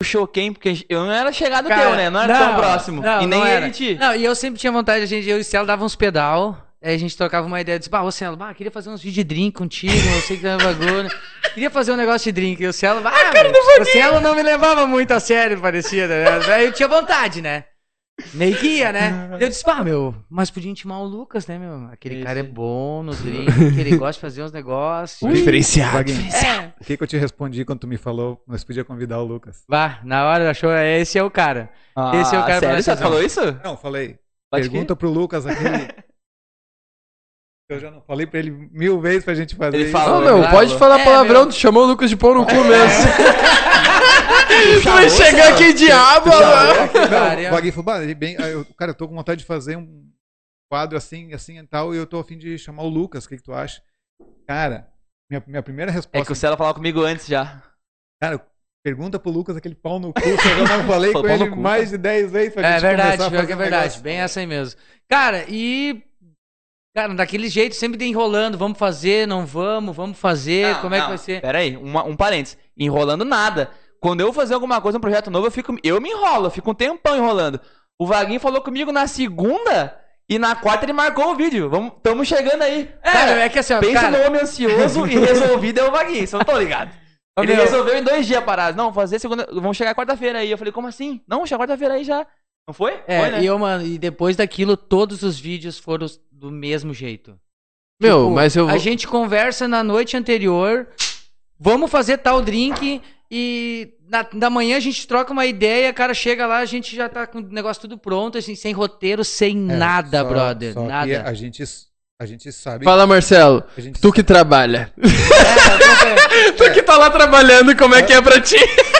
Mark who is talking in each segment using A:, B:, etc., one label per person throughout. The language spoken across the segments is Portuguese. A: puxou quem, porque eu não era chegado
B: Cara,
A: teu, né? Não era
B: não,
A: tão próximo.
B: não,
A: e nem
B: não
A: ele
B: era.
A: te.
B: Não, e eu sempre tinha vontade, a gente, eu e o Cielo dava uns pedal, aí a gente trocava uma ideia, eu disse, bah, ô Cielo, bah, queria fazer uns vídeo de drink contigo, eu sei que tu é bagulho, queria fazer um negócio de drink, e o Cielo, ah, meu, o Cielo não me levava muito a sério, parecia, né? aí eu tinha vontade, né? Meio que ia, né? Eu disse, pá, meu, mas podia intimar o Lucas, né, meu? Aquele
A: Isso.
B: cara é bom nos drinks, ele gosta de fazer uns negócios.
C: Hum. Diferenciado.
D: Vaguinho,
B: É.
D: o que, que eu te respondi quando tu me falou nós podia convidar o Lucas?
B: Bah, na hora achou, esse é o cara.
A: Ah,
B: Esse é o cara pra
A: sério,
B: nós
A: você
B: fazer.
A: falou isso?
D: Não, falei.
A: Pode
D: pergunta pro Lucas aquele. eu já não falei pra ele mil vezes pra gente fazer
A: Ele
D: isso.
A: fala-
C: Não, meu,
A: Claro.
C: pode falar
B: É,
C: palavrão,
B: meu.
C: tu chamou o Lucas de pau no cu mesmo.
A: que.
C: Tu vai chegar que diabo, mano.
D: Não,
B: Cara,
D: o Vaguinho falou, "Bah, ele bem, aí eu- cara, eu tô com vontade de fazer um quadro assim, assim e tal, e eu tô a fim de chamar o Lucas, o que, que tu acha? Cara, minha, minha primeira
A: É que
D: resposta,
A: o Cela falava comigo antes já.
D: cara, pergunta pro Lucas aquele pau no cu, que eu já não falei
A: Pau
D: com
A: no
D: ele
A: cu,
D: mais de 10 vezes pra
B: É
D: gente
B: verdade,
D: começar a
B: pior
D: fazer
B: que é
D: um
B: verdade.
D: negócio.
B: Bem essa aí mesmo. Cara, e. Cara, daquele jeito, sempre enrolando. Vamos fazer, não vamos, vamos fazer.
A: Não,
B: como é que
A: não,
B: vai ser?
A: Pera aí, uma- um parênteses. Enrolando nada. Quando eu vou fazer alguma coisa, um projeto novo, eu, fico, eu me enrolo, eu fico um tempão enrolando. O Vaguinho falou comigo na segunda e na quarta ele marcou o vídeo. Vamos, tamo chegando aí.
B: É,
A: Cara,
B: é que assim, ó,
A: pensa
B: cara,
A: no homem ansioso e resolvido é o Vaguinho, só não tô ligado.
B: Ô,
A: Ele
B: meu.
A: resolveu em dois dias parar. Não, fazer segunda. Vamos chegar quarta-feira aí. Eu falei, como assim? Não, chega quarta-feira aí já. Não foi?
B: É,
A: foi, né?
B: e eu, mano, e depois daquilo, todos os vídeos foram os- do mesmo jeito.
C: Meu,
B: Tipo,
C: mas eu vou.
B: A gente conversa na noite anterior, vamos fazer tal drink e na, da manhã a gente troca uma ideia, cara chega lá, a gente já tá com o negócio tudo pronto, assim, sem roteiro, sem
D: É,
B: nada,
D: só-
B: brother,
D: só que
B: nada.
D: a gente, a gente sabe...
C: Fala, Marcelo.
D: a gente
C: Tu que trabalha.
B: Então,
A: É.
D: sabe-
C: Tu que tá lá trabalhando, como é que é pra ti?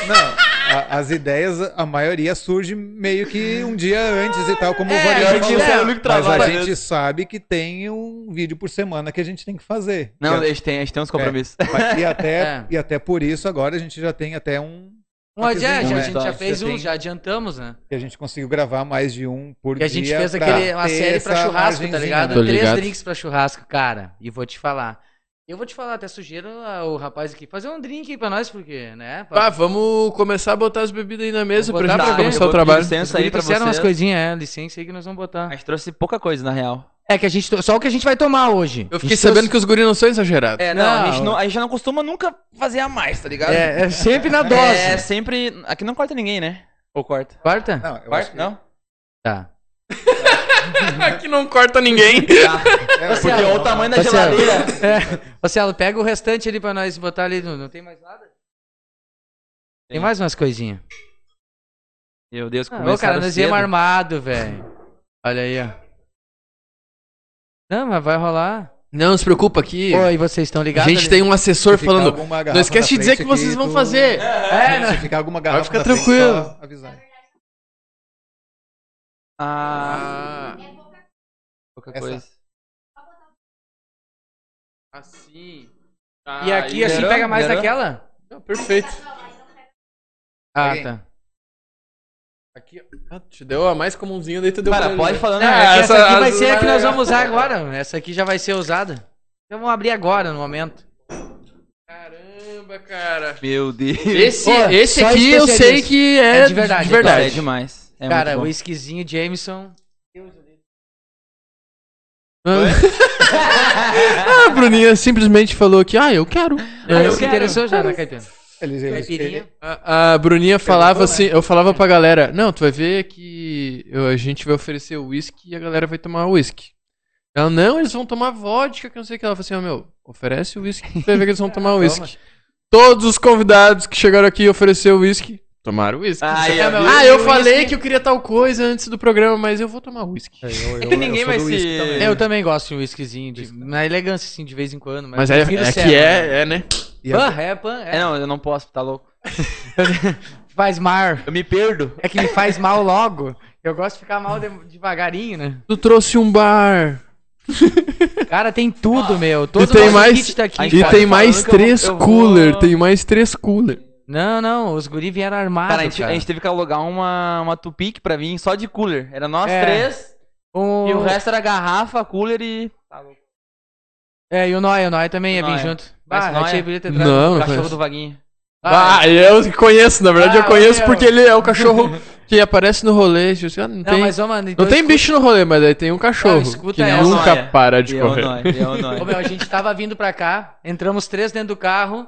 D: Não, a- as ideias, a maioria surge meio que um dia antes e tal, como
B: É,
D: o Vaguinho
B: a gente
D: falou.
C: um
B: é o
A: único
D: Mas
A: trabalho
D: a
A: mesmo.
D: gente sabe que tem um vídeo por semana que a gente tem que fazer.
A: Não, a
D: e,
A: gente tem, a gente tem uns compromissos.
D: a- e até,
B: É.
D: e até por isso agora a gente já tem até um
B: Um adi- é, já,
A: né?
B: a gente já
A: Tá,
B: fez
D: você
B: um,
D: tem-
B: já adiantamos, né?
D: que a gente conseguiu gravar mais de um por
B: Porque
D: dia.
B: a gente fez
D: pra
B: aquele, uma
D: ter
B: série pra
D: essa
B: churrasco, tá
D: margenzinha,
B: ligado?
C: Tô
D: né?
B: Três
C: ligado.
B: drinks pra churrasco, cara. E vou te falar. Eu vou te falar, até sugiro ah, o rapaz aqui fazer um drink aí pra nós, porque, né? Pra...
C: Ah, vamos começar a botar as bebidas aí na mesa
B: Vou
C: pra
B: botar,
C: gente
B: né?
C: começar
A: Eu
C: o
A: vou pedir
C: trabalho.
A: Licença aí pra
B: trouxeram umas
A: vocês.
B: coisinhas, é, licença aí que nós vamos botar.
A: A gente trouxe pouca coisa, na real.
B: É que a gente. to- Só o que a gente vai tomar hoje.
C: Eu fiquei sabendo que os guris não são exagerados.
A: É, não, a,
B: Não.
A: gente não a gente já não costuma nunca fazer a mais, tá ligado?
B: É, é sempre na dose.
A: É, sempre. Aqui não corta ninguém, né? Ou corta?
B: Quarta?
D: Não, eu acho
A: Corta?
D: que-
A: Não?
B: Tá.
C: Aqui não corta ninguém.
A: Tá.
D: É,
A: Porque olha o tamanho da
B: Tá certo.
A: geladeira.
B: Ô, Cielo, pega o restante ali pra nós botar ali. no- Não, tem mais nada? Tem,
A: Tem.
B: mais umas coisinhas.
A: Meu Deus,
B: Ah, ô,
A: começaram
B: cara, nós
A: cedo.
B: viemos armado, velho. Olha aí, ó. Não, mas vai rolar.
C: Não, se preocupa aqui.
B: Oi, vocês estão
C: A
B: ligados?
C: gente tem um assessor falando. Não esquece de dizer que vocês vão fazer.
B: É,
D: Se
B: né?
D: ficar alguma garrafa
C: ficar
D: na frente,
C: tranquilo.
D: só avisar.
A: Ah, pouca
D: Essa.
A: coisa.
C: assim.
B: E aqui, assim,
A: liberou,
B: pega mais
A: liberou.
B: daquela?
C: perfeito.
B: Ah,
D: Peguei.
B: tá.
C: Aqui, ó. Ah, te deu a mais comumzinha, daí tu deu
A: Cara,
C: pra
A: pode
C: ele.
A: falar,
B: Não,
A: né?
B: é que essa,
C: essa-
B: aqui vai
C: essa
B: ser a
C: vai
B: que
A: é-
B: nós
C: legal.
B: vamos usar agora. Essa aqui já vai ser usada. Então vamos abrir agora, no momento.
C: Caramba, cara.
A: Meu Deus.
C: Esse,
B: Ô,
C: esse
B: só
C: aqui eu
B: especialista.
C: sei que é,
B: É de verdade,
C: De
A: Cara, É
C: verdade. então.
A: demais. É
B: Cara, o
A: muito
B: whiskyzinho Jameson.
C: Ah, a Bruninha simplesmente falou que, ah, eu quero.
B: Ah,
C: É.
B: se interessou já, né, Caipira?
D: Ele, ele-
B: Caipirinha.
C: A, a Bruninha falava
D: Perguntou,
C: assim, eu falava pra galera, não, tu vai ver que eu- a gente vai oferecer o uísque e a galera vai tomar uísque. Ela, não, eles vão tomar vodka, que não sei o que. Ela falou assim, ó, meu, oferece o uísque, tu vai ver que eles vão tomar uísque. Todos os convidados que chegaram aqui oferecer o uísque, tomaram uísque.
A: Ah, e a
C: ah,
A: Bru-
C: eu
B: e o
C: falei
B: uísque?
C: que eu queria tal coisa antes do programa, mas eu vou tomar uísque.
D: É, eu- eu-
A: que
D: eu
A: ninguém
D: sou
A: vai
D: do uísque
A: se- É
D: também.
B: Eu também gosto de um whiskyzinho, de, na elegância, assim, de vez em quando. Mas,
C: Mas é,
B: prefiro
C: é
B: Serra,
C: que
B: né?
C: é, é, né?
D: E a-
B: Pan, é pan,
A: bom. É,
B: é.
A: não, eu não posso, tá louco.
B: Faz mar.
A: Eu me perdo.
B: É que me faz mal logo. Eu gosto de ficar mal de- devagarinho, né?
C: Tu trouxe um bar.
B: Cara, tem tudo, meu. Todo
C: Ah. tem
B: nosso
C: mais-
B: kit tá aqui,
A: e
C: E
A: Cara,
C: tem
A: tá
C: mais
A: falando que eu
C: três
A: vou- eu vou-
C: cooler, tem mais três cooler.
B: Não, não, os guri vieram armados,
A: Cara,
B: cara.
A: a gente, a gente teve que alugar uma, uma Tupic pra vir só de cooler. Era nós
B: É.
A: três
B: O-
A: e o resto era garrafa, cooler e.
B: É, e o Noi, o Noi também ia vir
A: Noia.
B: junto.
A: Mas
B: Ah, a
A: Noia-
B: tia podia ter
C: Não,
B: trazido
C: não
B: o cachorro
C: conheço.
B: do
A: do Vaguinho.
C: Ah, eu conheço, na verdade
B: Ah,
C: eu conheço
B: meu.
C: porque ele é o cachorro que aparece no rolê. tipo assim, ah, não,
B: não,
C: tem,
B: mas, ô, mano, então
C: não tem
B: escuta-
C: bicho no rolê, mas aí tem um cachorro
B: escuta
C: que
B: essa,
C: nunca
A: olha.
C: para de
A: Deu
C: correr.
A: nóis, deu
B: Ô,
A: nóis.
B: meu, a gente tava vindo pra cá, entramos três dentro do carro,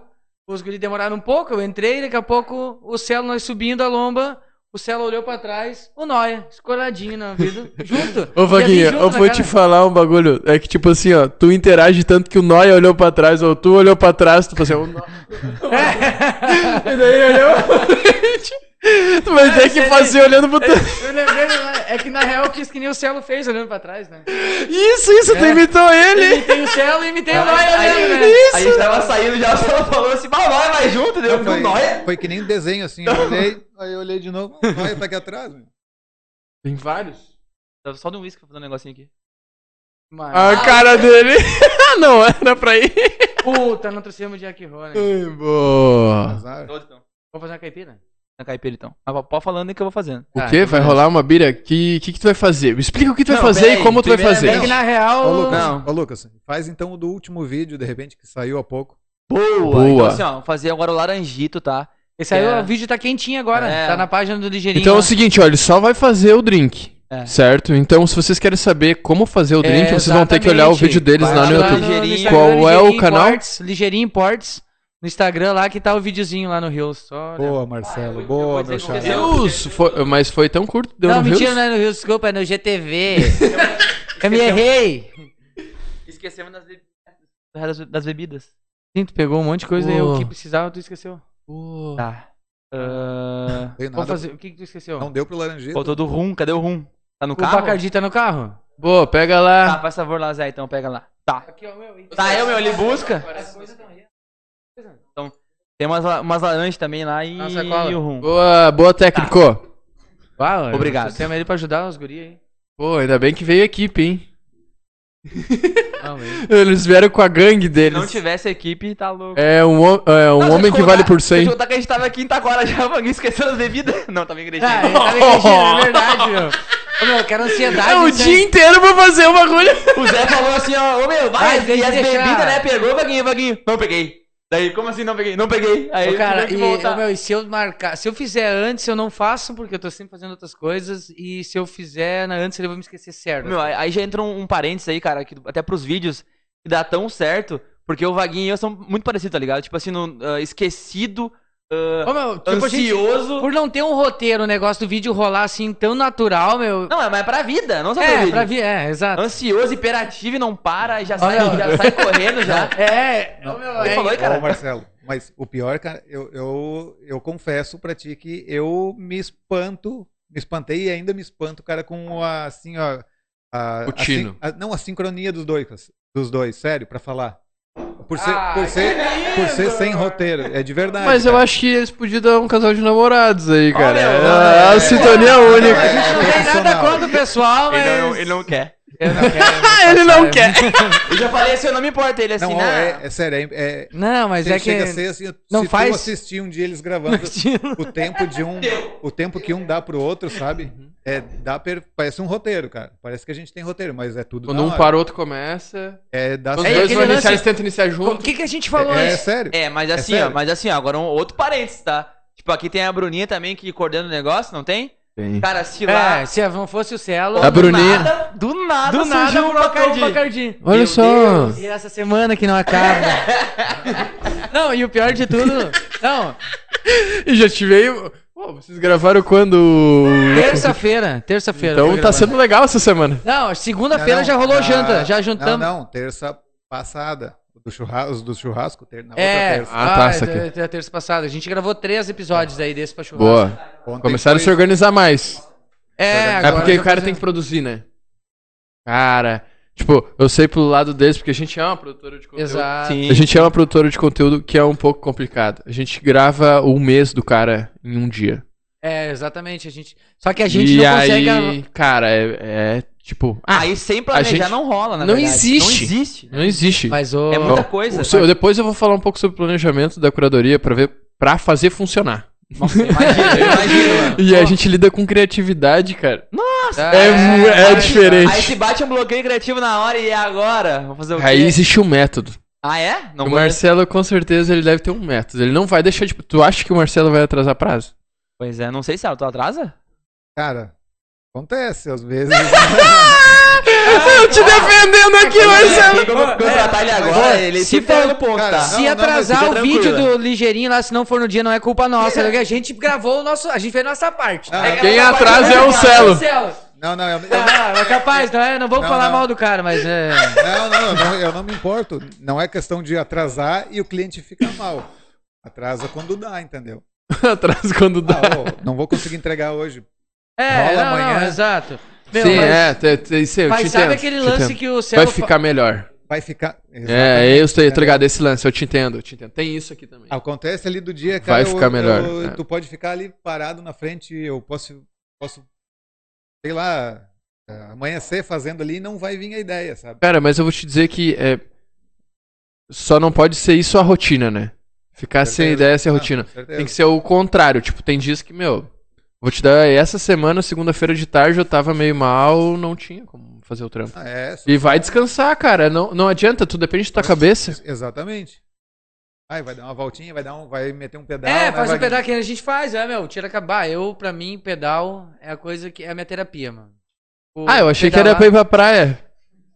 B: os guris demoraram um pouco, eu entrei, daqui a pouco o Celo, nós subindo a lomba, o Celo olhou pra trás, o Noia, escoradinho na vida, junto.
C: Ô,
B: Ia
C: Vaguinha,
B: vir junto
C: eu
B: na
C: vou
B: cara.
C: te falar um bagulho. É que, tipo assim, ó, tu interage tanto que o Noia olhou pra trás, ou tu olhou pra trás, tu fazia assim,
B: É.
C: E daí olhou pra frente. Tu vai ter que
B: sei.
C: fazer olhando pro teu.
B: Eu lembrei, é que na real eu fiz que nem o Celo fez olhando pra trás, né?
C: Isso, isso, tu imitou ele.
B: Imitei o Celo e imitei o Noia
A: Aí,
B: olhando, né?
A: a gente tava saindo já, o Celo falou assim, "Bah, nós vai junto, deu
D: Foi,
A: um nóia.
D: foi que nem um desenho, assim. Eu olhei, aí eu olhei de novo. Olha, tá aqui atrás. meu.
C: Tem vários.
A: Tava só de um uísque fazendo um negocinho aqui.
B: Mano, ah,
C: A cara dele. não, era pra ir.
B: puta, não trouxemos de Jack Rô, né?
C: Ai, Boa.
D: Azar.
A: então.
B: Vamos fazer uma caipira?
A: Na caipira, então. Ah, pode falando que eu vou fazendo.
C: O
B: Ah,
C: quê?
B: tá beleza.
C: Vai rolar uma bira? O que, que, que tu vai fazer? Me explica o que tu vai
A: Não,
C: fazer e
A: peraí,
C: como tu vai fazer.
A: primeiramente-
B: É que na real...
D: Ô, Lucas,
A: Não.
D: ô, Lucas, faz então o do último vídeo, de repente, que saiu há pouco.
A: Boa!
C: Boa.
A: Então assim, ó, vou fazer agora o laranjito, tá?
B: Esse aí,
A: É.
B: o vídeo tá quentinho agora,
A: É.
B: tá na página do Ligeirinho.
C: Então é
B: lá.
C: o seguinte, ó, ele só vai fazer o drink.
A: É.
C: Certo? Então, se vocês querem saber como fazer o drink, vocês vão ter que olhar o
B: exatamente.
C: vídeo deles
A: Vai
C: lá no
A: lá
C: YouTube.
A: Ligeirinho.
B: Instagram,
C: Qual é o
B: Ligeirinho
C: canal?
B: Imports, Ligeirinho Imports, no Instagram lá que tá o videozinho lá no Rio. Só...
D: Boa, Marcelo.
A: eu vou
D: boa,
A: dizer
D: meu
A: que
D: chapa.
A: eu-
C: Deus, foi- mas foi tão curto, deu
B: não,
C: no
B: mentira,
C: Reels?
B: não é no Rio, desculpa, é no GTV. Eu me errei.
A: Esquecemos das bebidas. Das, das bebidas.
B: Sim, tu pegou um monte de coisa e o
C: Boa.
B: que precisava tu esqueceu.
C: Pô.
A: Tá. Ahn,
D: Não tem
B: Vamos
D: nada.
B: fazer, o que que tu esqueceu?
D: Não deu pro laranjito.
A: Faltou do rum, cadê o rum? Tá no
B: o
A: carro?
B: Bacardi tá no carro?
C: Boa, pega lá.
A: Tá, faz favor lá, Zé, então pega lá. Tá.
B: Aqui, ó, meu.
A: Tá, eu, meu, ele busca. Tem umas, la- umas laranjas também lá e,
B: Na sacola.
A: e o rum.
C: Boa, boa técnico.
A: Obrigado.
B: Temos ele pra ajudar os guri aí.
C: Pô, ainda bem que veio a equipe, hein?
B: Não, ele-
C: Eles vieram com a gangue
A: Se
C: deles.
A: não tivesse equipe, tá louco.
C: É um, hom- é um
A: Não,
C: homem
A: deixa eu
C: que
A: contar-
C: vale por
A: Deixa eu
C: 100.
A: contar que a gente tava aqui em Taquara já, mano, esqueceu as bebidas. Não, tá me agredindo.
B: Ah, ele tá me mexendo, é verdade, meu. Ô, meu, eu quero ansiedade. né?
C: É o
B: isso aí.
C: dia inteiro pra fazer o bagulho.
A: O Zé falou assim, ó, ô meu, vai,
B: Vai,
A: e
B: deixa
A: as
B: eu deixar.
A: bebidas, né? Pegou, Vaguinho, Vaguinho. Não peguei. Daí, como assim não peguei? Não peguei. Aí,
B: Ô, cara,
A: tive
B: e,
A: que voltar.
B: ô, meu, e se eu marcar, se eu fizer antes, eu não faço, porque eu tô sempre fazendo outras coisas, e se eu fizer na- antes, ele vai me esquecer certo.
A: Meu, aí aí já entra um, um parênteses aí, cara, que, até pros vídeos, que dá tão certo, porque o Vaguinho e eu são muito parecidos, tá ligado? Tipo assim, no, ah, esquecido, ah,
B: Ô, meu, tipo, a gente-
A: ansioso.
B: por não ter um roteiro, o negócio do vídeo rolar assim tão natural, meu.
A: Não, é, mas é pra vida, não só pra
B: é,
A: vídeo.
B: pra vir, é, exato.
A: Ansioso, hiperativo e não para, e já sai,
B: não.
A: já sai correndo já.
B: É, ô, meu,
A: Ele
B: é,
A: falou aí, cara.
D: Ô, Marcelo, mas o pior, cara, eu, eu, eu confesso pra ti que eu me espanto, me espantei e ainda me espanto, cara, com a, assim, ó... A,
C: O
D: a sin-
C: tino.
D: a- não, a sincronia dos dois, dos dois, sério, pra falar. Por ser,
B: Ah,
D: por
B: que
A: é.
D: ser, por ser
B: lindo!
D: sem roteiro, é de verdade.
C: Mas eu
D: cara.
C: acho que eles podiam dar um casal de namorados aí, cara.
A: meu,
C: é a
D: é,
C: sintonia
D: é,
C: única.
B: a gente não tem nada
D: profissional.
B: contra o pessoal, mas.
A: Ele não, ele não quer.
B: Eu não quero.
C: Ah, ele não quer.
A: Eu já falei assim, eu não me importo, ele assim,
D: Não,
A: não,
D: é, é sério, é- é,
B: Não, mas
D: Chega-
B: é
D: chega a
B: que.
D: ser assim,
B: não
D: se
B: faz-
D: tu assistir um dia eles gravando o tempo de um, o tempo que um dá pro outro, sabe?
C: Uhum.
D: É, dá per- parece um roteiro, cara. Parece que a gente tem roteiro, mas é tudo
C: Quando
D: na
C: um
D: hora.
C: para, o outro começa.
D: é dá
C: Quando
B: É, e
C: os dois
B: aquele
C: vão iniciar,
B: lance-
C: eles tentam iniciar
B: O
C: junto.
B: que, que a gente falou
D: é, é
B: antes?
D: sério.
A: É, mas assim, ó,
D: sério.
A: mas assim, ó, agora um outro parênteses, tá? Tipo, aqui tem a Bruninha também que coordena o negócio, não tem? Cara, se lá.
B: É, se não fosse o Celo.
C: A Bruninha.
A: Nada, do nada,
B: Do nada
A: surgiu
B: o
A: um Bacardi.
B: Bacardi.
C: Olha
A: Meu
C: só.
B: E essa semana que não acaba. não, e o pior de tudo. Não,
C: E já te veio. Pô, vocês gravaram quando.
B: terça-feira. Terça-feira.
C: Então
B: foi
C: tá
B: gravado.
C: sendo legal essa semana.
B: Não,
D: Não,
B: segunda-feira
D: não,
B: já rolou
D: na-
B: janta. Já juntamos.
D: Não, não, terça passada. Do churrasco, os do churrasco, ter, na
B: É,
D: outra terça.
C: Ah, tá,
B: ah,
C: isso
B: é,
C: aqui.
B: é, é a terça passada. A gente gravou três episódios aí desse pra churrasco.
C: Boa.
D: Ontem
C: Começaram a se
D: foi-
C: organizar mais.
B: É, agora
C: É porque
B: já
C: o cara
B: fazemos.
C: tem que produzir, né? Cara, tipo, eu sei pelo lado deles, porque a gente é uma produtora de conteúdo.
B: Exato.
C: A gente é uma produtora de conteúdo que é um pouco complicado. A gente grava um mês do cara em um dia.
B: É, exatamente. A gente... Só que a gente
C: e
B: não
C: aí,
B: consegue.
C: cara, é, é, tipo. Ah,
A: Aí sem planejar
C: gente-
A: não rola, na
C: Não
A: verdade.
C: existe.
A: Não existe.
C: não existe.
B: Mas o.
A: É muita coisa.
C: O seu- depois eu vou falar um pouco sobre o planejamento da curadoria pra ver para fazer funcionar.
A: Nossa, imagina, imagina, mano.
C: E a gente lida com criatividade, cara. É, mu-
B: é, mas-
C: é
A: Aí
C: diferente.
A: se bate um bloqueio criativo na hora e é agora. Vou fazer o quê?
C: Aí existe um método.
A: Ah, é? Não
C: o
A: conheço.
C: Marcelo, com certeza, ele deve ter um método. Ele não vai deixar, tipo, tu acha que o Marcelo vai atrasar prazo?
A: Pois é, não sei se ela tu atrasa.
D: Cara, acontece às vezes.
C: Eu te defendendo aqui,
A: Quem contratar ele agora, ele
B: se
A: se pega
B: for-
A: no ponto,
D: cara,
C: Ah,
A: tá?
D: não,
B: Se atrasar
A: fica
B: o vídeo
A: tranquila.
B: do ligeirinho lá, se não for no dia, não é culpa nossa. porque A gente gravou o nosso. A gente fez nossa parte.
D: Ah,
B: É que
C: quem
B: ela tá
C: atrasa
B: batendo
C: é o
B: palma,
C: Celo.
D: Não, não, eu, eu,
B: Ah, mas capaz, não é? Não vamos
D: Não,
B: falar
D: não.
B: mal do cara, mas é.
D: não, não, eu não, eu não me importo. Não é questão de atrasar e o cliente fica mal. Atrasa quando dá, entendeu?
C: Atraso quando dá.
D: Ah, ô, não vou conseguir entregar hoje.
B: É,
D: Rola
B: não, não,
D: amanhã.
B: exato. Meu,
C: Sim,
B: mas,
C: é, te- te- isso aí, eu te
B: mas sabe
C: entendo,
B: aquele
C: te
B: lance
C: entendo.
B: que o Celo.
C: Vai ficar melhor.
D: Vai ficar.
C: É, eu estou
D: Exatamente.
C: entregado esse lance, eu te entendo, eu te entendo. Tem isso aqui também.
B: Ah.
D: Acontece ali do dia,
C: Vai
D: cara.
C: ficar melhor, né?
D: Tu pode ficar ali parado na frente, eu posso, posso sei lá, é, amanhecer fazendo ali e não vai vir a ideia, sabe?
C: Cara, mas eu vou te dizer que é, só não pode ser isso a rotina, né? Ficar sem
D: Certeza.
C: ideia, sem
D: Ah,
C: rotina.
D: com certeza.
C: Tem que ser o contrário. Tipo, tem dias que, meu, vou te dar essa semana, segunda-feira de tarde, eu tava meio mal, não tinha como fazer o trampo.
D: Ah, é, só-
C: E vai descansar, cara. Não, não adianta, tudo depende da tua cabeça.
D: Exatamente. Aí vai dar uma voltinha, vai, dar um, vai meter um pedal.
B: É,
D: né,
B: faz o
D: Wagner?
B: pedal que a gente faz, é, meu. Tira acabar. Eu, pra mim, pedal é a coisa que. É a minha terapia, mano. O
C: Ah, eu achei que era
B: pedalar-
C: pra ir pra praia.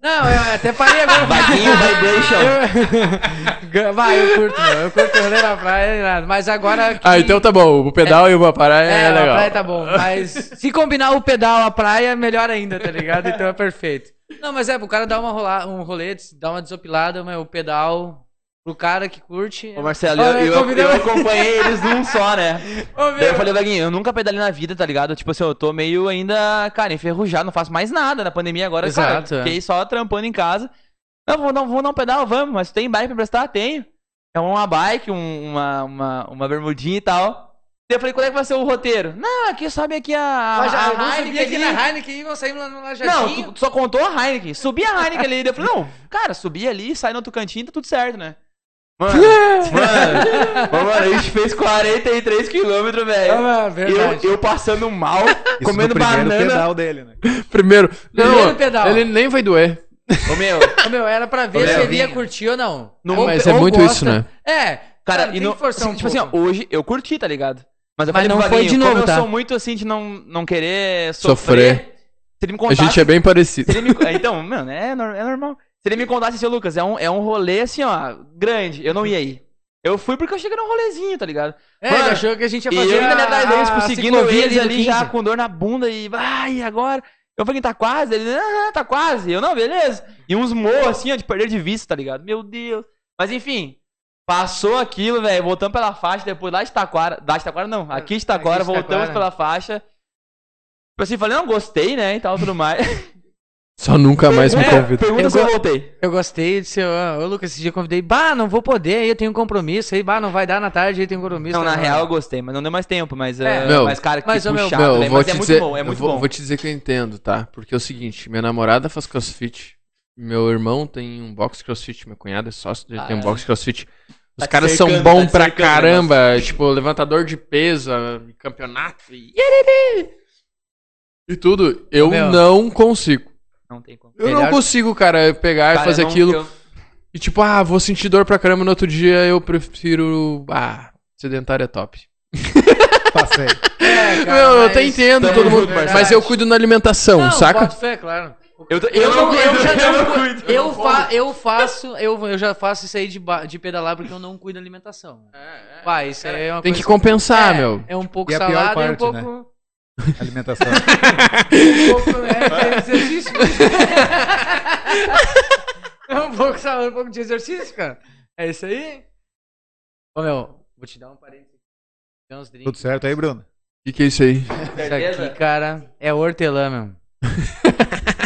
B: Não, eu até parei agora.
A: Vaguinho Vibration.
B: Eu- Vai, eu curto, meu. Eu curto rolê na praia, nada. mas agora. que-
C: Ah, então tá bom. O pedal e uma praia
B: É,
C: é,
B: na
C: legal.
B: praia tá bom, mas se combinar o pedal à praia, melhor ainda, tá ligado? Então é perfeito. Não, mas é, pro cara dar uma rola, um rolê, dar uma desopilada, mas o pedal pro cara que curte. é
A: Ô, Marcelo,
B: Olha,
A: eu, eu-
B: convidei-
A: eu acompanhei eles num só, né?
B: Ô, meu,
A: Daí eu falei, Vaguinho, eu nunca pedalei na vida, tá ligado? Tipo assim, eu tô meio ainda, cara, enferrujado, não faço mais nada na pandemia agora,
B: Exato, é.
A: cara. Fiquei só trampando em casa. Não, vou, não, vou dar um pedal, vamos, mas tem bike pra prestar? Tenho. É uma bike, um- uma, uma, uma bermudinha e tal. Daí eu falei, qual é que vai ser o roteiro? Não, aqui sobe aqui a, a,
B: Laja-
A: "Ah, a
B: vamos um subir
A: Heineken
B: aqui
A: ali.
B: na Heineken e vamos sair lá no
A: Não,
B: Lajadinho.
A: tu, tu só contou a Heineken. Subi a Heineken ali. Daí eu falei, não, cara, subi ali, sai no outro cantinho, tá tudo certo, né? Mano, mano, ô, mano, a gente fez 43 quilômetros, velho.
B: Ah, verdade.
A: é, Eu, eu passando mal,
D: Isso
A: comendo
D: no primeiro
A: banana.
D: pedal dele, né?
C: Primeiro. Não,
B: Primeiro pedal.
C: ele nem vai doer.
A: Ô, meu,
B: Ô, meu, era pra ver
A: Ô,
B: se
A: Léo,
B: ele ia
A: vinho.
B: curtir ou não.
A: no,
B: Ou-
C: Mas é
B: ou
C: muito
B: gosta-
C: isso, né?
B: É.
A: Cara,
B: tem
A: e não,
B: que forçar um
A: tipo assim, ó,
B: pouco.
A: hoje eu curti, tá ligado? Mas eu
B: Mas
A: falei
B: não
A: pro
B: foi
A: Vaguinho,
B: de novo,
A: como
B: tá?
A: eu sou muito assim de não, não querer sofrer.
C: Sofrer.
A: Se ele me
C: A
A: contasse,
C: gente é bem parecido.
A: Se ele me- Então, mano, é, nor- é normal. Se ele me contasse assim, "Ô, Lucas, é um, é um rolê assim, ó, grande, eu não ia aí. Eu fui porque eu cheguei num rolezinho, tá ligado?
B: É,
A: Mano,
B: ele achou que a gente ia
A: E
B: fazer
A: eu ainda tipo, ali
B: a-
A: atrás deles,
B: a
A: perseguindo
B: ciclovia
A: eles
B: do
A: ali
B: 15.
A: já com dor na bunda e, ai, e agora? Eu falei, tá quase? Ele, ah, tá quase. Eu, não, beleza. E uns morros assim, ó, de perder de vista, tá ligado? Meu Deus. Mas enfim, passou aquilo, velho, voltamos pela faixa, depois lá de Taquara, lá de Taquara não, aqui de Taquara,
B: Aqui de
A: voltamos
B: Taquara.
A: pela faixa. Tipo assim, falei, não, gostei, né, e tal, tudo mais.
C: Só nunca mais me
A: É,
C: convida.
A: Pergunta
B: Eu
A: se eu
B: go-
A: voltei.
B: Eu gostei, disse, ó, ô Lucas, esse dia eu convidei, bah, não vou poder, aí eu tenho um compromisso, aí, bah, não vai dar na tarde, aí tem um compromisso.
A: Não, na
B: tá,
A: real eu gostei, mas não deu mais tempo, mas,
B: É.
A: é.
C: Meu,
A: mas cara, que
B: mas, ô, meu,
A: puxado,
C: Meu,
A: velho,
C: vou
A: mas
C: te
A: é muito
C: dizer,
A: bom, é
C: eu
A: muito
C: vou,
A: bom.
C: vou te dizer que eu entendo, tá? Porque é o seguinte, minha namorada faz crossfit, meu irmão tem um box crossfit, meu cunhado é sócio, ele
A: Ah,
C: tem um
A: é.
C: box crossfit. Os
A: Tá te
C: caras são
A: cercando,
C: bons
A: tá te
C: pra
A: cercando o
C: caramba, tipo, levantador de peso, ah, campeonato e... E tudo, eu
B: Meu.
C: não consigo.
A: Não tem como.
C: Eu
B: Melhor-
C: não consigo, cara, pegar e
A: Cara,
C: fazer
A: eu não-
C: aquilo.
A: eu-
C: E tipo, ah, vou sentir dor pra caramba no outro dia, eu prefiro. Ah, sedentário é top.
D: Passei.
B: É, cara,
C: Meu, eu
B: mas-
C: até entendo
A: tamo
C: todo mundo,
A: junto, Marcelo.
C: mas eu cuido na alimentação,
B: Não,
C: saca?
B: boto fé, claro.
A: Eu, eu,
B: Eu,
A: não
B: não, eu
A: cuido,
B: já
A: eu
B: não
A: não
B: cuido.
A: cuido.
B: Eu, fa eu faço, eu, eu já faço isso aí de, ba- de pedalar porque eu não cuido da alimentação. Vai, isso aí é uma
C: Tem que
B: coisa-
C: compensar,
B: é,
C: meu.
B: É um pouco
D: E a pior
B: salada e um
D: parte,
B: pouco.
D: Alimentação.
B: Um pouco é, de exercício. é um pouco salada, um pouco de exercício, cara. É isso aí? Ô, meu, vou te dar um parênteses. Tem uns drinks.
D: Tudo certo aí, Bruno?
C: O que, que é isso aí?
B: Isso aqui, cara, é hortelã, meu.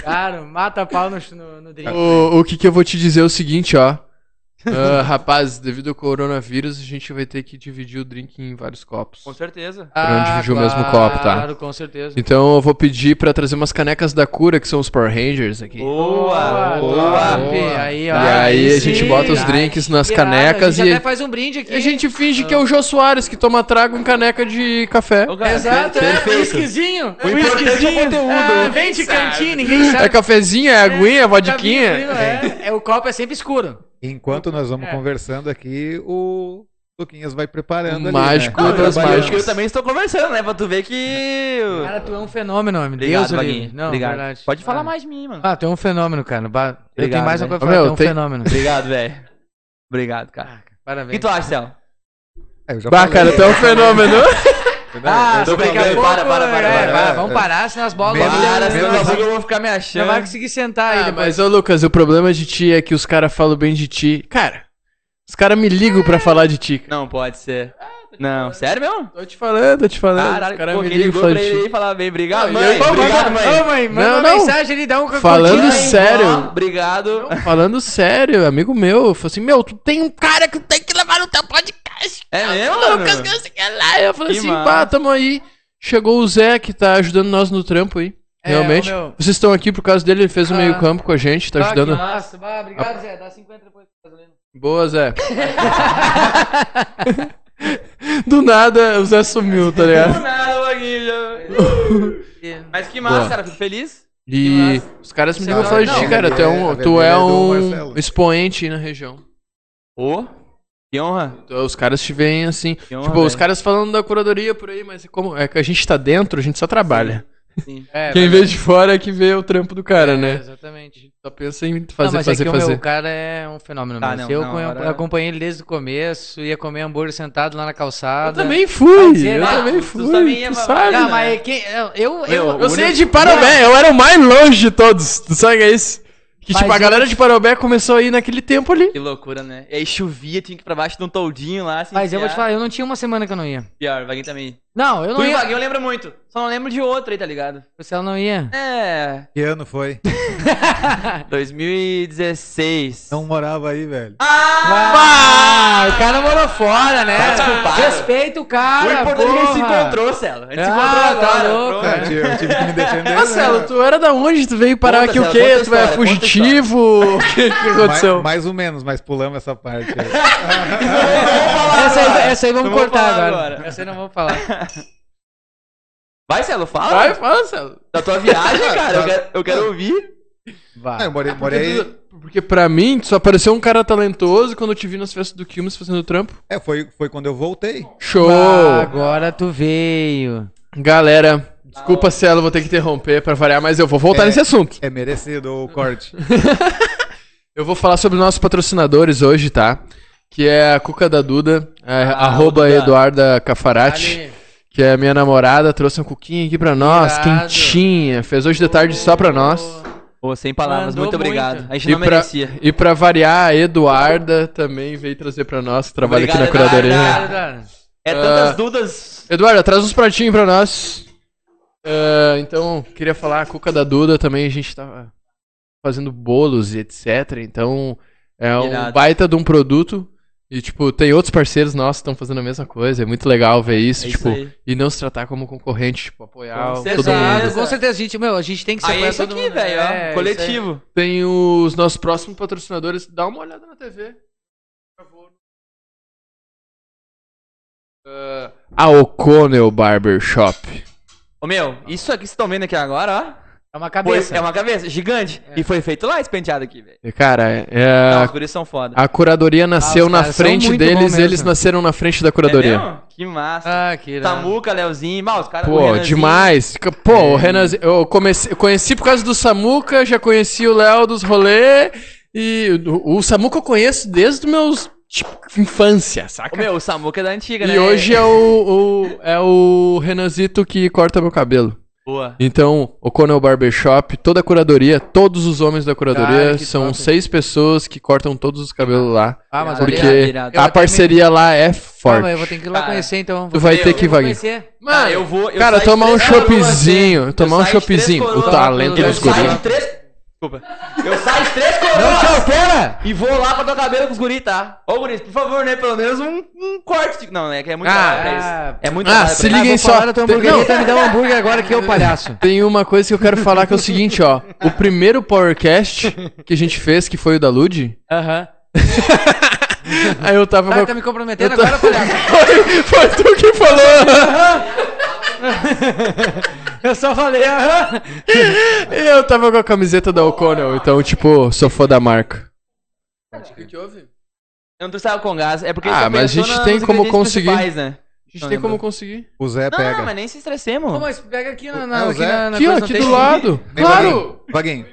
B: cara, mata pau no, no, no drink.
C: O, o que, que eu vou te dizer é o seguinte, ó. Ah, rapaz, devido ao coronavírus, a gente vai ter que dividir o drink em vários copos.
A: Com certeza.
C: pra onde dividir o mesmo copo, tá?
B: Ah, Claro, com certeza.
C: Então eu vou pedir pra trazer umas canecas da cura, que são os Power Rangers aqui.
A: Boa, boa.
D: boa.
B: Aí,
C: E
B: ó.
C: aí a
B: sim.
C: gente bota os
B: Ai,
C: drinks nas
B: que irado.
C: canecas
B: A gente
C: e
B: até faz um brinde aqui.
C: E a gente finge que é o Jô Soares que toma trago em caneca de café.
A: Ô, cara,
B: Exato,
A: per-
B: é.
A: perfeito.
B: Whiskyzinho.
A: O importante é o conteúdo.
B: Ah, vem de cantina, ninguém sabe.
C: É cafezinho, é aguinha, é
B: Cabinho
C: vodiquinha.
B: frio, É, é, o copo é sempre escuro.
D: Enquanto nós vamos conversando aqui, o Luquinhas vai preparando ali.
C: Mágico
D: né?
A: Não,
C: Cuida
A: eu,
C: das
A: eu,
C: mágicas.
A: eu também estou conversando, né? Pra tu ver que.
B: Cara, tu é um fenômeno, homem.
A: Obrigado,
B: Deus, o livre.
A: Vaguinho.
B: Não,
A: Obrigado.
B: verdade.
A: Pode falar
B: Ah.
A: mais de mim, mano.
B: Ah, tu é um fenômeno, cara. Ba- eu
A: Obrigado,
B: tenho mais uma coisa
A: velho.
B: pra falar, tu
C: Ô, meu,
B: é um
C: tem-
B: fenômeno.
A: Obrigado, velho. Obrigado, cara.
B: Ah, cara,
A: O que
B: Parabéns.
A: tu acha, Céu?
D: É, eu já
C: Bah,
D: falei.
C: cara, tu é um fenômeno.
D: Não, eu já
A: tô
D: falei.
A: brincando. Para, para, para,
B: é,
A: para,
B: vai,
D: para.
B: Vamos parar, senão as bolas...
D: Menos-
B: Não,
A: Para,
D: menos
A: senão
B: não,
A: daqui a
D: assim.
A: pouco eu vou ficar me
B: não vai
A: achando.
B: conseguir sentar aí
C: Ah,
B: depois.
C: mas, ô Lucas, o problema de ti é que os caras falam bem de ti. Cara, os caras me ligam pra falar de ti. cara.
A: Não pode ser. Não, sério mesmo?
C: Tô te falando, tô te falando.
A: Caralho,
C: os caras
A: pô,
C: me
A: quem
C: ligam pra
A: ligou pra
C: falar de
A: ele
C: ti.
A: aí falar bem. Obrigado,
C: é Não,
A: mãe.
C: e aí,
B: Ô,
A: Obrigado,
B: manda-
A: mãe.
B: Ô, mãe, manda
C: Não,
B: uma
C: não.
B: mensagem ali, dá um curtido.
C: Falando
A: Ó,
C: sério.
A: Obrigado.
C: Falando sério, amigo meu, falou assim: Meu, tu tem um cara que tem que levar no teu podcast.
A: É mesmo,
C: Lucas,
A: mano?
C: que eu sei que lá. Eu falei
A: Que
C: assim:
A: massa.
C: Pá, tamo aí. Chegou o Zé que tá ajudando nós no trampo aí.
B: É,
C: Realmente.
B: ô, meu.
C: Vocês estão aqui por causa dele, ele fez o
B: Ah.
C: meio-campo com a gente, tá
B: Ah, que
C: ajudando.
B: massa. Bah, Obrigado, Zé. Dá 50 depois. do gasolina.
C: Boa, Zé. Do nada o Zé sumiu, tá
A: Do
C: ligado?
A: nada, Vaguinho. Mas que massa,
C: Boa.
A: cara. Fico feliz.
C: E os caras me ligam
D: Não,
C: falando de ti,
D: não,
C: cara.
D: ele
C: Tu é um,
D: é-
C: tu
D: ele
C: é
D: é do
C: um
D: Marcelo.
C: expoente aí na região.
A: Ô, que honra.
C: Então, Os caras te veem assim.
A: Que
B: é
A: honra,
C: tipo, os
A: velho.
C: caras falando da curadoria por aí, mas como é que a gente tá dentro, a gente só trabalha.
A: Sim.
B: É,
C: Quem vê de fora é que vê o trampo do cara,
B: É,
C: né?
B: Exatamente.
C: Só pensa em
B: Fazer,
C: fazer, fazer,
B: é que o
C: fazer.
B: meu cara é um fenômeno.
A: Tá,
B: mesmo.
A: não,
B: eu
A: não,
B: acom-
A: agora-
B: acompanhei ele desde o começo, ia comer hambúrguer sentado lá na
C: Eu
B: calçada.
C: também fui,
B: Ah,
C: eu
B: será?
C: também
A: Tu
C: fui,
A: também é
C: tu
A: babado.
C: sabe.
B: Não,
A: né?
B: mas quem. Eu, eu,
A: Meu,
B: eu,
C: Eu
A: O
C: sei
A: único-
C: de Parobé, eu era o mais longe de todos. Tu sabe que é isso? Que
B: Mas
C: tipo, a
B: eu-
C: galera de Parobé começou a ir naquele tempo ali.
A: Que loucura, né? E aí chovia, tinha que ir pra baixo de um toldinho lá. se
B: mas eu vou te
A: enfiar.
B: falar, eu não tinha uma semana que eu não ia.
A: Pior, o Vaguinho também.
B: Não, eu
A: Tu
B: não
A: e o
B: ia.
A: Vaguinho eu lembro muito. Só não lembro de outro aí, tá ligado?
B: O Marcelo não ia.
A: É.
D: Que ano foi?
A: 2016.
D: Não morava aí, velho.
C: Ah!
B: Ah, o cara morou fora, né?
A: Tá desculpado.
B: Respeita o
A: O
B: cara.
A: importante é que a gente se
B: porra.
A: encontrou, Celo. A gente se
B: Ah,
A: encontrou
B: tá
A: agora.
B: louco.
A: pronto.
D: Eu tive- eu tive que me defender. né?
C: Marcelo, tu era da onde? Tu veio parar
A: Né, Conta,
C: aqui o
A: Marcelo,
C: quê?
A: conta a
C: Tu é
A: história, conta a
C: fugitivo? O que, que
D: mais,
C: aconteceu?
D: mais ou menos, mas pulamos essa parte. aí.
B: Essa aí, essa aí vamos
A: Não vou
B: cortar
A: falar
B: agora.
A: agora.
B: Essa aí não vamos falar.
A: Vai, Celo, fala.
C: Vai, fala, Marcelo.
A: Da tua viagem, cara. Eu
D: Tá.
A: quero, eu quero ouvir.
D: Ah, eu morei, morei
C: Porque pra mim, tu só apareceu um cara talentoso quando eu te vi nas festas do Quilmes fazendo trampo.
D: É, foi, foi quando eu voltei.
C: Show!
B: Ah, agora tu veio.
C: Galera, desculpa, Celo, vou ter que interromper pra variar, mas eu vou voltar
D: É.
C: nesse assunto.
D: É merecido o corte.
C: Eu vou falar sobre nossos patrocinadores hoje, tá? Que é a Cuca da Duda, é, arroba
A: Ah, Duda.
C: Eduarda Cafarati. que é a minha namorada, trouxe um cuquinho aqui pra nós,
B: Irado.
C: quentinha. Fez hoje de tarde só pra nós.
A: Pô, sem palavras,
B: Mandou
A: muito obrigado.
B: muito.
A: A gente
C: E
A: não
C: pra,
A: merecia.
C: e pra variar, a Eduarda também veio trazer pra nós, que trabalha aqui na
A: Obrigado,
C: curadoria.
A: Eduarda. É tantas
C: Ah.
A: dudas.
C: Eduarda, traz uns pratinhos pra nós. Ah, então, queria falar, a cuca da Duda também, a gente tá fazendo bolos e etc. Então, é um
A: Irado.
C: baita de um produto. E, tipo, tem outros parceiros nossos que estão fazendo a mesma coisa. É muito legal ver isso,
A: É
C: tipo,
A: isso aí.
C: e não se tratar como concorrente, tipo, apoiar
A: Com
C: todo
A: certeza.
C: mundo.
B: Exato, com certeza, gente, meu, a gente tem que se
A: Aí é
B: apoiar
A: isso
B: todo
A: aqui,
B: mundo,
A: velho.
B: né?
A: ó.
B: É, isso
A: coletivo.
C: Tem os nossos próximos patrocinadores. Dá uma olhada na TV. Por favor. Ah, a O'Connell Barbershop.
A: Ô, meu, isso aqui que vocês estão vendo aqui agora, ó.
B: aí. É uma
A: Foi-
B: cabeça. É.
A: é uma cabeça gigante. E foi feito lá esse penteado aqui, velho.
C: Cara, é-
A: Não,
C: é,
A: os guris são foda.
C: a curadoria nasceu
B: os
C: na
B: caras são
C: frente
B: muito bom
C: deles
B: mesmo.
C: eles nasceram na frente da
A: É
C: curadoria.
A: mesmo? que massa.
B: Ah, que irado.
A: Samuca, Leozinho, mal, os caras. assim. o
C: Pô,
A: Renanzinho.
C: demais. C- Pô, o Renan, eu comecei, eu conheci por causa do Samuca, já conheci o Léo dos rolê e o, o Samuca eu conheço desde os meus tipo, infância, saca?
A: Ô, meu, o Samuca é da antiga, né?
C: E hoje é o, o- é o Renanzito que corta meu cabelo.
A: Boa.
C: Então, o Conel Barbershop, toda a curadoria, todos os homens da curadoria,
B: Cara, que
C: são
B: top.
C: seis pessoas que cortam todos os cabelos lá.
B: Ah, mas
C: Porque
B: olha-
A: irado, irado.
C: a parceria lá é
B: Ah,
C: forte.
B: mas eu vou ter que ir lá
A: Cara,
B: conhecer, então.
C: Tu vai
A: Meu,
C: ter que ir,
B: Eu vou
C: Vaguinho.
B: conhecer.
A: Mano, Tá, eu vou. eu
C: Cara,
A: saio de
C: tomar um
A: três coroas,
C: choppzinho,
A: assim.
C: tomar
A: Eu
C: um
A: saio de três
C: choppzinho. O
A: coroas,
C: talento
A: Eu
C: dos
A: saio
C: guris.
A: de três. Desculpa. Eu saio de três
B: Não te
A: coroas
B: altera!
A: e vou lá pra tua cabelo com os guris, tá? Ô, guris, por favor, né? Pelo menos um, um corte. de- Não, é que é muito
C: Ah,
A: trabalho pra isso. É muito
C: ah,
A: trabalho pra
C: se
A: isso.
C: liga Liguem
B: Liguem
C: só.
B: só. Falar da tua
C: Tem-
B: hamburgueria,
C: não.
B: tá me dá um hambúrguer agora que eu palhaço.
C: Tem uma coisa que eu quero falar que é o seguinte, ó. O primeiro Powercast que a gente fez, que foi o da Lud,
B: Aham.
C: aí eu tava
B: Tá,
C: com
B: tá me
C: Eu
B: comprometendo
C: tô-
B: agora, palhaço.
C: Foi, foi tu que falou!
B: Eu só falei, aham.
C: Eu tava com a camiseta da O'Connell, então, tipo, sou fã da marca. O que, que houve?
A: Eu não trouxe água com gás. É porque
C: Ah,
A: ele só
C: mas a
A: pensou
C: gente
A: na-
C: tem
A: nos
C: como
A: ingredientes
C: conseguir. É,
A: principais, Né?
C: A gente
A: Não
C: tem
A: lembro.
C: como conseguir.
D: O Zé
A: Não,
D: pega.
A: não, mas nem se estressemos.
B: Ô, mas pega aqui na,
D: Ô,
B: na, aqui
D: Zé.
B: na, na
C: Aqui, ó,
B: coisa, não
C: aqui
B: tem
C: do
B: que-
C: lado.
D: Vem,
C: Claro!
D: Vaguinho,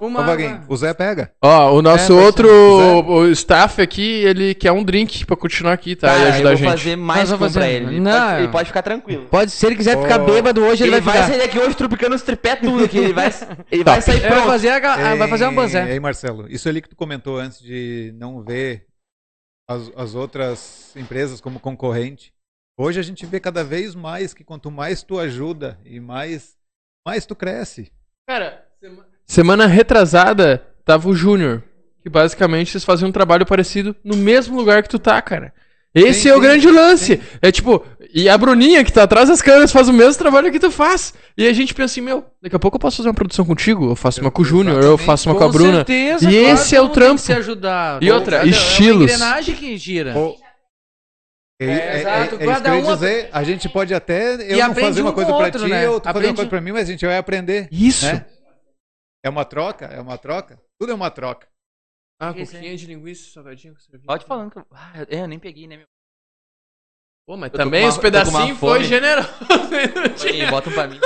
B: Uma,
D: ô Vaguinho,
B: uma-
D: o Zé pega.
C: Ó, o nosso
B: É,
C: outro
D: parceiro.
C: o staff aqui, ele quer um drink pra continuar aqui, tá? e
A: Cara,
C: ajudar a
A: eu vou
C: gente.
A: fazer mais
B: Nós
A: que um
B: vamos
A: pra
B: fazer.
A: ele. Ele
B: Não.
A: pode- ele pode ficar tranquilo.
B: Pode ser, ele quiser ficar
D: Ô,
B: bêbado hoje, ele,
A: Ele
B: vai
A: vai
B: ficar.
A: sair daqui hoje trupicando os tripé tudo, que ele vai, ele vai sair
B: É, vai
A: pronto.
B: fazer, a- ah, vai fazer uma
D: E
B: banzé.
D: aí, Marcelo, isso ali que tu comentou antes de não ver as, as outras empresas como concorrente. Hoje a gente vê cada vez mais que quanto mais tu ajuda e mais, mais tu cresce.
C: Cara, sema- semana retrasada tava o Júnior. Que basicamente vocês faziam um trabalho parecido no mesmo lugar que tu tá, cara. Esse
D: Sim,
C: é o
D: sim,
C: grande lance. É tipo, e a Bruninha que tá atrás das câmeras faz o mesmo trabalho que tu faz. E a gente pensa assim, meu, daqui a pouco eu posso fazer uma produção contigo, eu faço uma com o Júnior, eu
D: Exatamente,
C: faço uma com a Bruna.
B: certeza,
C: E
B: claro,
C: esse é
B: todo mundo tem
C: o
B: que
C: trampo.
B: Se ajudar.
C: E outra,
B: Cada- É
C: estilos.
B: uma engrenagem que gira.
D: Ô, É, é- é-
B: exato,
D: é isso
B: cada
D: que eu ia
B: um
D: dizer, a gente pode até
B: E
D: eu não
B: aprende
D: fazer
B: um
D: uma
B: com
D: coisa
B: o
D: pra
B: outro,
D: ti,
B: né?
D: eu tu fazer uma
B: Aprende-
D: coisa pra mim, mas a gente vai aprender,
C: Isso.
D: né? É uma troca, é uma troca. Tudo é uma troca.
C: Ah,
B: Esse
C: coquinha de linguiça, salgadinho com cerveja.
A: né? Pode falando que eu... Ah, eu eu nem peguei, né? meu?
C: Pô, mas
A: Eu tô
C: também
A: com uma-
C: os
A: eu tô com uma
C: pedacinhos foi
A: fome.
C: generoso.
A: Aí, bota um pra mim.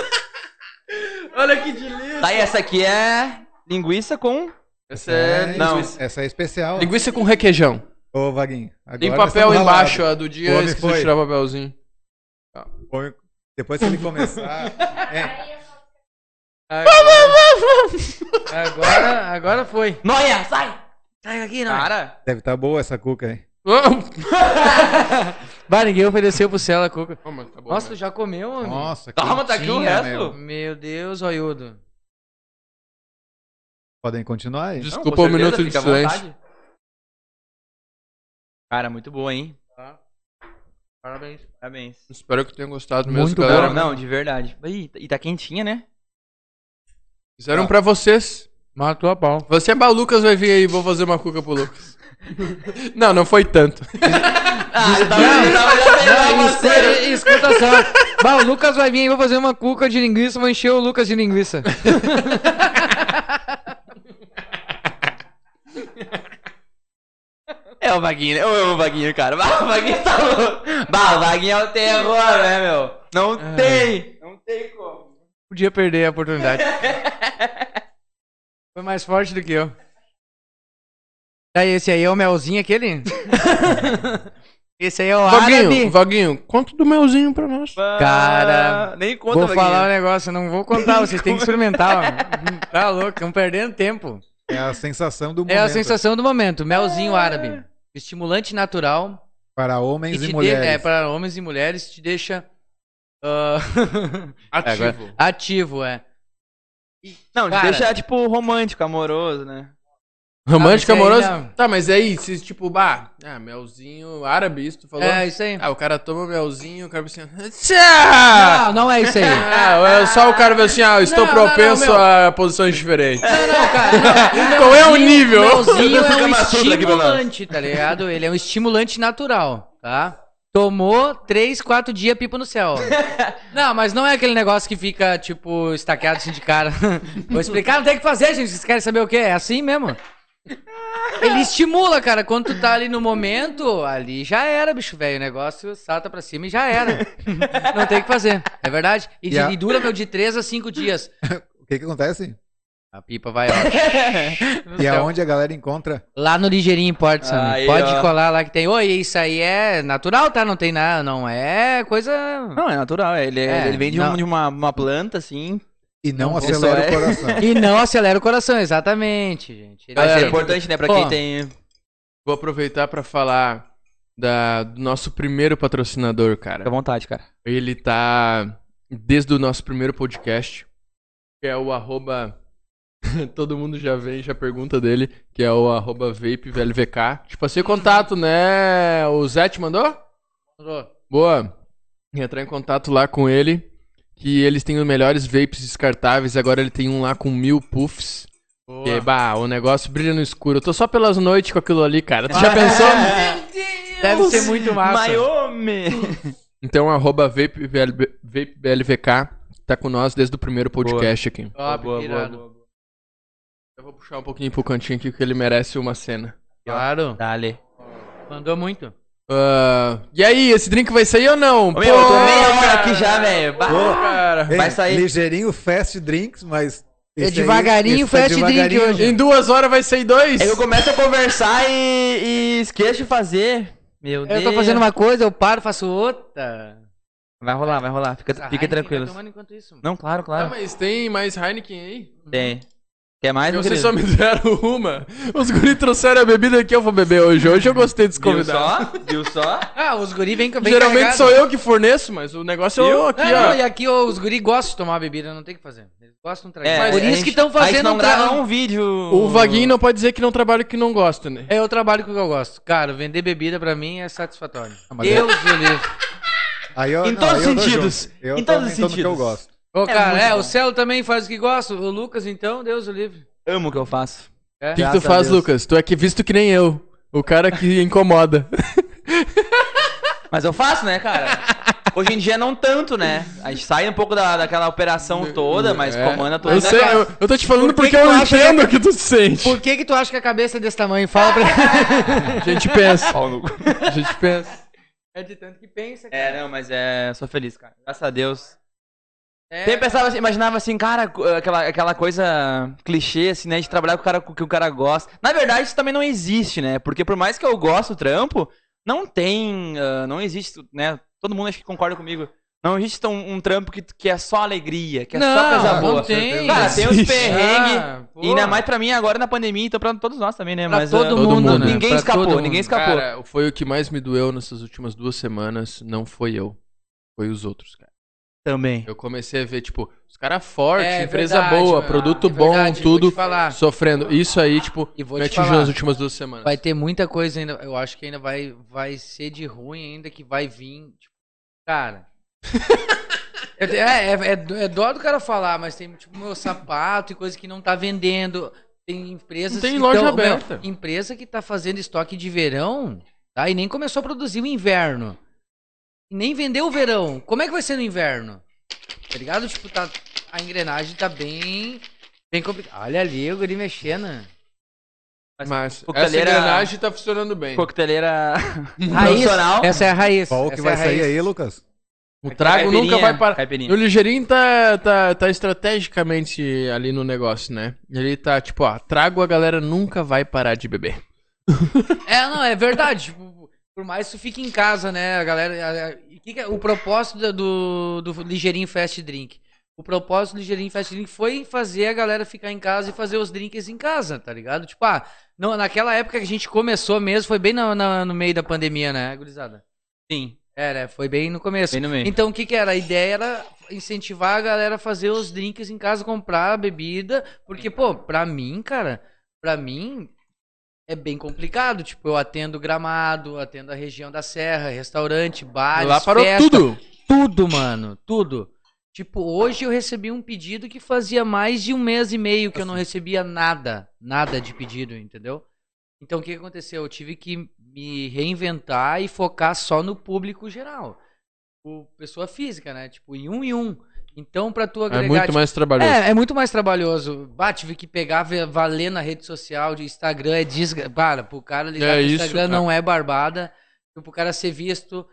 C: Olha que delícia.
A: Tá, e essa aqui é linguiça com...
C: Essa é
A: Não.
C: linguiça.
D: Essa é especial.
C: Linguiça com requeijão.
D: Ô, Vaguinho. agora
C: Tem
D: nós
C: papel
D: estamos ralados.
C: embaixo, a do dia
D: O
C: eu
D: homem
C: esqueci de
D: foi.
C: tirar o papelzinho.
D: Põe- Depois que ele começar. é,
B: Agora, agora, agora foi.
A: Noia, sai!
B: Sai daqui, não.
A: Cara,
D: deve estar boa essa cuca, hein?
B: Bah, ninguém ofereceu pro Cela Cuca.
C: Ô, mano, tá bom,
B: Nossa, tu
C: mano.
B: já comeu, homem?
D: Nossa,
A: Toma, tá aqui
D: quentinha,
A: o resto.
D: meu.
B: Meu Deus, olhudo.
D: Podem continuar aí?
C: Desculpa o minuto de
A: fica à
C: silêncio.
A: vontade. Cara, muito boa, hein?
B: Parabéns.
A: Parabéns.
C: Espero que tenham gostado mesmo,
B: Muito
C: galera.
A: Não, não, de verdade. Ih, E tá quentinha, né?
C: Fizeram pra vocês.
B: Matou a pau.
C: Você é mal, Lucas vai vir aí, vou fazer uma cuca pro Lucas. não, não foi tanto.
A: Ah, eu tava eu tava olhando pra você.
B: Escuta, escuta só. Bah, o Lucas vai vir aí, vou fazer uma cuca de linguiça, vou encher o Lucas de linguiça.
A: É o Vaguinho, né? Eu amo o Vaguinho, cara. Bah, o Vaguinho tá louco. Bah, o Vaguinho é o terror, né, meu? Não tem. Não tem como.
B: Podia perder a oportunidade. Foi mais forte do que eu. Tá, e esse aí é o melzinho aquele? esse aí é o
C: Vaguinho,
B: árabe.
C: Vaguinho, conta do melzinho pra nós.
B: É, Cara,
A: nem conta,
B: Vou
A: Vaguinho.
B: falar um negócio, não vou contar, vocês têm que experimentar. ó. tá louco, estão perdendo tempo.
D: É a sensação
B: É
D: do momento.
B: a sensação do momento, melzinho árabe. Estimulante natural,
D: Para
B: que
D: homens
B: te
D: e
B: de-
D: mulheres.
B: é, para homens e mulheres, te deixa ah,
C: Ativo.
B: ativo, é.
A: Não,
B: Cara.
A: deixa, tipo, romântico, amoroso, né?
C: Romântico,
B: Ah, mas
C: amoroso.
B: aí não.
C: Tá, mas aí, se tipo, bah, ah, melzinho árabe, isso tu falou?
B: É isso aí.
C: Ah, o cara toma melzinho, o cara pensa assim.
B: Não,
C: "Tchá!"
B: não é isso aí.
C: Ah, é só o cara ver assim, ah, eu estou
B: Não, não, não,
C: propenso
B: meu.
C: a posições diferentes.
B: Não, não, cara. não.
C: Qual é o
B: melzinho-
C: nível?
B: O melzinho é
A: Fica
B: um
A: mais solto aqui pra nós.
B: estimulante, tá ligado? Ele é um estimulante natural, tá? Tomou 3, 4 dias pipa no céu. Não, mas não é aquele negócio que fica, tipo, estaqueado assim de cara. Vou explicar, não tem o que fazer, gente. Vocês querem saber o quê? É assim mesmo. Ele estimula, cara. Quando tu tá ali no momento, ali já era, bicho velho. O negócio salta pra cima e já era. Não tem o que fazer. É verdade? E, de-
D: E a-
B: e dura, meu, de 3 a 5 dias.
D: O que, que acontece?
B: A pipa vai, ó.
D: E é onde a galera encontra.
B: Lá no Ligeirinho Imports,
A: Aí,
B: Pode
A: ó.
B: colar lá que tem. Oi, isso aí é natural, tá? Não tem nada, não é coisa.
A: Não, é natural. Ele,
B: É,
A: ele vem de,
B: não.
A: um- de uma, uma planta, assim.
D: E não,
A: Não,
D: acelera
A: só é-
D: o coração.
B: E não acelera o coração, exatamente, gente. Ele
A: Mas
C: Galera,
A: é importante, né? Pra
B: Ó.
A: quem tem...
C: Vou aproveitar pra falar da- do nosso primeiro patrocinador,
A: Fica à
C: cara.
A: vontade, cara.
C: Ele tá desde o nosso primeiro podcast, que é o arroba... Todo mundo já vem, já pergunta dele, que é o arroba vapeVLVK. Te passei o contato, né? O Zé te mandou? Boa. Entrar em contato lá com ele, que eles têm os melhores vapes descartáveis. Agora ele tem um lá com mil puffs. Que, bah, o negócio brilha no escuro. Eu tô só pelas noites com aquilo ali, cara. Tu
A: Ah.
C: já pensou?
B: Deve ser muito massa.
A: Miami!
C: Então, arroba VapeBLB VapeBLVK tá com nós desde o primeiro podcast aqui.
B: Top, irado.
C: Eu vou puxar um pouquinho pro cantinho aqui, que ele merece uma cena. Claro.
A: Dale.
B: Mandou muito.
C: Ah, e aí, esse drink vai sair ou não?
A: Ô, meu, eu tô meia hora
C: cara.
A: aqui já, velho. Bah.
C: Pô, cara.
A: Vai
D: Ei,
A: sair.
D: Ligeirinho, fast drinks, mas.
B: É
D: esse aí-
B: devagarinho,
D: esse tá
B: fast drink
D: devagarinho.
B: hoje.
C: Em duas horas vai sair dois?
A: Aí É eu começo a conversar e, e esqueço de fazer. Meu
B: Eu tô fazendo uma coisa, eu paro, faço outra.
A: Vai rolar, vai rolar. Fica,
B: Essa
A: fiquem
B: Heineken tá
A: tranquilos.
B: tomando enquanto isso, mano.
A: Não, claro,
C: Ah,
A: claro.
C: mas tem mais Heineken aí?
A: Tem. Quer mais, meu
C: Vocês
A: querido?
C: só me deram uma. Os guri trouxeram a bebida que eu vou beber hoje. Hoje eu gostei dos
A: Viu
C: convidados.
A: só? Viu só?
B: Ah, os guri vêm com
C: Geralmente
B: carregado.
C: sou eu que forneço, mas o negócio é eu aqui,
B: Não, não,
C: ó.
B: e aqui ó, os guri gostam de tomar bebida, não tem o que fazer. Eles gostam de trazer.
A: É,
B: Mas Por
A: a
B: isso
A: gente-
B: que estão
A: A gente
B: fazendo
A: não
B: um tra-
A: grava um vídeo.
C: O Vaguinho não pode dizer que não trabalha que não gosta, né?
B: É o trabalho que eu gosto. Cara, vender bebida pra mim é satisfatório.
D: Ah, mas
B: Deus do livro.
D: Aí eu-
A: Em
D: não,
A: todos
D: aí
A: os
D: eu tô
A: sentidos.
D: junto. Eu
A: Em
D: tô-
A: todos os
D: tô no que eu
A: sentidos.
D: gosto.
B: Ô, cara,
A: muito
B: é,
A: bom.
B: o Celo também faz o que gosta. O Lucas, então, Deus do livre.
A: Amo o que eu faço.
B: É.
C: O que, que tu
A: Graças a
C: faz,
A: Deus.
C: Lucas? Tu é que visto que nem eu. O cara que incomoda.
A: Mas eu faço, né, cara? Hoje em dia não tanto, né? A gente sai um pouco da, daquela operação toda, mas
C: É.
A: comanda tudo.
C: Eu sei, eu, eu tô te falando
B: Por que que
C: porque eu
B: tu acha
C: entendo o que tu sente.
B: Por que que tu acha que a cabeça é desse tamanho? Fala pra
C: A gente pensa. A gente pensa.
B: É de tanto que pensa, cara.
A: É, não, mas é. Sou feliz, cara. Graças a Deus.
B: É.
A: Sempre pensava, assim, imaginava assim, cara, aquela, aquela coisa clichê, assim, né? De trabalhar com o cara com o que o cara gosta. Na verdade, isso também não existe, né? Porque por mais que eu goste do trampo, não tem. ah, não existe, né? Todo mundo acho que concorda comigo. Não existe um, um trampo que, que é só alegria, que é só coisa
B: não
A: boa.
B: tem.
A: Cara, tem os
C: Existe.
A: perrengues.
B: Ah, pô.
A: e ainda mais pra mim agora na pandemia, então pra todos nós também, né?
B: Pra
A: Mas
B: todo,
A: ah,
C: todo
B: mundo,
C: mundo,
B: né?
A: ninguém
B: Pra
A: escapou,
B: todo mundo.
A: ninguém escapou.
C: Cara, foi o que mais me doeu nessas últimas duas semanas. Não foi eu. Foi os outros, cara.
A: também.
C: Eu comecei a ver, tipo, os caras fortes,
B: É,
C: empresa
B: verdade,
C: boa,
B: mano.
C: produto
B: É
C: bom,
B: verdade, vou
C: tudo.
B: te falar.
C: Sofrendo. Isso aí, tipo,
B: E vou
C: me
B: te
C: atingiu
B: falar.
C: nas últimas duas semanas.
B: Vai ter muita coisa ainda. Eu acho que ainda vai, vai ser de ruim ainda que vai vir. tipo, cara. é, é, é, do- é dó do cara falar, mas tem tipo meu sapato e coisa que não tá vendendo. Tem empresas
C: Não tem
B: que
C: loja
B: tão-
C: aberta.
B: meu, empresa que tá fazendo estoque de verão, tá? E nem começou a produzir o inverno. E nem vendeu o verão. Como é que vai ser no inverno? Tá ligado? Tipo, tá, a engrenagem tá bem, bem complicada. Olha ali o guri mexendo.
C: Mas essa
A: Coqueteleira-
C: engrenagem tá funcionando bem.
A: Coqueteleira
B: Raiz.
A: profissional.
B: Essa é a raiz.
D: Qual que
B: Essa
D: vai
B: é a raiz.
D: sair aí, Lucas?
C: O trago É, nunca
A: Caipirinha,
C: vai parar.
A: caipirinha.
C: O Ligeirinho tá, tá, tá estrategicamente ali no negócio, né? Ele tá tipo, ó, trago a galera nunca vai parar de beber.
B: É, não, é verdade. tipo, por mais que isso fique em casa, né, a galera? a- a- e que que é o propósito da- do, do Ligeirinho Fast Drink? O propósito do Ligeirinho Fast Drink foi fazer a galera ficar em casa e fazer os drinks em casa, tá ligado? Tipo, ah, não, naquela época que a gente começou mesmo, foi bem na- na- no meio da pandemia, né, gurizada?
A: Sim,
B: Era, É, né, foi bem no começo.
A: bem no meio.
B: Então o que que era? A ideia era incentivar a galera a fazer os drinks em casa, comprar a bebida, porque pô, pra mim, cara, pra mim é bem complicado, tipo, eu atendo Gramado, atendo a região da Serra, restaurante, bares,
C: Lá parou
B: festa,
C: tudo.
B: tudo, mano, tudo. Tipo, hoje eu recebi um pedido que fazia mais de um mês e meio que eu não
C: Assim.
B: recebia nada, nada de pedido, entendeu? Então o que que aconteceu? Eu tive que me reinventar e focar só no público geral. O pessoa física, né? Tipo, em um em um. Então, pra tu agregar.
C: É muito
B: tipo,
C: mais trabalhoso.
B: é, é muito mais trabalhoso. Bah, tive que pegar, ver- valer na rede social, de Instagram é desgra... Para, pro cara ligar que
C: É
B: o
C: isso,
B: Instagram
C: cara.
B: não é barbada, tipo, pro cara ser visto.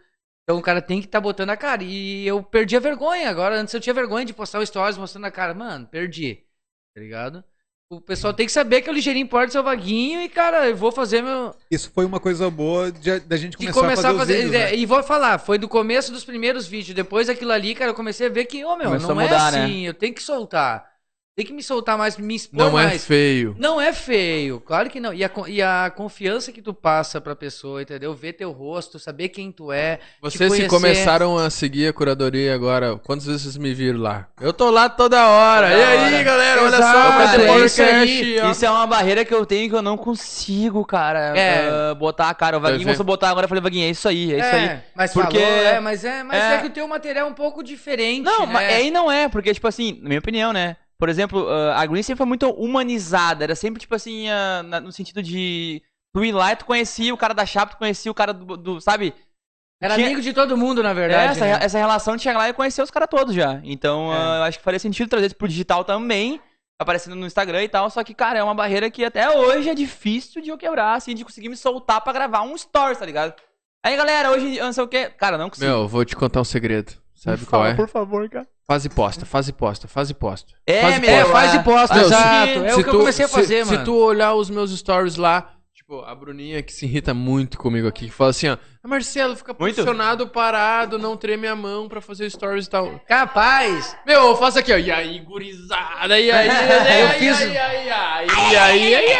B: Então o cara tem que estar botando a cara. E eu perdi a vergonha agora. Antes eu tinha vergonha de postar o stories mostrando a cara. Mano, perdi. Tá ligado? O pessoal
C: Uhum.
B: tem que saber que eu ligeirinho importa seu vaguinho e, cara, eu vou fazer meu
D: Isso foi uma coisa boa de- da gente
B: de
D: começar, a fazer, os vídeos,
B: é,
D: né?
B: E vou falar, foi do começo dos primeiros vídeos. Depois daquilo ali, cara, eu comecei a ver que, ô meu,
A: Começou
B: não
A: a mudar,
B: é assim. Eu tenho que soltar. Tem que me soltar mais, me expor
C: Não é
B: mais.
C: feio.
B: Não é feio, claro que não. E a, co- e a confiança que tu passa pra pessoa, entendeu? Ver teu rosto, saber quem tu é.
C: Vocês
B: te
C: se
B: conhecer.
C: começaram a seguir a curadoria agora, quantas vezes vocês me viram lá? Eu tô lá toda hora.
A: Toda
C: e aí,
A: hora.
C: galera, olha
B: Exato,
C: só,
A: cara,
C: depois
A: é
B: isso aí.
C: ó.
A: Isso é uma barreira que eu tenho que eu não consigo, cara,
B: É.
A: ah, botar a cara. O Vaguinho
C: Vai ver.
A: começou a botar agora, eu falei, Vaguinho, é isso aí, é, isso aí.
B: Mas
A: Porque-
B: falou, é, mas é, mas é.
A: é.
B: que o teu material é um pouco diferente.
A: Não,
B: né?
A: mas aí não é, porque, tipo assim, na minha opinião, né? Por exemplo, ah, a Green sempre foi muito humanizada, era sempre, tipo assim, ah, na- no sentido de... Tu ir lá e tu conhecia o cara da chapa, tu conhecia o cara do, do- sabe?
B: Era
A: tinha-
B: amigo de todo mundo, na verdade.
A: essa, é,
B: né?
A: essa relação de chegar lá e conhecer os caras todos já. Então,
B: É.
A: ah, eu acho que faria sentido trazer isso pro tipo, digital também. aparecendo no Instagram e tal. Só que, cara, é uma barreira que até hoje é difícil de eu quebrar, assim, de conseguir me soltar pra gravar um story, tá ligado? Aí, galera, hoje eu não sei o quê. Cara, não consigo.
C: Meu, eu vou te contar um segredo. Sabe
A: Me
C: qual
A: fala,
C: é?
A: Por favor, cara.
C: Faz e posta, faz e posta, faz e posta.
A: É,
C: Faz-
A: meu.
B: É, faz e posta,
A: acho
B: exato.
A: que-
B: É o que eu comecei a
C: se-
B: fazer,
C: se
B: mano.
C: tu olhar os meus stories lá, tipo, a Bruninha que se irrita muito comigo aqui, que fala assim, ó, "Ah, Marcelo, fica
A: Muito?
C: posicionado, parado, não treme a mão pra fazer stories e tal.
B: Capaz.
C: Meu, eu faço aqui, ó, e aí, gurizada, e aí, e aí,
B: Eu
C: e aí,
B: fiz-
C: e aí, e aí, e aí, e aí, e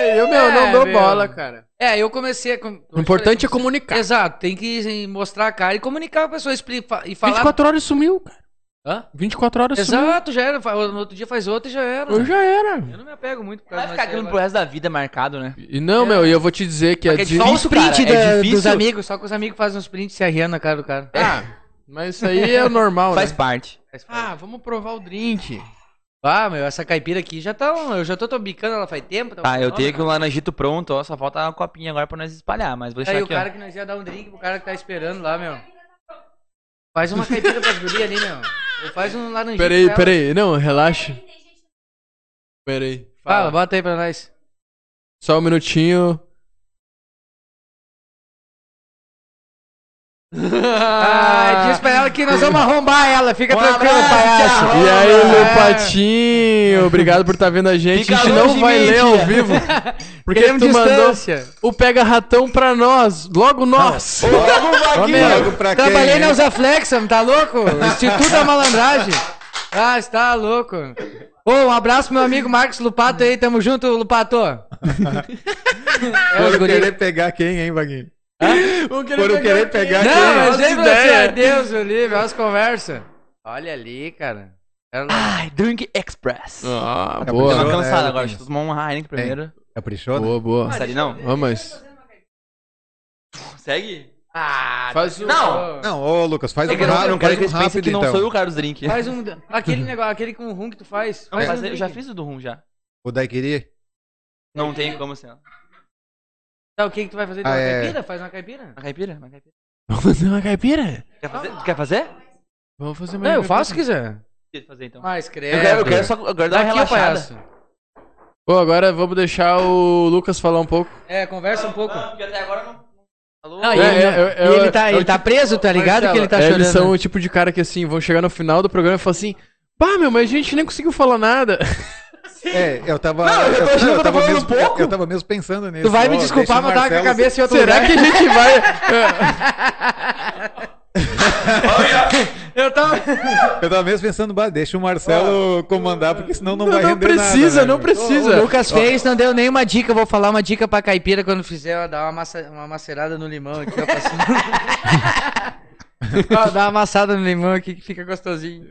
C: aí. Eu, meu, não
B: É,
C: dou
B: meu.
C: bola, cara.
B: É, eu comecei a... com-
C: O importante é comunicar.
B: Exato, tem que assim, mostrar a cara e comunicar com a pessoa expli- fa- e falar.
C: 24 horas sumiu, cara.
B: Hã?
C: 24 horas sumiu.
B: Exato, já era. Fa- No outro dia faz outra e já era.
C: Eu já era.
B: Eu não me apego muito por
A: Vai
B: causa
A: ficar
B: disso
A: aquilo
B: aí
A: pro
B: agora.
A: resto da vida marcado, né?
C: E não, meu, e eu vou te dizer que é
A: Porque
C: de...
A: só
B: Só
A: um
B: os print
A: cara, é
B: da-
A: difícil.
B: dos amigos, só que os amigos fazem uns prints se arriando na cara do cara. É,
C: Ah, mas isso aí é o normal,
A: Faz
C: né?
A: parte.
B: Faz parte.
C: Ah, vamos provar o drink.
B: Ah, meu, essa caipira aqui já tá. um- Eu já tô, tô bicando ela faz tempo.
A: Tá, eu
B: um-
A: tenho aqui um laranjito pronto, ó. Só falta uma copinha agora pra nós espalhar, mas vou deixar
B: Aí o
A: aqui,
B: cara que nós ia dar um drink pro cara que tá esperando lá, meu. Faz uma caipira pras gurias ali, meu. Ou faz um
A: Então,
B: laranjinho.
C: Peraí,
A: assim,
C: peraí. Não, relaxa. Peraí.
B: Fala, bota aí pra nós.
C: Só um minutinho.
A: tá-
B: Ah, diz pra ela que nós vamos arrombar ela. Fica
A: Um
B: tranquilo,
A: abraço,
B: palhaço.
A: tchau.
C: E aí, meu
B: É.
C: patinho, obrigado por estar vendo a gente.
A: né? Fica
C: a gente
A: longe
C: não
A: de
C: vai
A: mim,
C: ler ao
A: tia.
C: vivo. Porque
B: Queremos
C: tu mandou
B: distância.
C: o pega ratão pra nós, logo nós.
A: ó.
C: Meu,
D: Logo pra quem,
B: Trabalhei
D: hein?
B: na Usaflexa, tá louco? Instituto da Malandragem. Ah, está louco. Ô, um abraço pro meu amigo Marcos Lupato aí, tamo junto, Lupato. é os
D: Foram
B: guri.
D: querer pegar quem, hein, Vaguinho? Foram querer pegar quem?
B: Não,
A: é-
B: mas
C: Nossa
B: aí você,
C: ideia.
B: adeus, meu livro, as conversas. Olha ali, cara. Era lá.
A: Ai, É Drink Express.
C: Ah,
A: Deu
D: Boa,
A: uma cansada
B: É,
C: boa.
D: né, Luquinhas?
A: agora, deixa eu tomar um Heineken primeiro.
D: Caprichou? né?
C: Boa, boa.
A: Não, não.
C: Ah, mas...
A: Consegue?
B: Ah,
C: Faz o-
B: não.
D: Não, ô Lucas, faz um,
A: É que eu não,
D: ra-
A: eu não quero
D: faz
A: que
D: um
A: eles pensem
D: rápido
A: que não
D: então.
A: sou eu o cara dos drinks.
B: Faz um. Aquele negócio, aquele com o rum que tu faz.
A: Não,
B: faz
A: mas
B: um
A: eu já
B: drink.
A: fiz o do rum já.
D: O Daiquiri?
A: Não tem como assim, ser. Uma
B: Tá, o que, que tu vai fazer? Tem
D: Ah,
B: uma
D: é.
B: caipira? Faz uma caipira?
A: caipira? Uma caipira.
C: Vamos fazer uma caipira?
A: Quer
B: Ah.
A: fazer? Tu quer fazer?
C: Vamos fazer uma
B: Não, eu
C: caipira.
B: faço se quiser.
A: Quer fazer então.
B: Ah, escreve.
A: Eu quero, eu quero só eu quero dar uma
B: Daqui, ô,
A: relaxada.
B: palhaço.
C: Pô, agora vamos deixar o Lucas falar um pouco.
B: É, conversa um pouco.
A: porque até agora não. Alô?
B: Não, e
C: É,
B: ele,
C: é, é,
B: e ele
C: é,
B: tá,
C: é o
B: ele tá
C: tipo-
B: preso, tá ligado? que ele tá
C: Marcelo,
B: chorando.
C: Eles são o tipo de cara que assim, vão chegar no final do programa e falar assim: pá, meu, mas a gente nem conseguiu falar nada.
D: É, eu tava.
A: Não, eu tô achando que eu tô
D: tava
A: falando
D: mesmo,
A: pouco.
D: Eu tava mesmo pensando nisso.
B: Tu vai me
D: Ó,
B: desculpar,
A: tá
D: deixa o
B: mas eu tava com a
D: Marcelo-
B: cabeça em outro
C: Será
B: lugar.
C: que a gente vai.
B: Eu tava...
D: Eu tava mesmo pensando, bah, deixa o Marcelo comandar, porque senão não,
C: Não,
D: vai
C: não
D: render
C: precisa,
D: nada, né,
C: não
D: meu?
B: O
C: precisa.
B: Lucas fez, não deu nenhuma dica. Eu vou falar uma dica pra caipira quando fizer, ó, dar uma, massa- uma macerada no limão aqui, ó, pra cima. Ó, Dá uma amassada no limão aqui que fica gostosinho.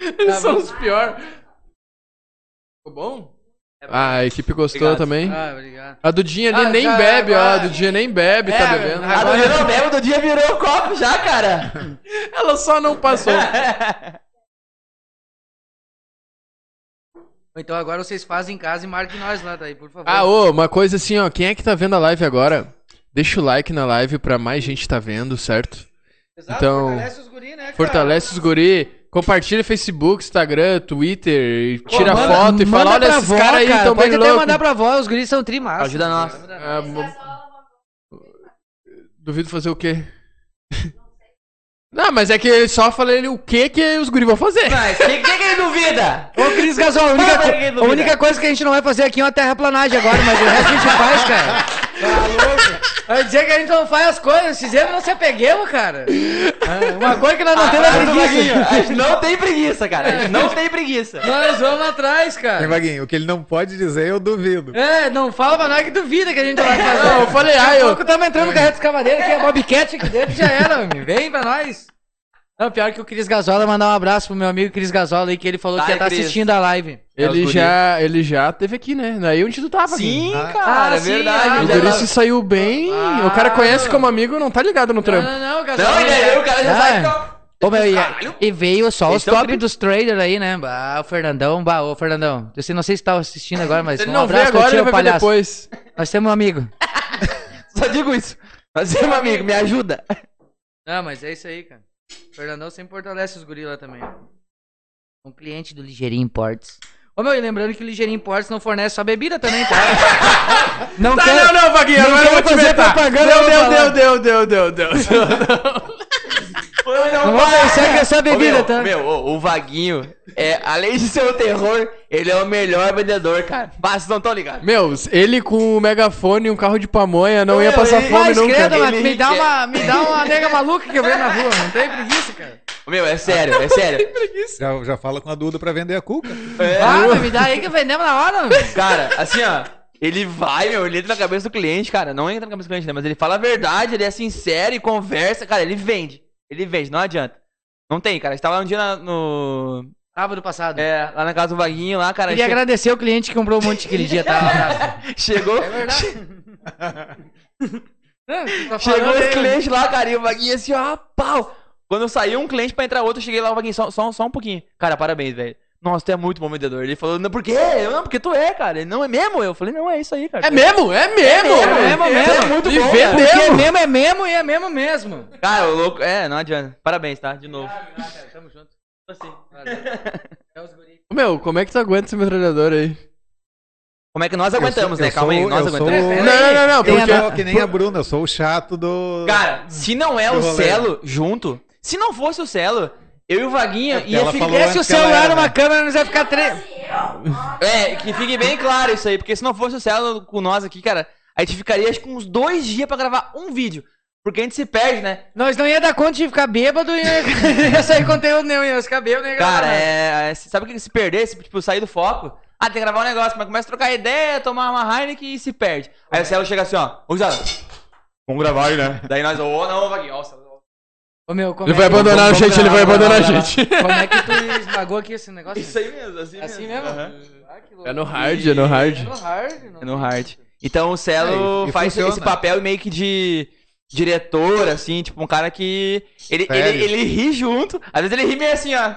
C: Eles
B: tá
C: são os piores. Ficou bom? Ah, a equipe gostou
A: Obrigado.
C: também.
B: É Ah, obrigado.
C: A Dudinha ali
B: Ah,
C: nem
B: já,
C: bebe, ó. A
B: agora-
C: Dudinha nem bebe, tá
B: É,
C: bebendo.
A: A do
B: agora-
A: Renan Belo do dia virou o copo já, cara.
C: Ela só não passou.
B: Então agora vocês fazem em casa e marquem nós lá, daí, por favor.
C: Ah, ô, uma coisa assim, ó. Quem é que tá vendo a live agora? Deixa o like na live pra mais gente tá vendo, certo?
B: Exato,
C: então-
B: fortalece os guri, né, cara?
C: Fortalece os guri. Compartilha Facebook, Instagram, Twitter, e tira
B: Manda-
C: foto e
B: manda
C: fala, olha
B: pra
C: esses
B: vó,
C: caras aí,
B: cara,
C: tão
B: Pode
C: bem
B: até
C: louco.
B: mandar pra avó, os guris são trimassa.
A: Ajuda nós.
C: Ah, bo- Duvido fazer o quê? Não, mas é que eu só falei ele o que que os guri vão fazer.
A: Mas quem quem que ele duvida?
B: Ô, Cris Gasol, a única,
A: Fala,
B: co-
A: Guido,
B: a
A: me
B: única
A: dá.
B: coisa que a gente não vai fazer aqui é uma terraplanagem agora, mas o resto a gente faz, cara. Tá louco? Vai dizer que a gente não faz as coisas, fizemos e não se apeguemos, cara. Ah, Uma coisa que nós não temos é
A: Mas, Vaguinho, A
B: preguiça.
A: gente não tem preguiça, cara. A gente não tem preguiça.
B: Nós vamos atrás,
D: Hein,
B: cara.
D: Vaguinho, o que ele não pode dizer, eu duvido.
B: É, não fala pra nós que duvida que a gente não vai fazer.
C: Não, eu falei,
B: Daqui
C: ah,
B: a
C: eu-
B: pouco tamo entrando no carreto escavadeira, que é Bobcat aqui dentro, já era, homem. Vem pra nós. Não, pior que o Cris Gasola, mandar um abraço pro meu amigo Cris Gasola aí, que ele falou que
A: Vai,
B: ia estar
A: Cris.
B: assistindo a live.
A: É, os
C: Ele
A: guri.
C: já, ele já teve aqui, né? Daí onde tu tava.
A: Sim,
D: Ah,
A: cara, é
B: sim,
A: verdade.
B: ah,
C: Aqui. O
A: já
C: guri
A: tá-
C: se saiu bem. o cara conhece como amigo, não tá ligado no trampo.
B: Não, não, não, Gasola.
A: Não, e daí o cara já
B: Ah.
A: sai. então.
B: Ô, meu, e, é-
A: Caralho.
B: e veio só
A: Eles
B: os
A: tão
B: top
A: gri-
B: dos traders aí, né? Bah, o Fernandão, bah, ô Fernandão. Eu sei, não sei se tá assistindo agora, mas
C: Se ele
B: um
C: não vê
B: abraço pra
C: agora,
B: ti,
C: ele
B: ô
C: vai ver
B: palhaço.
C: depois.
B: Nós temos um amigo.
A: Só digo isso. Mas, meu amigo, me ajuda.
B: Não, mas é isso aí, cara. O Fernandão sempre fortalece os gorila também. Um cliente do Ligeirinho Imports. Ô meu, e lembrando que o Ligeirinho Imports não fornece só bebida também, tá? não
A: Tá,
B: quero-
A: não, não, Vaguinho,
B: não
A: agora eu vou
B: quero
A: te
B: fazer
A: vetar.
B: propaganda, eu vou
A: Não,
B: falar.
A: deu, deu, deu, deu, deu, deu, deu,
B: Não vou pensar que é só bebida,
A: meu,
B: tá?
A: Meu, ô, o Vaguinho, é, além de ser o terror, ele é o melhor vendedor, cara. Mas não tão ligados.
C: Meu, ele com o megafone e um carro de pamonha não
A: Meu,
C: ia passar
A: ele-
C: fome
A: Mas
C: nunca.
A: credo,
B: Mas
A: Ele
B: me dá
A: quer-
B: uma, me dá uma nega maluca que eu vejo na rua, não tem preguiça, cara.
A: Meu, é sério, é sério.
D: Já, já fala com a Duda pra vender a cuca.
B: Ah, me dá aí que vendemos na hora, meu.
A: Cara, assim, ó. Ele vai, meu, ele entra na cabeça do cliente, cara. Não entra na cabeça do cliente, né? Mas ele fala a verdade, ele é sincero e conversa. Cara, ele vende. Ele vende, não adianta. Não tem, cara. A gente tava um dia na- no.
B: Sábado passado.
A: É, lá na casa do Vaguinho, lá, cara.
B: Queria
A: che-
B: agradecer o cliente que comprou um monte aquele dia, tá? Um abraço.
A: Chegou.
B: É verdade. Não, tu tá
A: Chegou
B: falando
A: esse
B: aí,
A: cliente lá, cara, e o Vaguinho assim, ó, pau. Quando saiu um cliente pra entrar outro, eu cheguei lá, o Vaguinho, só, só, só um pouquinho. Cara, parabéns, velho. Nossa, tu é muito bom vendedor. Ele falou, não, por quê? Eu, não, porque tu é, cara. Ele, não é mesmo? Eu falei, não, é isso aí, cara.
C: É mesmo? É mesmo?
B: É mesmo, é mesmo.
A: É muito
C: Me
A: bom,
C: vê-
A: cara.
B: Porque é mesmo, é mesmo e é mesmo mesmo.
A: Cara, o louco, é, não adianta. Parabéns, tá? De novo.
B: Tamo junto.
C: Meu, como é que tu aguenta essa metralhadora aí?
A: Como é que nós aguentamos,
D: Eu
A: né?
D: sou-
A: Calma aí,
D: eu
A: nós
D: sou-
A: aguentamos.
C: Não, não, não, não,
D: Eu
C: porque-
D: sou que nem a Bruna, eu sou o chato do.
A: é- Cara, se não é
D: Eu
A: o
D: vou ler.
A: Celo junto, se não fosse o Celo, eu e o Vaguinha
D: porque
A: ia
D: É, ela
A: ficar.
D: falou
B: Desce
D: antes
B: o
D: que ela
B: celular
D: era,
B: numa
D: né?
B: câmera, nós vai ficar três.
A: É, que fique bem claro isso aí, porque se não fosse o Celo com nós aqui, cara, a gente ficaria acho que uns dois dias pra gravar um vídeo. Porque a gente se perde, né?
B: Nós não ia dar conta de ficar bêbado e ia, ia sair conteúdo nenhum, ia ficar bêbado e ia gravar né?
A: Cara,
B: nada.
A: é. é, Sabe o que é se perder? Se, tipo, sair do foco. Ah, tem que gravar um negócio, mas começa a trocar ideia, tomar uma Heineken e se perde. Aí o Celo chega assim, ó. Ô, Zé, Vamos gravar aí, né? Daí nós, ô, não, Vaguinho, ó, o Celo.
B: Ô meu, como
C: Ele vai
B: é que-
C: abandonar a
A: vamos
C: gente, ele vai
A: gravar,
C: abandonar a
A: vamos
C: gente.
B: Como é que tu esmagou aqui esse negócio?
A: Isso aí mesmo, assim,
B: Assim mesmo?
A: Aham.
B: Ah, que louco.
C: É no hard, é no hard.
B: É no hard. não
A: É no
B: tem
A: hard.
B: jeito.
A: Então o Celo
D: É, e- e
A: faz esse
D: funciona.
A: papel meio que de diretor, assim, tipo, um cara que. Ele, ele,
D: Sério?
A: ele ri junto, às vezes ele ri meio assim, ó.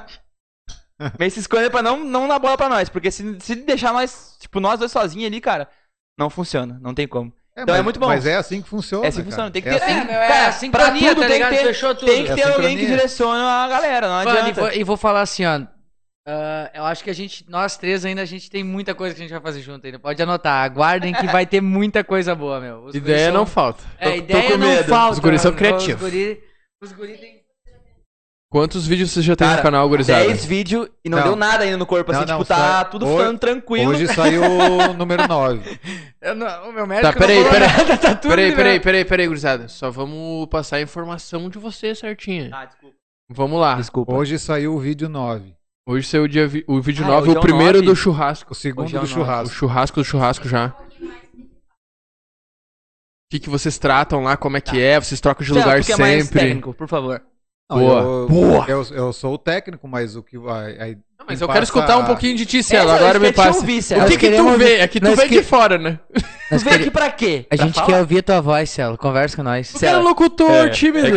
A: meio se esconde pra não, não dar bola pra nós, porque se, se deixar nós, tipo, nós dois sozinhos ali, cara, não funciona, não tem como. então é
D: mas-
A: muito bom.
D: Mas é assim que funciona.
A: É assim que funciona,
D: cara.
A: tem que
D: É
A: ter-
D: assim-
A: tem-
B: É, meu, é
A: cara,
B: a sincronia,
A: pra tudo
B: tá
A: tem
B: ligado?
A: que ter-
B: Fechou tudo.
A: Tem que
D: É
A: ter alguém que
D: sincronia.
A: direciona a galera, não
B: Mano, e vou,
A: adianta.
B: e vou falar assim, ó. ah, eu acho que a gente, nós três ainda, a gente tem muita coisa que a gente vai fazer junto ainda. Pode anotar, aguardem que vai ter muita coisa boa, meu. Os guris
C: Ideia
B: são-
C: não falta.
B: é,
C: Tô- tô
B: ideia
C: com
B: não
C: medo.
B: falta.
C: Os guris são
B: mano. Os
C: criativos.
B: guris os guri tem...
C: Quantos vídeos você já tem
A: Cara, é
C: no canal, gurizada?
A: 10 vídeos e não,
D: Não.
A: deu nada ainda no corpo, assim,
D: Não, não,
A: tipo, tá
D: só-
A: tudo
D: hoje-
A: ficando tranquilo.
D: Hoje saiu o número 9.
B: Eu não- o meu médico
C: Tá, peraí,
B: não falou
C: peraí.
B: nada, tá tudo
C: Peraí, peraí,
B: liberado.
C: peraí, peraí, gurizada. Só vamos passar a informação de você certinha.
A: Ah, desculpa.
C: Vamos lá.
A: Desculpa.
D: Hoje saiu o vídeo 9.
C: Hoje saiu o, dia vi- o vídeo
A: Ah,
C: 9,
A: hoje é
C: o
A: o
C: primeiro
A: 9?
C: do churrasco.
D: O segundo
A: Hoje é o
D: do
A: nove.
C: O
D: churrasco.
C: churrasco do churrasco já. O que, que vocês tratam lá, como é que é, vocês trocam de
A: Celo,
C: lugar
A: tu que é mais
C: sempre.
A: técnico, por favor.
D: Não,
C: Boa.
D: Eu,
C: Boa.
D: Eu, eu sou o técnico, mas o que. A, a-
C: Não, mas
D: me
C: eu quero
D: passa
C: escutar um
D: a-
C: pouquinho é de ti, Celo.
A: Essa
C: Agora
A: eu
C: me
A: quero te
C: passa.
A: ouvir, Celo.
C: O que,
B: Nós
C: que tu
B: queremos-
C: vê? É que tu
B: nós
C: vê de
B: quer-
C: fora, né?
A: Tu veio aqui pra quê?
B: A gente quer ouvir tua voz, Celo. Conversa com nós.
C: Tu é locutor, tímido.
A: é,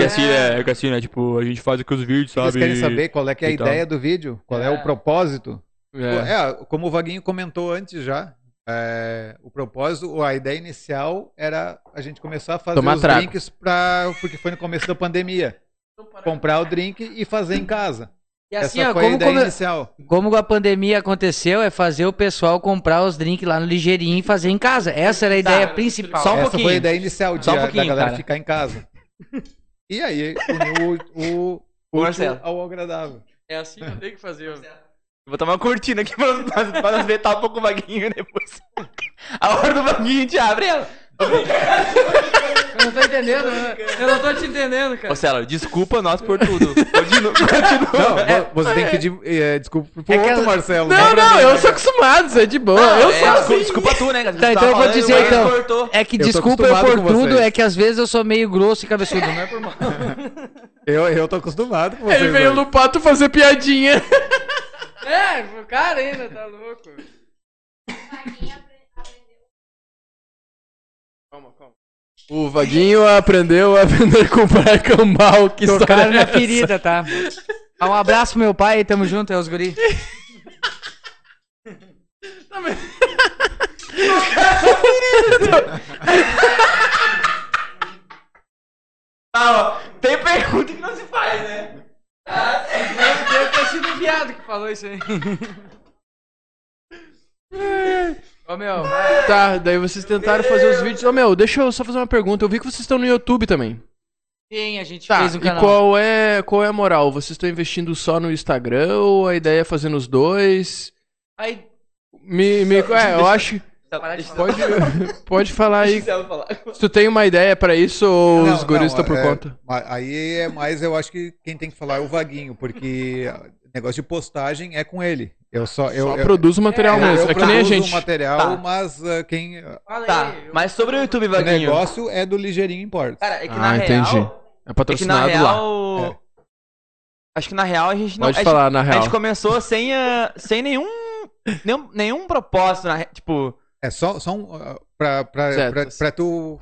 A: que assim, né? Tipo, a gente faz aqui os vídeos,
D: Eles querem saber qual é, que é a
A: e tal.
D: ideia do vídeo, qual é, o propósito.
C: É.
D: É, como o Vaguinho comentou antes já, é, o propósito, a ideia inicial era a gente começar a fazer
C: Tomar
D: os
C: trago.
D: drinks pra, porque foi no começo da pandemia. Comprar o drink e fazer em casa.
B: E assim,
D: Essa
B: ó,
D: foi a
B: como,
D: ideia
B: come-
D: inicial.
B: como a pandemia aconteceu, é fazer o pessoal comprar os drinks lá no Ligeirinho e fazer em casa. Essa era a ideia
A: Tá,
B: principal.
A: só um
D: Essa
A: pouquinho.
D: foi a ideia inicial de,
A: Só um
D: a- da
A: pouquinho,
D: galera
A: cara.
D: ficar em casa. E aí, uniu o, o,
A: Ô,
D: útil
A: Marcelo.
D: ao agradável.
B: É assim não tem que fazer.
A: Vou botar uma cortina aqui pra nós, pra nós ver um pouco o vaguinho depois. A hora do vaguinho a gente abre ela.
B: Eu não tô entendendo, né? eu não tô te entendendo, cara.
A: Ô, Celo, desculpa nós por tudo. Continua.
D: Não,
A: continua.
C: É.
D: vo- você tem que pedir eh, desculpa pro
B: É que
D: outro,
B: ela-
D: Marcelo.
C: Não,
D: pra
C: não,
D: mim,
C: eu
D: né,
C: sou
D: cara?
C: acostumado, isso é de boa. eu sou
A: é,
C: assim.
A: Desculpa tu, né? cara? Tu
B: Tá, então
A: tava
B: eu vou
A: falando e o
B: dizer,
A: Wagner
B: então.
A: cortou.
B: É que
D: Eu tô
B: desculpa eu por
D: acostumado com
B: tudo,
D: vocês.
B: é que às vezes eu sou meio grosso e cabeçudo, não é por mal.
D: Eu, eu tô acostumado com vocês.
C: Ele veio
D: hoje.
C: no pato fazer piadinha.
B: É, o cara ainda tá louco.
C: O Vaguinho aprendeu a vender com o Pai Cambal, que
B: Tocaram
C: história é
B: na
C: essa?
B: ferida, tá? Ah, Um abraço pro meu pai, tamo junto, é os guri.
A: Ah, ó, tem pergunta que não se faz, né? Ah, tem- tem- tem sido
B: um viado que falou isso aí. Ô, meu, vai.
C: Tá, daí vocês tentaram fazer os vídeos. Ô meu, deixa eu só fazer uma pergunta. Eu vi que vocês estão no YouTube também.
B: Sim, a gente
C: Tá,
B: fez um
C: e
B: canal.
C: qual é, qual é a moral? Vocês estão investindo só no Instagram ou a ideia é fazer nos dois?
B: Aí,
C: Me, me, é, eu acho.
B: parar de falar.
C: Pode, pode falar aí.
A: Gisele falar.
C: Se tu tem uma ideia pra isso ou
D: Não,
C: os guris
D: não,
C: estão por
D: é-
C: conta?
D: Ma- Aí é mais, eu acho que quem tem que falar é o Vaguinho, porque negócio de postagem é com ele. Eu só. Eu,
C: Só
D: eu,
C: produz o material
B: é,
C: mesmo.
D: eu
C: É que nem a
D: produzo o
C: gente.
D: material,
A: Tá.
D: mas ah, quem,
B: Fala
A: Tá,
B: aí, eu-
A: mas sobre o YouTube,
D: o
A: Vaguinho.
D: negócio é do Ligeirinho Imports.
A: Cara, é que
C: Ah,
A: na real...
C: entendi. É
A: É que na
C: patrocinado lá.
A: real...
D: É.
A: Acho que na real a gente não...
C: Pode
A: a gente-
C: falar, na
A: A
C: real.
A: gente começou sem, ah, sem nenhum, nenhum... Nenhum propósito, na re- tipo...
D: É só, só um. ah, Pra, pra,
C: Certo.
D: pra, pra tu.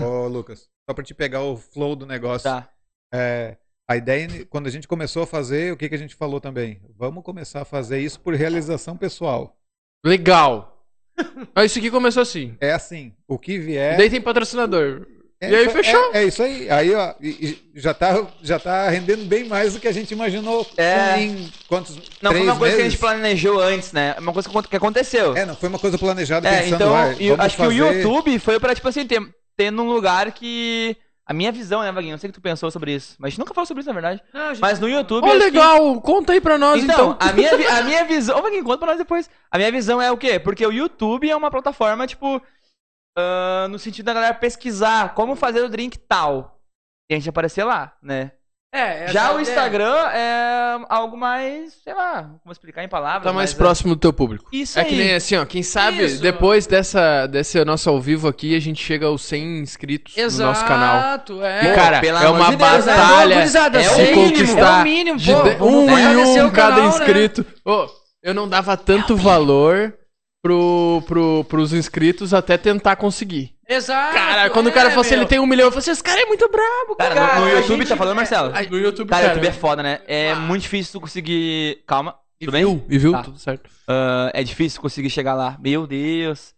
D: Ô, Lucas. Só pra te pegar o flow do negócio.
A: Tá.
D: É, a ideia, quando a gente começou a fazer, o que, que a gente falou também? Vamos começar a fazer isso por realização pessoal.
C: Legal. Mas isso aqui começou assim.
D: É assim, o que vier.
C: Daí tem patrocinador.
D: é
C: e aí
D: isso-
C: fechou.
D: É, é isso aí. Aí, ó, e- e já tá, já tá rendendo bem mais do que a gente imaginou
A: É.
D: em quantos.
A: Não,
D: três
A: foi uma coisa que a gente
D: meses?
A: planejou antes, né? Uma coisa que que aconteceu.
D: É, não foi uma coisa planejada
A: É,
D: pensando.
A: então,
D: ah,
A: e
D: vamos
A: acho que o
D: fazer-
A: YouTube foi pra, tipo assim, ter, ter num lugar que. A minha visão, né, Vaguinho? Não sei o que tu pensou sobre isso. Mas a gente nunca falou sobre isso, na verdade.
B: Não, a gente-
A: Mas no YouTube.
C: Ô,
A: acho que-
C: legal. Conta aí pra nós,
A: Então,
C: então.
A: A, minha, vi- a minha visão. Ô, Vaguinho, conta pra nós depois. A minha visão é o quê? Porque o YouTube é uma plataforma, tipo. ah, no sentido da galera pesquisar como fazer o drink tal. E a gente aparecer lá, né?
B: É, essa
A: Já o
B: ideia.
A: Instagram é algo mais. Sei lá, como explicar em palavras.
C: Tá mais
A: mas é-
C: próximo do teu público.
A: Isso
C: É
A: aí.
C: que nem assim, ó. Quem sabe
B: Isso.
C: depois dessa, desse nosso ao vivo aqui, a gente chega aos 100 inscritos
B: Exato,
C: no nosso canal.
B: é.
C: E, cara,
A: pelo
C: é
A: amor
C: uma
A: de Deus, né?
B: Ô,
C: batalha
B: gurizada,
A: é o
C: de
B: sei,
A: mínimo,
C: conquistar
B: é o mínimo,
C: de
B: pô,
C: de-
B: vamos
C: um em
B: fortalecer
C: um
B: o canal,
C: cada
B: né?
C: inscrito. Ô, eu não dava tanto valor pro, pro, pros inscritos até tentar conseguir.
B: Exato.
C: Cara, quando o
B: É,
C: cara fala assim, ele tem um milhão, eu falo assim, esse cara é muito brabo, cara.
A: Cara, no-
B: Cara,
A: no,
B: a
A: YouTube
B: gente-
A: tá falando, Marcelo?
C: Aí, No YouTube,
A: Cara, o
C: cara.
A: YouTube é foda, né? É muito difícil tu conseguir. Calma, tudo bem?
C: viu? E viu?
A: Tá.
C: Tudo certo.
A: Ah, é difícil conseguir chegar lá. Meu Deus.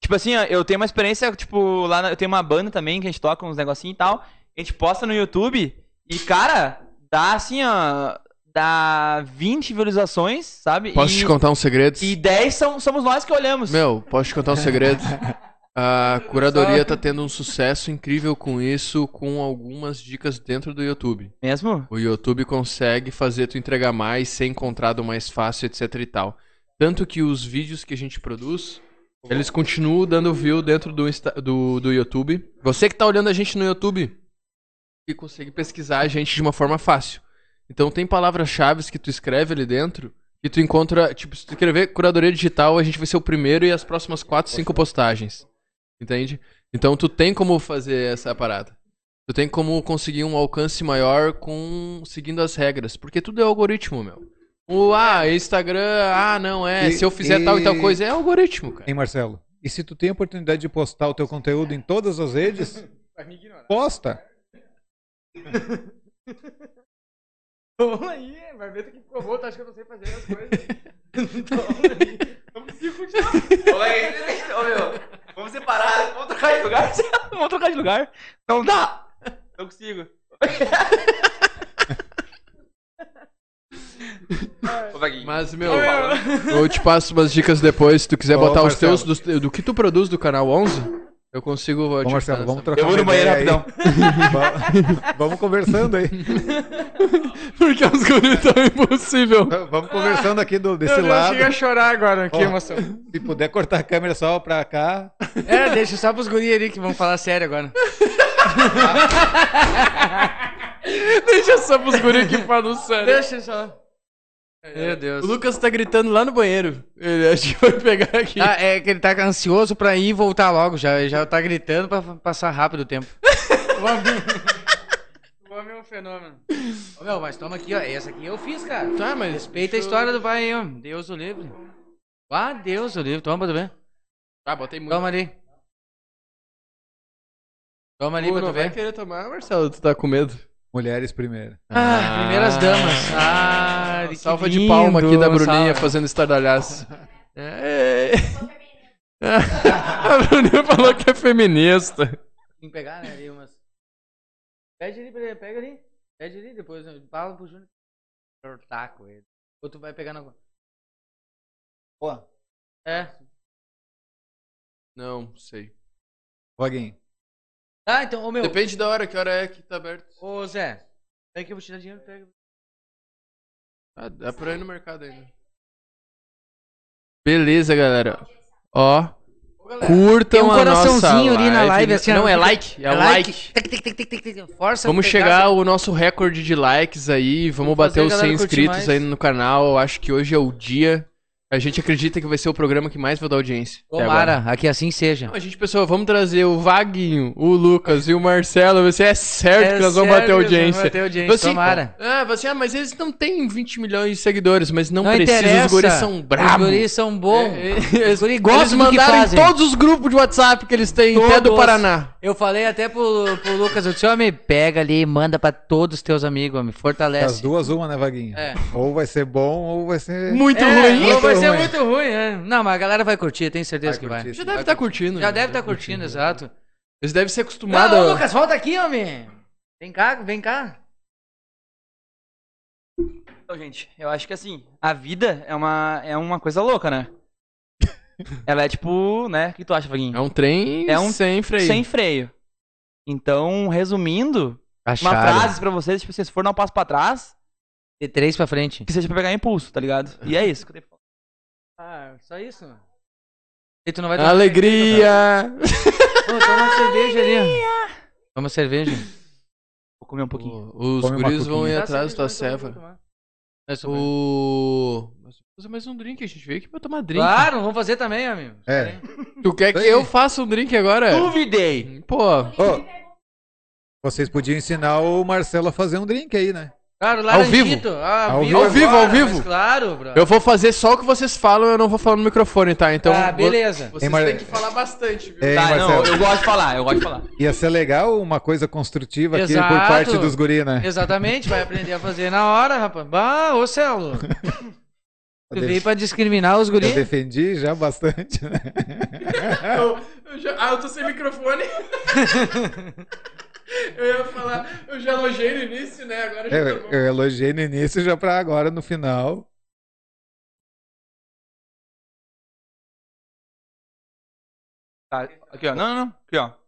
A: Tipo assim, ó, eu tenho uma experiência, tipo, lá na- eu tenho uma banda também que a gente toca uns negocinhos e tal. A gente posta no YouTube e, cara, dá assim, ó. Dá 20 visualizações, sabe?
C: Posso
A: e,
C: te contar um segredo?
A: e 10 são, somos nós que olhamos.
C: Meu, posso te contar um segredo? A curadoria
B: Só-
C: tá tendo um sucesso incrível com isso, com algumas dicas dentro do YouTube.
A: Mesmo?
C: O YouTube consegue fazer tu entregar mais, ser encontrado mais fácil, etc e tal. Tanto que os vídeos que a gente produz, eles continuam dando view dentro do, Insta- do, do YouTube. Você que tá olhando a gente no YouTube, que consegue pesquisar a gente de uma forma fácil. Então tem palavras-chave que tu escreve ali dentro e tu encontra, tipo, se tu escrever curadoria digital, a gente vai ser o primeiro e as próximas quatro, cinco postagens. Entende? Então tu tem como fazer essa parada. Tu tem como conseguir um alcance maior com seguindo as regras, porque tudo é algoritmo, meu. O ah, Instagram, ah, não é,
D: E-
C: se eu fizer tal e tal
D: e-
C: coisa, é algoritmo, cara.
D: Hein, Marcelo? E se tu tem a oportunidade de postar o teu conteúdo em todas as redes, posta.
B: Toma aí, é, vai ver que ficou bom, tá achando que eu não sei fazer as coisas. Toma aí. Não consigo continuar.
A: Ô, meu, vamos separar, vamos trocar de lugar. vamos trocar de lugar. Não dá. Não consigo. Ô, Vaguinho.
C: Mas meu, eu te passo umas dicas depois, se tu quiser
D: Ô,
C: botar os
D: Marcelo.
C: teus dos- do, que tu produz do canal 11, eu consigo
D: Ô, Marcelo, vamos trocar
A: Eu vou no
D: uma
A: banheiro
D: ideia
A: rapidão.
D: aí. Va- vamos conversando aí.
C: Porque os guris tão impossível.
D: Vamos conversando aqui do, desse
B: Meu Deus,
D: lado.
B: cheguei a chorar agora, que
D: Ó.
B: emoção.
D: Se puder cortar a câmera só pra cá.
B: É, deixa só pros guri ali que vão falar sério agora.
C: Deixa só pros guris que falam sério.
B: Deixa só. Meu Deus.
C: O Lucas tá gritando lá no banheiro. Ele acho que vai pegar aqui.
B: Ah, é que ele tá ansioso pra ir e voltar logo já. Ele já tá gritando pra f- passar rápido o tempo. o homem... o homem é um fenômeno. Ô, meu, mas toma aqui, ó. Essa aqui eu fiz, cara.
C: Tá, mas
B: Respeita a história do pai aí, ó. Deus o livre. Ah, Deus o livre. Toma, tudo bem?
C: Ah, botei muito.
B: Toma ali. Toma ali
C: Tu
B: pra tu
C: não vai
B: ver.
C: querer tomar, Marcelo? Tu tá com medo?
D: Mulheres primeiro.
B: Ah, primeiras damas. Ah, que
C: Salva de
B: lindo,
C: palma aqui da Bruninha
B: salva.
C: fazendo estardalhaço. É. A Bruninha falou que é feminista.
B: Tem que pegar, né, ali umas. Pede ali, pra ele, pega ali. Pede ali, depois né, fala pro Júnior. cortar com ele. Ou tu vai pegar na.
D: Pô,
B: É.
C: Não, sei.
D: Vaguinho.
B: Ah, então, ô meu.
C: Depende da hora, que hora é que tá aberto.
B: Ô Zé. Pega que eu vou te dar dinheiro, pega.
C: Ah, dá pra ir no mercado ainda. Beleza, galera. Ó. Curtam
B: Tem um
C: a
B: coraçãozinho
C: nossa
B: ali na live, assim, ó.
C: Não, é like. É, like.
B: Tic, tic, tic, tic, tic, tic. Força
C: Vamos
B: pra
C: chegar
B: pegar,
C: ao nosso recorde de likes aí. Vamos
B: Vamos
C: bater
B: fazer
C: os
B: a
C: 100
B: galera curtir
C: inscritos
B: mais.
C: aí no canal. Eu acho que hoje é o dia. A gente acredita que vai ser o programa que mais vai dar audiência. até agora.
B: Tomara, aqui assim seja.
C: Não, a gente pensou, vamos trazer o Vaguinho, o Lucas e o Marcelo. Você é certo que nós vamos bater
B: sério,
C: audiência.
B: Vamos bater audiência,
C: Assim,
B: tomara.
C: Ah, você, ah, mas eles não têm 20 milhões de seguidores, mas não,
B: Não
C: precisa,
B: interessa.
C: os guris são bravos.
B: Os guris são bons.
C: É, é,
B: Os guris
C: Eles
B: gostam do que
C: mandaram em
B: fazem.
C: todos os grupos de WhatsApp que eles têm, até do
B: Todos.
C: Paraná.
B: Eu falei até pro, pro Lucas, eu disse, homem, pega ali e manda pra todos os teus amigos, homem,
D: Das
B: fortalece.
D: duas, uma, né, Vaguinho?
B: É.
D: Ou vai ser bom, ou vai ser.
C: Muito
B: É,
C: ruim.
B: não, vai ser
D: ruim.
B: muito ruim, é. Não, mas a galera vai curtir, eu tenho certeza
D: Vai
B: que
D: curtir.
B: vai.
C: Já deve estar curtindo. né?
B: Já deve estar curtindo, exato.
C: Eles devem ser
B: Não,
C: acostumados.
B: não, Lucas, volta aqui, homem. Vem cá, vem cá.
A: Então, gente, eu acho que assim, a vida é uma, é uma coisa louca, né? Ela é tipo, né? O que tu acha, Vaguinho?
C: É um trem
A: É um
C: sem freio.
A: Sem freio. Então, resumindo, uma frase pra vocês, tipo, se vocês forem dar um passo pra trás,
B: De três pra frente.
A: que seja pra pegar impulso, tá ligado? E é isso. que eu tenho pra falar.
B: Ah, só isso, mano. E tu não vai tomar
C: Alegria!
B: cerveja, cara. Ô, toma uma cerveja ali. Toma uma cerveja.
A: Vou comer um pouquinho.
C: Os
D: Come uma
C: guris vão
D: coquinha.
C: ir
B: Dá
C: atrás
B: cerveja,
C: da tua
B: então, eu vou
C: ceva.
B: tomar. É, sou bem.
C: O. Mas fazer mais um drink, a gente veio aqui pra tomar drink.
B: Claro, vamos fazer também, amigo.
D: É.
C: Tu quer que
D: Sim.
C: eu faça um drink
D: É.
C: agora?
A: Duvidei!
C: Pô,
D: Ô, vocês podiam ensinar o Marcelo a fazer um drink aí, né?
B: Claro,
C: vivo.
B: Laranjito. ah,
D: Ao
C: vivo, ao vivo, ao
B: agora,
C: vivo.
B: mas Claro, bro.
C: eu vou fazer só o que vocês falam, eu não vou falar no microfone, tá? Então.
B: ah,
C: vo-
B: beleza.
C: Vocês
D: Ei, Mar-
C: têm que falar bastante, viu?
D: Ei,
A: tá, não,
D: Marcelo.
A: eu gosto de falar, eu gosto de falar.
D: Ia ser legal uma coisa construtiva aqui
B: Exato.
D: por parte dos guri, né?
B: Exatamente, vai aprender a fazer na hora, rapaz. Bah, ô Celo. Tu veio pra discriminar os
D: Eu
B: guris?
D: defendi já bastante, né?
C: Eu- eu já- ah, eu tô sem microfone. eu ia falar, eu já elogiei no início, né? Agora já
D: Eu, eu elogiei no início já pra agora no final.
A: Tá, aqui, ó. Não, não, não. Aqui, ó.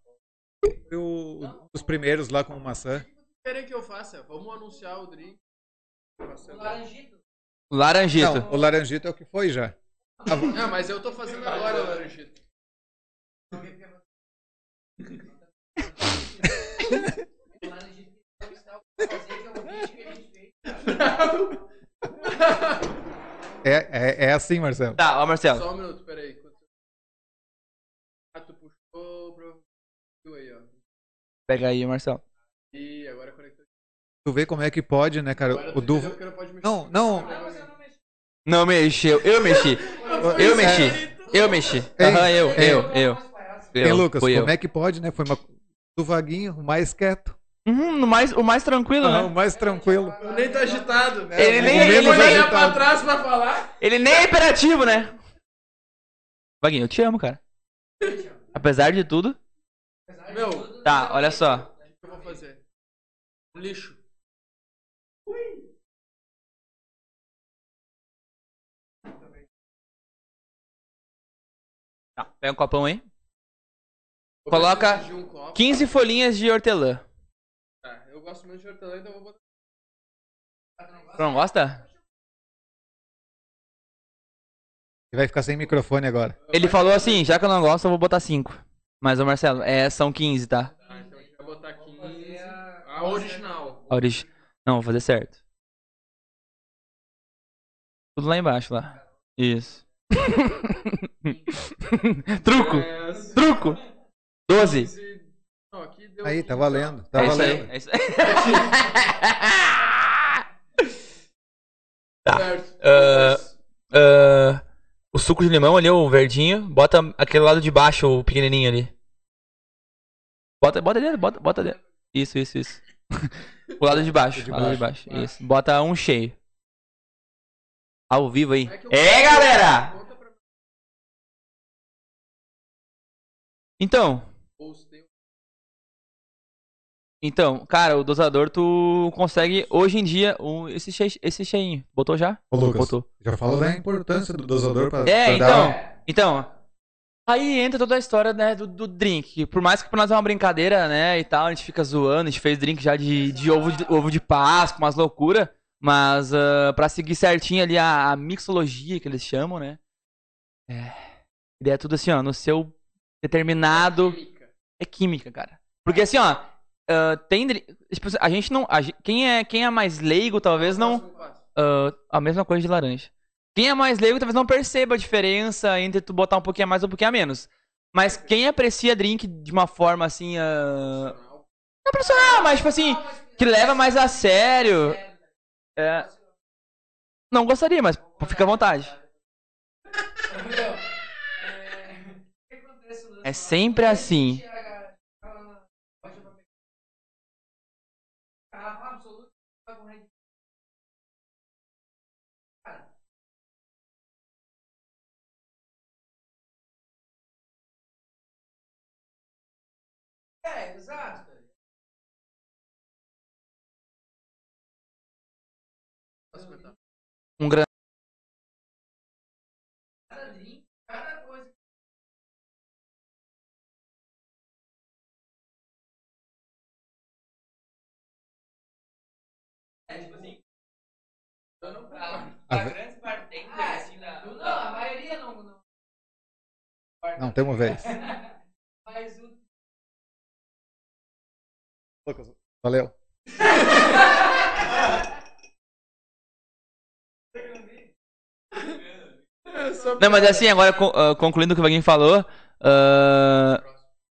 D: O- os primeiros lá com maçã.
C: Querem que eu faça? Vamos anunciar o drink.
A: Laranjito.
D: Não, o laranjito é o que foi já.
C: Não, Ah, mas eu tô fazendo agora, Laranjito.
D: É, é, é assim, Marcelo.
A: Tá, ó, Marcelo.
C: Só um minuto, peraí. Ah, tu puxou, bro. Tu aí, ó.
A: Pega aí, Marcelo.
C: E agora conectou.
D: Tu vê como é que pode, né,
C: Agora
D: cara?
C: tu
D: O do...
C: entendeu que não pode mexer.
D: Não, não.
A: Não mexeu. Eu mexi. Eu
D: É.
A: mexi. Eu mexi.
D: Ei,
A: Aham, eu,
D: ei.
A: eu, eu.
D: Hein, Lucas,
A: Fui eu.
D: como é que pode, né? Foi uma... do vaguinho, o mais quieto.
A: Uhum, o mais, o mais tranquilo,
D: Ah, o
A: né?
D: mais tranquilo.
C: Eu nem tá agitado, né?
D: É,
A: Ele nem- é,
C: Eu
A: ele
C: vou
A: nem-
C: olhar pra trás pra falar.
A: Ele nem é imperativo, né? Vaguinho, eu te amo, cara. Apesar de tudo.
C: Meu,
A: Tá, olha só.
C: O que eu vou fazer? Um lixo.
A: Tá, pega um copão aí.
C: Eu
A: Coloca
C: preciso de um copo.
A: 15 folhinhas de hortelã.
C: Tá, Eu gosto muito de hortelã, então eu vou botar. Ah,
A: Tu não gosta?
D: E vai ficar sem microfone agora.
A: Ele falou assim: já que eu não gosto, eu vou botar 5. Mas, ô Marcelo, é, são 15, tá?
C: Ah, então a gente vai botar 15. A original.
A: A origi- Não, vou fazer certo. Tudo lá embaixo, lá. Isso. truco!
C: Mas-
A: Truco! 12.
C: Esse- Não, aqui deu
D: Aí,
C: 15,
D: tá valendo. Tá
A: É isso aí,
D: valendo.
A: é isso aí.
C: tá certo.
A: Ah, ah, o suco de limão ali, o verdinho, bota aquele lado de baixo, o pequenininho ali. Bota, bota dentro, bota, bota dentro. Isso, isso, isso. o lado de baixo, o lado de baixo. Isso. Bota um cheio. Ao vivo aí.
C: Como é que eu-
A: É, galera!
C: Conta pra mim.
A: Então,
C: um- Ou se tem-
A: Então, cara, o dosador tu consegue hoje em dia um, esse che- esse cheinho. Botou já?
E: Ô, Lucas,
A: Botou.
E: já falou da importância do dosador pra, pra dar-
A: É, então, então. Aí entra toda a história, né, do, do drink. que Por mais que pra nós é uma brincadeira, né, e tal, a gente fica zoando, a gente fez drink já de, de ovo de ovo de Páscoa, umas loucura, mas ah, pra seguir certinho ali a, a mixologia que eles chamam, né? É. E daí é tudo assim, ó, no seu determinado é química, cara. Porque assim, ó, ah, tem dri- tipo, a gente não, a gen- quem é quem é mais leigo talvez não ah, a mesma coisa de laranja. Quem é mais leigo talvez não perceba a diferença entre tu botar um pouquinho a mais ou um pouquinho a menos. Mas quem aprecia drink de uma forma assim. ah, Não profissional, mas tipo assim. Que leva mais a sério. É. Não gostaria, mas fica à vontade. É sempre assim. Um grande.
D: A ve- Não temos vez. Lucas, valeu.
A: Não, mas assim, agora con- ah, concluindo o que o Vaguinho falou. ah,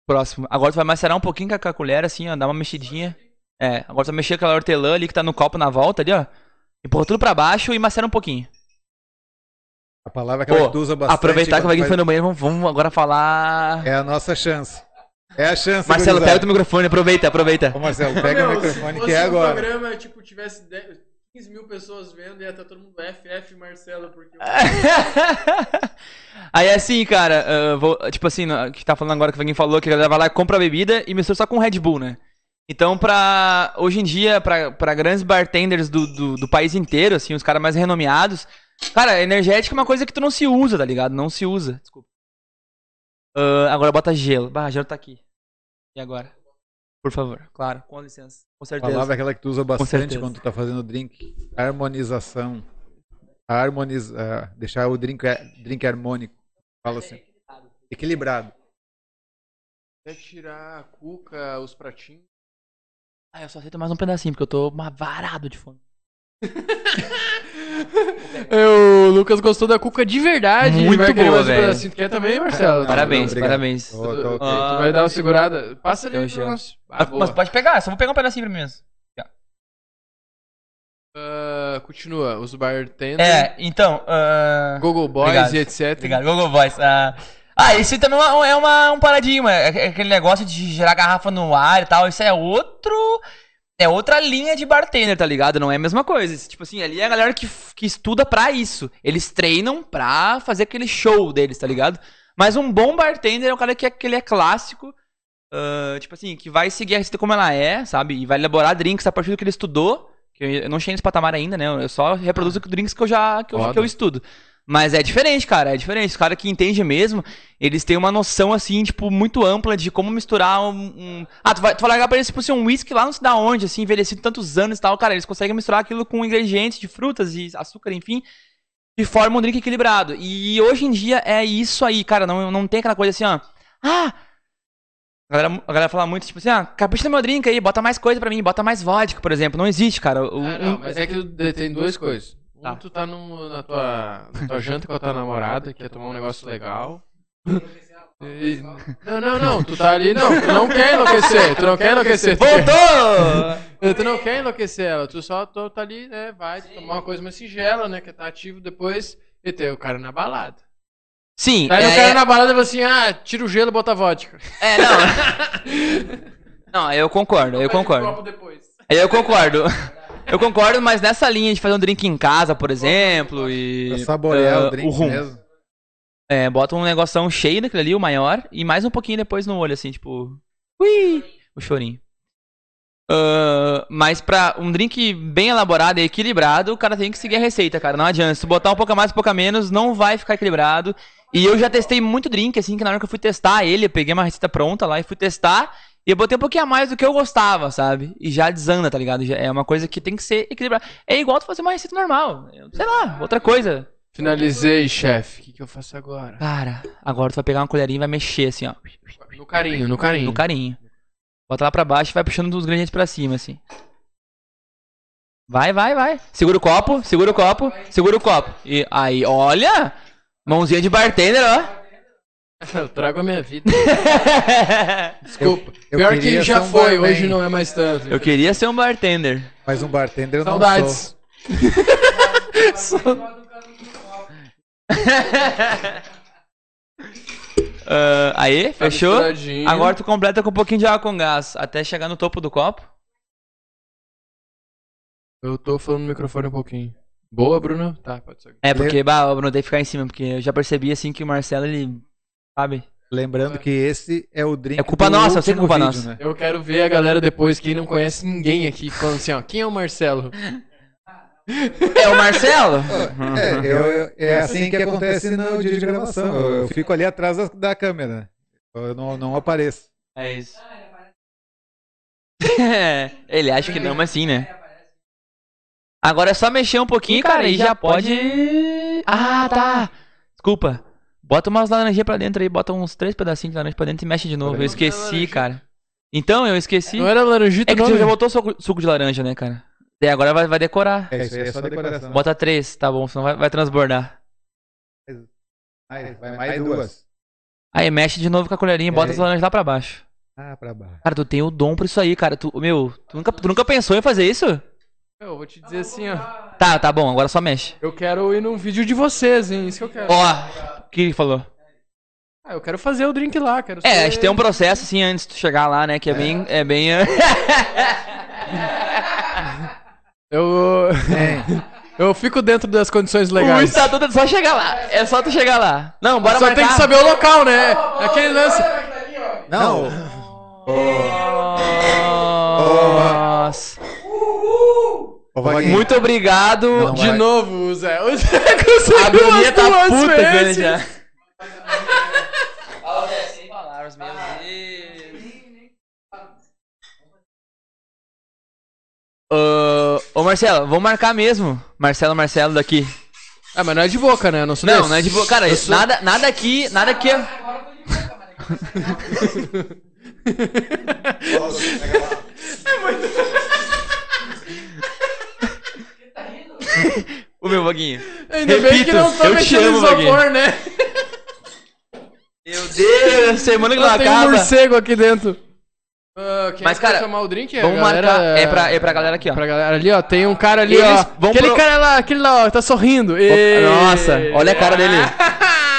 A: próximo. Agora tu vai macerar um pouquinho com a- com a colher, assim, ó, dá uma mexidinha. É, agora tu vai mexer aquela hortelã ali que tá no copo na volta ali, ó. Empurra tudo pra baixo e macera um pouquinho.
D: A palavra que a gente
A: Pô,
D: usa bastante.
A: Aproveitar que o
D: quando
A: Vaguinho foi
D: faz-
A: no banheiro, vamos, vamos agora falar.
D: É a nossa chance. É a chance.
A: Marcelo,
D: gurizada.
A: pega o teu microfone, aproveita, aproveita.
D: Ô, Marcelo, pega o microfone que é agora.
C: programa, tipo, tivesse 10, 15 mil pessoas vendo e até todo mundo FF Marcelo, porque...
A: Ah. Aí assim, cara, ah, vou- tipo assim, na- que tá falando agora que alguém falou que a galera vai lá, e compra a bebida e mistura só com Red Bull, né? Então, pra. Hoje em dia, pra, pra grandes bartenders do, do, do país inteiro, assim, os caras mais renomeados, cara, energético é uma coisa que tu não se usa, tá ligado? Não se usa. Desculpa. Ah, agora bota gelo. Bah, gelo tá aqui. E agora? Por favor, claro, com licença. Com
D: A
A: certeza.
D: palavra é aquela que tu usa bastante
A: certeza.
D: quando tu tá fazendo drink. Harmonização. Harmonizar. Deixar o drink, é, drink harmônico. Fala assim. Equilibrado.
C: Até tirar a cuca, os pratinhos.
A: Ah, eu só aceito mais um pedacinho, porque eu tô uma- varado de fome.
C: É, o Lucas gostou da cuca de verdade.
A: Muito
C: ele vai querer
A: boa,
C: mais um
A: velho.
C: pedacinho. Tu quer também, Marcelo?
A: parabéns,
D: obrigado.
A: parabéns.
D: Tô- tô ok.
A: Ah,
C: Tu vai dar uma segurada. Passa
A: Eu
C: ali pro
A: já.
C: nosso... Ah,
A: Ah,
C: boa.
A: mas pode pegar, só vou pegar um pedacinho pra mim mesmo.
C: Ah, continua, os bartenders,
A: É, então. ah,
C: Google Boys
A: Obrigado.
C: e etc.
A: Obrigado, Google Voice. ah, ah, isso também é uma- é uma, um paradigma. É é aquele negócio de gerar garrafa no ar e tal. Isso é outro. É outra linha de bartender, tá ligado? Não é a mesma coisa. Isso, Tipo assim, ali é a galera que, f- que estuda pra isso. Eles treinam pra fazer aquele show deles, tá ligado? Mas um bom bartender é um cara que, é, que ele é clássico. ah, tipo assim, que vai seguir a receita como ela é, sabe? E vai elaborar drinks a partir do que ele estudou. Que eu- eu não cheguei nesse patamar ainda, né? Eu só reproduzo drinks que eu já que eu, que
C: Foda.
A: eu estudo. Mas é diferente, cara, é diferente. Os caras que entendem mesmo, eles têm uma noção, assim, tipo, muito ampla de como misturar um. um- Ah, tu vai, tu vai largar pra eles, tipo assim, um whisky lá não sei da onde, assim, envelhecido tantos anos e tal. Cara, eles conseguem misturar aquilo com ingredientes de frutas e açúcar, enfim, e formam um drink equilibrado. E hoje em dia é isso aí, cara. Não, não tem aquela coisa assim, ó. Ah! A galera, a galera fala muito, tipo assim, ah, capricha no meu drink aí, bota mais coisa pra mim, bota mais vodka, por exemplo. Não existe, cara. O-
C: Ah,
A: um-
C: não, mas é que tu- tem duas coisas. Um,
A: Tá.
C: tu tá num- na, tua, na tua janta com a tua namorada, que quer tomar um negócio legal. E- Não, não, não, tu tá ali, não, tu não quer enlouquecer, tu não quer enlouquecer. Tu, quer-
A: Voltou!
C: tu não quer enlouquecer ela, tu só tu tá ali, né, vai tomar uma coisa mais singela, né, que tá ativo depois e tem o cara na balada.
A: Sim,
C: Daí o
A: é-
C: cara na balada fala assim, ah, tira o gelo, bota vodka.
A: É, não. Não, eu concordo, eu
C: Pede um
A: concordo.
C: copo depois.
A: Eu concordo. Eu concordo, mas nessa linha de fazer um drink em casa, por exemplo, e.
D: Pra saborear
A: ah,
D: o drink
A: rum.
D: mesmo.
A: É, bota um negocinho cheio daquele ali, o maior, e mais um pouquinho depois no olho, assim, tipo. Ui! O chorinho. Ah, mas pra um drink bem elaborado e equilibrado, o cara tem que seguir a receita, cara. Não adianta. Se botar um pouco a mais, um pouco a menos, não vai ficar equilibrado. E eu já testei muito drink, assim, que na hora que eu fui testar ele, eu peguei uma receita pronta lá e fui testar. E eu botei um pouquinho a mais do que eu gostava, sabe? E já desanda, tá ligado? Já É uma coisa que tem que ser equilibrada. É igual tu fazer uma receita normal. Sei lá, outra coisa.
C: Finalizei, chefe. O que, que eu faço agora?
A: Cara, agora tu vai pegar uma colherinha e vai mexer assim, ó.
C: No carinho, no carinho.
A: No carinho. Bota lá pra baixo e vai puxando os ingredientes pra cima, assim. Vai, vai, vai. Segura o copo, segura o copo, segura o copo. E aí, olha! Mãozinha de bartender, ó.
C: Eu trago a minha vida. Desculpa.
D: eu
C: Pior
D: queria
C: que já
D: ser um
C: foi,
D: barman.
C: hoje não é mais tanto.
A: Eu queria ser um bartender.
D: Mas um bartender eu não sou.
C: Saudades.
A: Ah, aí, fechou?
C: Tá misturadinho.
A: Agora tu completa com um pouquinho de água com gás, até chegar no topo do copo.
C: Eu tô falando no microfone um pouquinho. Boa, Bruno? Tá, pode ser.
A: É, porque, bah, eu não dei ficar em cima, porque eu já percebi, assim, que o Marcelo, ele, sabe?
D: Lembrando que esse é o drink
A: É culpa nossa, eu sei que é
D: último
A: culpa
D: vídeo,
A: nossa.
D: né?
C: Eu quero ver a galera depois, quem não conhece ninguém aqui, falando assim, ó, quem é o Marcelo?
A: É o Marcelo?
D: É, eu- eu- é assim que acontece no dia de gravação. Eu, eu fico ali atrás da, da câmera. Eu não, não apareço.
A: É isso. Ele acha que não, mas sim, né? Agora é só mexer um pouquinho, cara, e já pode. Ah, tá. Desculpa. Bota umas laranjinhas pra dentro aí, bota uns três pedacinhos de laranja pra dentro e mexe de novo. Eu
D: Peraí.
A: esqueci, cara. Então, eu esqueci.
C: Não era laranjita
A: É
C: o
A: que você
C: nome?
A: já botou suco, suco de laranja, né, cara? E agora vai, vai decorar.
D: É, isso aí é só decoração.
A: Bota três, tá bom, senão vai, vai transbordar.
D: Aí, vai mais duas.
A: Aí mexe de novo com a colherinha e bota
D: É.
A: as laranjas lá pra baixo.
D: Ah, pra baixo.
A: Cara, tu tem o dom pra isso aí, cara. Tu, meu, tu nunca, tu nunca pensou em fazer isso?
C: Eu vou te dizer assim, ó.
A: Tá, tá bom, agora só mexe.
C: Eu quero ir num vídeo de vocês, hein? Isso que eu quero.
A: Ó, o que ele falou?
C: Ah, eu quero fazer o drink lá, quero
A: É,
C: ser-
A: acho que tem um processo assim antes de tu chegar lá, né? Que é bem. É bem.
C: Eu... eu fico dentro das condições
A: o
C: legais.
A: estatuto é só chegar lá. É só tu chegar lá. Não, bora
C: Só
A: marcar.
C: tem que saber o local, né? É Aquele lance.
D: Não,
A: Nossa.
D: ô, Vaguinho,
A: Muito obrigado.
D: Não.
C: De
D: Vai.
C: novo, o Zé. O Zé
A: A
C: conseguiu
A: guria
C: as
A: tá
C: duas
A: puta com ele
C: vezes.
A: já. Ô, ô Marcelo, vamos marcar mesmo. Marcelo, Marcelo daqui.
C: Ah, mas não é de boca, né? Eu não sou
A: Não,
C: desse.
A: não é de boa. Cara,
C: Eu sou-
A: nada, nada aqui, nada aqui. é- O meu vaguinho.
C: Ainda bem que
A: Repito,
C: não tá
A: eu te
C: mexendo
A: amo,
C: no isopor,
A: Vaguinho.
C: né?
A: Meu Deus, semana que não
C: Eu tenho um
A: acaba.
C: morcego aqui dentro. Ah, quem
A: Mas,
C: é que vai
A: cara,
C: tomar o drink? É a
A: Vamos
C: galera-
A: marcar. É pra, é pra galera aqui, ó.
C: Pra galera ali, ó. Tem um cara ali,
A: Eles
C: ó.
A: vão
C: Aquele
A: pro-
C: cara lá, aquele lá, ó, tá sorrindo. Ei.
A: Nossa, olha a cara dele.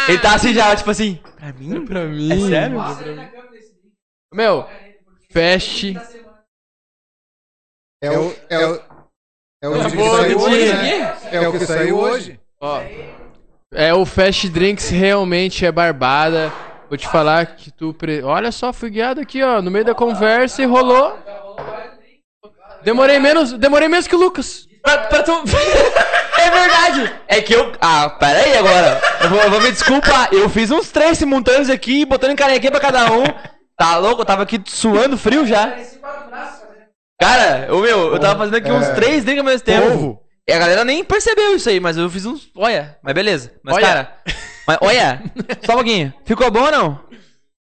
A: Ele tá assim já, tipo assim. Pra mim?
C: Pra mim.
A: É sério?
C: Meu, feche.
D: é o, é o, é o
C: Tá
D: que
C: bom,
D: saiu
C: Didi.
D: hoje, né? É o que saiu hoje.
C: Ó. É, o Fast Drinks realmente é barbada. Vou te falar que tu. pre- Olha só, fui guiado aqui, ó. No meio da conversa e rolou. Demorei menos, demorei menos que o Lucas.
A: Pra, pra tu. é verdade! É que eu. Ah, pera aí agora. Eu vou, eu vou me desculpar. Eu fiz uns três simultâneos aqui, botando canequinha pra cada um. Tá louco? Eu tava aqui suando frio já. Cara, o meu, eu tava fazendo aqui uns
D: É.
A: três drinks ao mesmo tempo.
D: Povo.
A: E a galera nem percebeu isso aí, mas eu fiz uns. Olha, mas beleza. Mas,
C: Olha.
A: cara. Mas, olha, só um pouquinho. Ficou bom ou não? O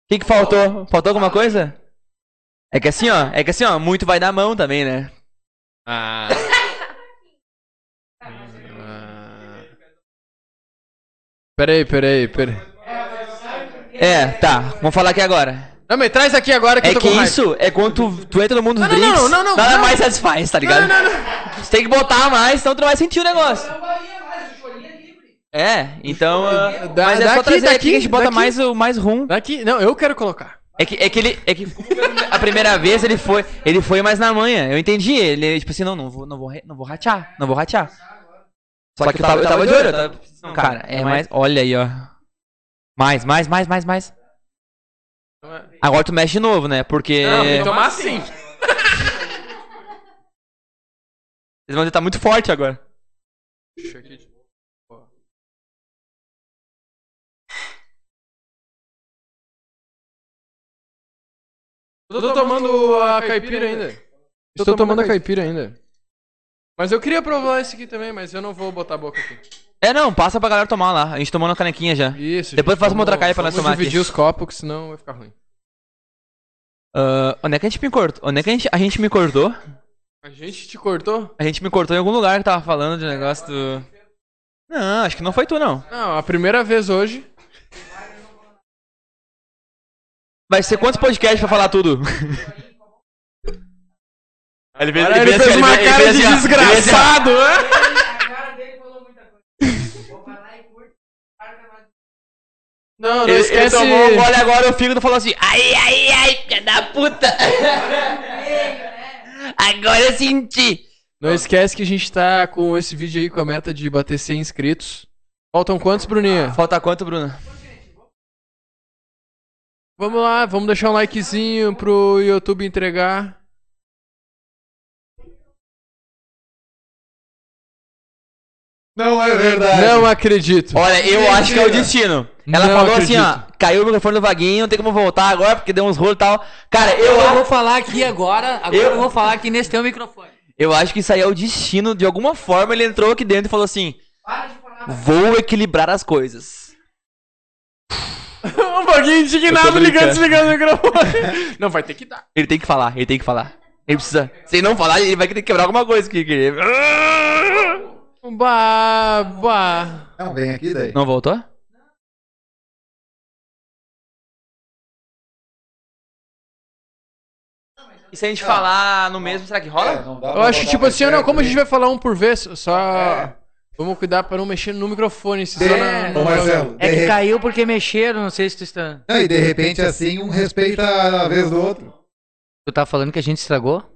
A: que, que faltou? Faltou alguma coisa? É que assim, ó. É que assim, ó. Muito vai da mão também, né?
C: Ah. Peraí, peraí, peraí.
A: É, tá. Vamos falar aqui agora.
C: Não, mas traz aqui agora que
A: É
C: eu tô
A: que
C: com raiva.
A: isso é quando tu, tu entra no mundo dos
C: Não, não,
A: drinks.
C: não, não, não,
A: nada
C: não.
A: mais satisfaz, tá ligado?
C: não,
A: Você tem que botar mais, senão tu não vai sentir o negócio. É, então. ah,
C: Da-
A: mas é só
C: daqui,
A: trazer aqui
C: daqui,
A: que a gente bota
C: daqui.
A: mais, o- mais rum.
C: Daqui, não, eu quero colocar.
A: É que, é que ele. É que a primeira vez ele foi. Ele foi mais na manhã. Eu entendi. Ele, tipo assim, não, não vou, não vou, re- não vou ratear. Não vou ratear. Só que eu tava, eu tava de olho. eu tava- Não, cara, é mais. Olha aí, ó. Mais, mais, mais, mais, mais.
C: É, assim.
A: Agora tu mexe de novo, né? Porque.
C: tomar sim.
A: Eles vão tentar muito forte agora.
C: Deixa aqui de- ó. Eu tô tomando a caipira ainda. Estou tomando a caipira ainda. Mas eu queria provar esse aqui também, mas eu não vou botar a boca aqui.
A: É, não, passa pra galera tomar lá. A gente tomou na canequinha já.
C: Isso.
A: Depois
C: gente,
A: faz uma outra
C: vamos-
A: caipa pra nós
C: vamos
A: tomar aqui.
C: dividir os copos, que senão vai ficar ruim.
A: Ah, onde é que a gente me cortou? Onde é que a gente, a gente me cortou?
C: A gente te cortou?
A: A gente me cortou em algum lugar que tava falando de negócio do. Não, acho que não foi tu, não.
C: Não, a primeira vez hoje.
A: Vai ser quantos podcasts pra falar tudo? Ele assim, fez,
C: ele fez uma cara de né?
A: desgraçado.
C: Não, não
A: Ele, ele
C: esquece.
A: tomou um gole agora o fígado falou assim: ai, ai, ai, filha da puta. agora eu senti.
C: Não esquece que a gente tá com esse vídeo aí com a meta de bater 100 inscritos. Faltam quantos, Bruninha?
A: Falta quanto, Bruno?
C: Vamos lá, vamos deixar um likezinho pro YouTube entregar.
D: Não é verdade.
C: Não acredito.
A: Olha, eu acho que é o destino. Ela
C: Não
A: falou assim, ó,
C: acredito.
A: caiu o microfone do Vaguinho, não tem como voltar agora porque deu uns rolos e tal. Cara, eu
B: Eu
A: acho,
B: vou falar aqui agora, agora eu,
A: Eu-
B: vou falar aqui nesse teu microfone.
A: eu acho que isso aí é o destino. De alguma forma ele entrou aqui dentro e falou assim,
B: Para de falar.
A: vou equilibrar as coisas.
C: um pouquinho
A: Eu tô
C: indignado
A: brincando.
C: ligando, desligando o microfone. Não, vai ter que dar.
A: Ele tem que falar, ele tem que falar. Ele precisa. Se ele não falar, ele vai ter que quebrar alguma coisa que ele
C: Bah, bah.
D: Não, vem aqui daí.
A: Não voltou? E se a gente falar no mesmo, será que
B: É,
A: rola?
D: É, não dá
C: Eu acho que, tipo assim, não, como a gente vai falar um por vez, só. Vamos cuidar pra não mexer no microfone. Se só
B: É.
C: não-
D: Ô, Marcelo,
B: É
D: de
B: que
D: re-
B: caiu porque mexeram, não sei se tu está.
D: Não, e de repente assim, um respeita a vez do outro.
B: Tu tá falando que a gente estragou? Tá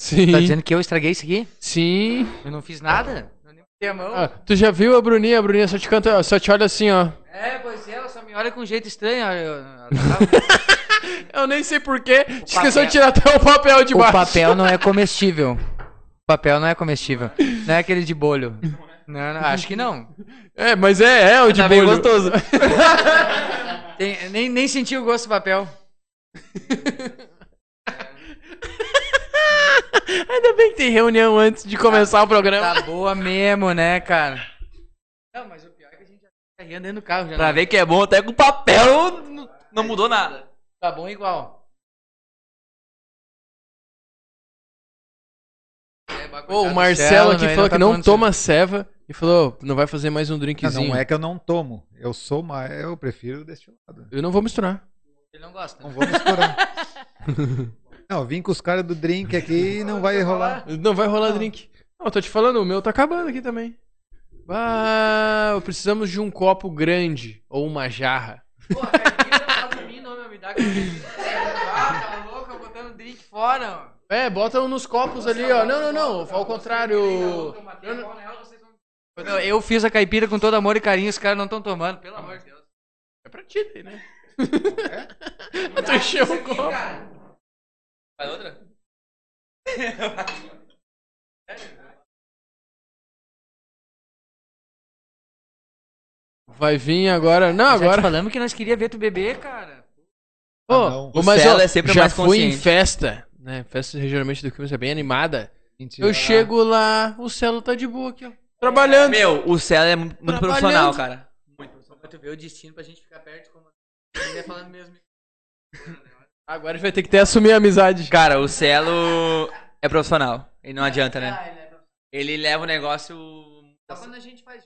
C: Sim.
B: dizendo que eu estraguei isso aqui?
C: Sim.
B: Eu não fiz nada? Eu nem botei a mão.
C: Ah, tu já viu a Bruninha? A Bruninha só te canta, só te olha assim, ó.
B: É, pois é, ela só me olha com um jeito estranho. ó, eu- eu-
C: Eu nem sei porquê.
B: papel.
C: Esqueceu de tirar até o papel de
B: o
C: baixo.
B: papel não é comestível. O papel não é comestível. Não é aquele de bolho. Não, não, acho que não.
C: É, mas é, é o de
A: Tá bem
C: bolho.
A: gostoso.
B: Tem- nem, nem senti o gosto do papel.
C: Ainda bem que tem reunião antes de começar o programa.
B: Tá boa mesmo, né, cara? Não, mas o pior é que a gente já tá rindo dentro do carro. Já
A: Pra
B: não-
A: ver que é bom, até com papel n- não mudou nada.
B: Tá bom igual. É, mas
C: Ô,
B: coitado
C: o
B: do
C: Marcelo
B: Celo,
C: aqui
B: né, ele
C: falou que
B: tá
C: não
B: tomando
C: toma ceva e falou, não vai fazer mais um
D: Não,
C: drinkzinho.
D: não é que eu não tomo. Eu sou mais. Eu prefiro destilado.
C: Eu não vou misturar.
B: cerveja. Ele não gosta. né?
D: Não vou misturar. não, vim com os caras do drink aqui e não vai rolar.
C: Não vai rolar drink. Não, eu tô te falando, o meu tá acabando aqui também. Ah, precisamos de um copo grande ou uma jarra.
B: Porra, cara, faz mim, não, meu, me dá que eu- Ah, tá louco, botando drink fora, mano.
C: É, bota um nos copos ali, ó. Não, não, não. Ao contrário. Eu não-
B: Meu, eu fiz a caipira com todo amor e carinho, os caras não estão tomando, pelo amor de Deus.
C: É pra ti, daí, né? É? Eu tô enchendo o copo.
A: Faz outra?
C: Vai vir agora. Não,
B: Já te
C: agora.
B: falamos que nós queríamos ver tu beber, cara.
C: Ô,
D: Ah, não.
C: ô, mas
A: Marcelo
C: ó,
A: é sempre
C: já
A: mais
C: fui em
A: consciente.
C: festa, né? Festa geralmente do Crimes é bem animada.
D: Mentira.
C: Eu chego lá, o Celo tá de boa aqui, ó. Trabalhando.
A: Meu, o Celo é mu- muito
C: Trabalhando.
A: profissional, cara.
B: Tu vê o destino pra gente ficar perto como. falando mesmo.
C: Agora a gente vai ter que ter assumir a amizade.
A: Cara, o Celo é profissional. E não adianta,
B: Ah,
A: né? Ele leva o negócio.
B: é Só quando a gente faz.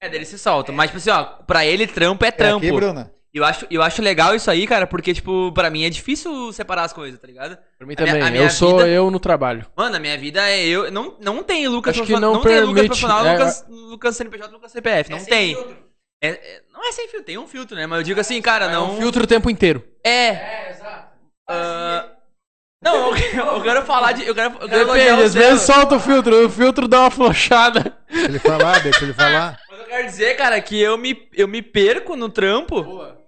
A: É, dele se solta. Mas, tipo assim, ó, pra ele trampo é
D: É
A: trampo.
D: aqui, Bruna.
A: eu, acho, eu acho legal isso aí, cara, porque, tipo, pra mim é difícil separar as coisas, tá ligado?
C: Pra mim
A: A minha-
C: também.
A: a minha
C: eu sou
A: vida-
C: eu no trabalho.
A: Mano, a minha vida é eu. Não, não tem Lucas
C: Acho que
A: profissional.
C: não
A: Não, tem Lucas
C: permite,
A: profissional,
C: é,
A: Lucas, Lucas CNPJ, Lucas CPF. Não tem. É, é- não é sem filtro, tem um filtro, né? Mas eu digo assim, cara,
C: Eu
A: não.
C: filtro o tempo inteiro.
A: É. Ah, não, eu, eu quero falar de. Eu quero, eu quero elogiar
C: Depende,
A: o
C: às
A: Celo.
C: vezes solta o filtro, o filtro dá uma flochada.
D: Deixa ele falar, deixa ele falar.
A: Mas eu quero dizer, cara, que eu me, eu me perco no trampo.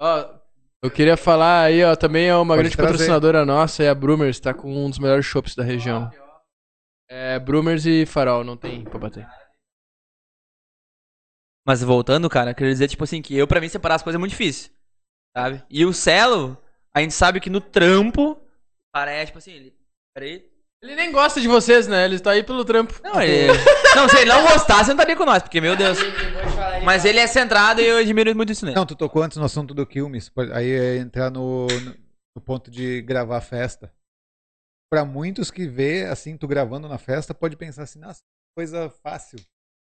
C: Ó, Eu queria falar aí, ó, também é uma
D: Pode
C: grande
D: trazer.
C: patrocinadora nossa, é a Brumers, tá com um dos melhores shops da região. É, Brumers e Farol, não tem pra bater.
A: Mas voltando, cara, eu queria dizer, tipo assim, que eu, pra mim, separar as coisas é muito difícil. Sabe? E o Celo, a gente sabe que no trampo, parece, tipo assim, ele. Peraí.
C: Ele nem gosta de vocês, né? Ele tá aí pelo trampo.
A: Não, ele. não, se ele não gostasse, ele não estaria com nós, porque, meu Deus. Mas ele é centrado e eu admiro muito isso nele.
D: Não, tu tocou antes no assunto do Quilmes. pode- Aí é entrar no, no- no ponto de gravar festa. Pra muitos que vê, assim, tu gravando na festa, pode pensar assim, nossa, coisa fácil.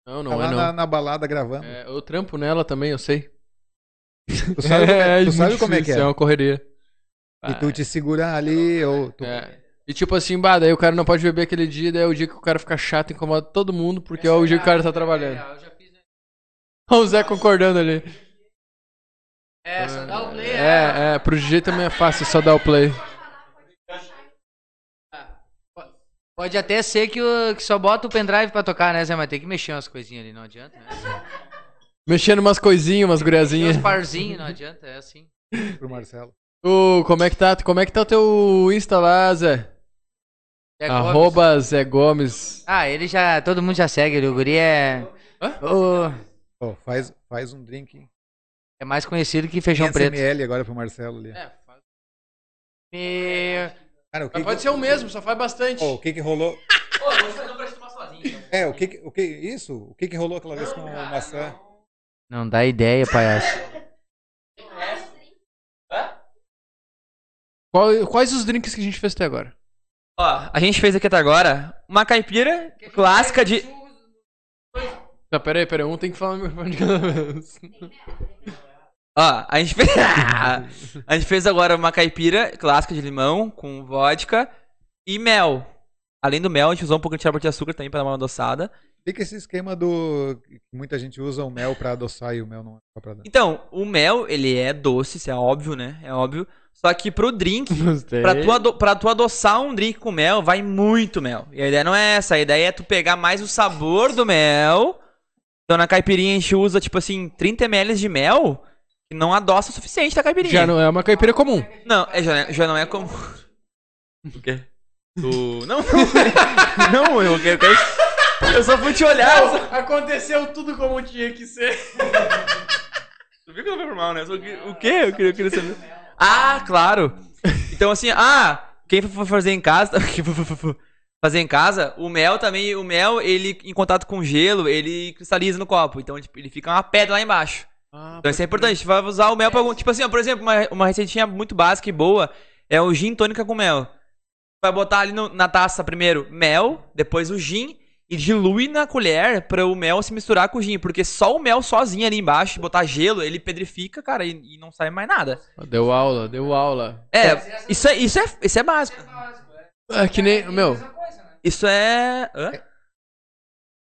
C: Não,
D: Tá
C: não
D: lá
C: é
D: Na,
C: não.
D: na balada gravando.
C: É, eu trampo nela também, eu sei.
D: Tu sabe, como é- tu
C: muito
D: sabe como é que
C: difícil,
D: é.
C: uma correria. Ah,
D: E tu te segurar ali, ou tu-
C: É. E tipo assim, bah, daí o cara não pode beber aquele dia, daí é o dia que o cara fica chato, incomoda todo mundo, porque é o dia que o cara tá trabalhando.
B: né?
C: Olha o Zé concordando ali.
B: É, só dá o play. É,
C: É, é, pro DJ também é fácil só dar o play.
B: Pode até ser que, o- que só bota o pendrive pra tocar, né, Zé? Mas tem que mexer umas coisinhas ali, não adianta. Né?
C: Mexendo umas coisinhas, umas
B: Tem
C: guriazinhas.
B: uns parzinhos, não adianta, é assim.
D: pro Marcelo.
C: Ô, como é que tá? Como é que tá o teu Insta lá, Zé?
B: É Gomes.
C: Arroba Zé Gomes.
B: Ah, ele já. Todo mundo já segue, ele, o Guri é. o-
D: Ó, faz, faz um drink.
B: é mais conhecido que feijão
D: 500
B: preto.
D: ml agora pro Marcelo ali.
C: É,
B: Me-
D: Cara, o que, que,
C: ser o mesmo, só faz bastante.
D: Ó, o que que rolou?
A: sozinho.
D: É, o que, que- o que isso? O que que rolou aquela vez com o maçã?
B: Não dá ideia, palhaço.
C: Qual- quais os drinks que a gente fez até agora?
A: Ó, a gente fez aqui até agora uma caipira clássica de.
C: Tá, peraí, peraí, um tem que falar no microfone de cada vez.
A: Ó, a gente fez. a gente fez agora uma caipira clássica de limão com vodka e mel. Além do mel, a gente usou um pouco de xarope de açúcar também pra dar uma adoçada.
D: Fica esse esquema do. que Muita gente usa o mel pra adoçar e o mel não é só pra dar.
A: Então, o mel, ele é doce, isso é óbvio, né? É óbvio. Só que pro drink,
C: Gostei.
A: pra tu, ado- pra tu adoçar um drink com mel, vai muito mel. E a ideia não é essa, a ideia é tu pegar mais o sabor do mel. Então na caipirinha a gente usa, tipo assim, 30 ml de mel, que não adoça o suficiente da caipirinha.
C: Já não é uma caipira comum.
A: Não, é, já, já não é comum. O quê? Tu. Não, não. não, eu, eu, eu- eu só fui te olhar. eu só-
C: Aconteceu tudo como tinha que ser.
A: Tu viu que eu não foi mal, né? Eu só que- o quê? Eu queria, eu queria saber. Ah, claro! Então assim, ah, quem for fazer em casa. quem for fazer em casa, o mel também, o mel, ele, em contato com o gelo, ele cristaliza no copo. Então, tipo, ele fica uma pedra lá embaixo. Então isso é importante, vai usar o mel pra algum. Tipo assim, ó, por exemplo, uma, uma receitinha muito básica e boa é o gin tônica com mel. Vai botar ali no- na taça primeiro mel, depois o gin e dilui na colher pra o mel se misturar com o gin. Porque só o mel sozinho ali embaixo, botar gelo, ele pedrifica, cara, e, e não sai mais nada.
C: Ah, Deu aula, deu aula.
A: É, isso é, isso é, isso é básico.
C: É que nem, meu,
A: Isso é. Hã?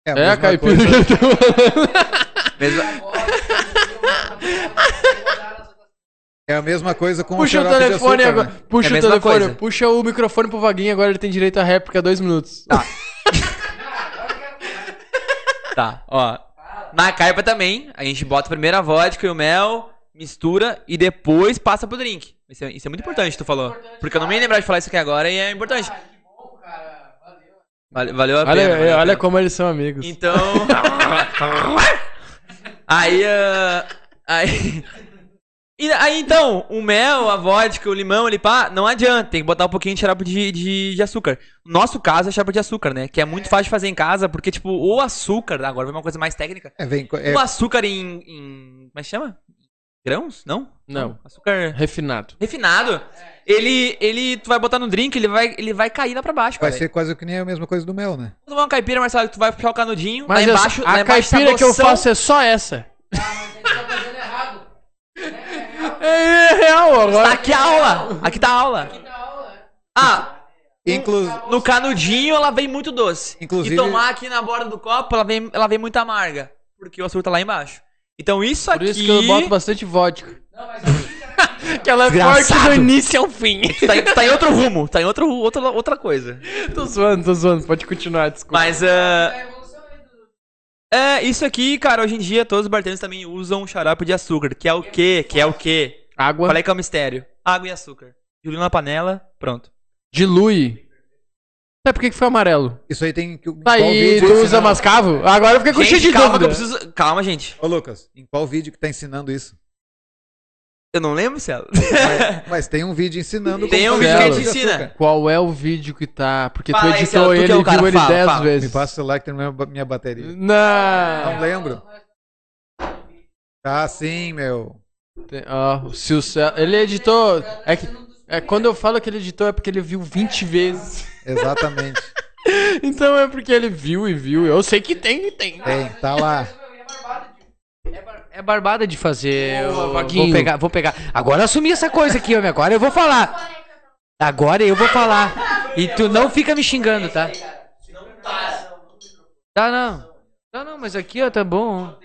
C: é a
D: mesma
C: caipira
D: coisa.
C: que eu tô
D: É a mesma coisa com
C: Puxa o
D: xarope de
C: telefone
D: açúcar,
C: agora.
D: né?
A: É
C: Puxa
A: a
C: o
A: mesma
C: telefone.
A: coisa.
C: Puxa o microfone pro Vaguinho, agora ele tem direito a réplica dois minutos.
A: Tá, ó. Na carpa também, a gente bota primeiro a vodka e o mel, mistura e depois passa pro drink. Isso é, isso é muito importante, tu falou. Porque eu não me ia lembrar de falar isso aqui agora e é importante. Vale- Valeu a pena.
C: Olha,
A: valeu a
C: olha
A: pena.
C: como eles são amigos.
A: Então. aí. ah, aí. E aí então, o mel, a vodka, o limão, ele pá, não adianta, tem que botar um pouquinho de xarope de, de, de açúcar. No nosso caso é xarope de açúcar, né? Que é muito fácil de fazer em casa, porque, tipo, o açúcar, agora vai uma coisa mais técnica,
D: É, vem, co- é,
A: o açúcar em, em- Como é que chama? Grãos? Não?
C: Não.
A: Açúcar
C: Refinado.
A: refinado. Ele. Ele. Tu vai botar no drink, ele vai, ele vai cair lá pra baixo,
D: vai
A: cara.
D: ser quase que nem a mesma coisa do mel, né?
A: Tu vai uma é caipira, Marcelo, que tu vai puxar o canudinho,
C: Mas
A: lá
C: essa-
A: embaixo. lá
C: a
A: embaixo tá
C: caipira que eu
A: adoção.
C: faço é só essa. É é real
A: Tá
C: agora.
A: aqui a aula! Aqui tá a aula. Ah,
C: Hum.
D: Inclu-
A: no canudinho ela vem muito doce.
D: Inclusive-
A: E tomar aqui na borda do copo, ela vem, ela vem muito amarga. Porque o açúcar tá lá embaixo. Então isso
C: Por
A: aqui.
C: isso que eu boto bastante vodka.
A: que ela é
C: Forte do
A: Desgraçado.
C: início ao fim.
A: Tu tá, em- tu tá em outro rumo, tá em outro, ru- outra, outra coisa.
C: tô zoando, tô zoando. Pode continuar, desculpa.
A: Mas ah, é, isso aqui, cara, hoje em dia todos os bartenders também usam xarope de açúcar, que é o quê? Que é o quê?
C: Água.
A: Falei que é um mistério. Água e açúcar. Julio na panela, pronto.
C: Dilui. Sabe por que que foi amarelo?
D: Isso aí tem que. em
C: Tá
D: qual
C: aí,
D: vídeo né?
C: tu
D: que
C: usa
D: ensina-
C: mascavo? Agora eu fiquei com cheio de
A: Gente, calma que
C: dúvida.
A: eu preciso... Calma, gente.
D: Ô, Lucas, em qual vídeo que tá ensinando isso?
A: Eu não lembro, Celo.
D: Mas, mas tem um vídeo ensinando
A: Tem
D: como
A: um
D: fazer
C: vídeo que
D: açúcar.
A: ensina.
D: açúcar.
C: Qual é o vídeo que tá? Porque tu
A: Fala aí,
C: editou
A: Celo, tu que
C: ele
A: é o
C: e
A: cara,
C: viu ele
A: fala,
C: 10
A: fala.
C: vezes.
D: Me passa o celular que tem minha, minha bateria. Não
C: Não.
D: lembro. Tá sim, meu.
C: Tem- ó, se o Cel... Ele editou. É que. É, quando eu falo que ele editou é porque ele viu 20 vezes.
D: Exatamente.
C: Então é porque ele viu e viu. Eu sei que tem e tem.
D: Tem, tá lá.
B: É barbada de fazer.
C: Boa,
B: eu-
C: Vaguinho.
B: É, vou pegar, vou pegar. Agora eu assumi essa coisa aqui, homem. Agora eu vou falar. Agora eu vou falar. E tu não fica me xingando, tá? Tá, não. Tá, não, mas aqui, ó, tá bom.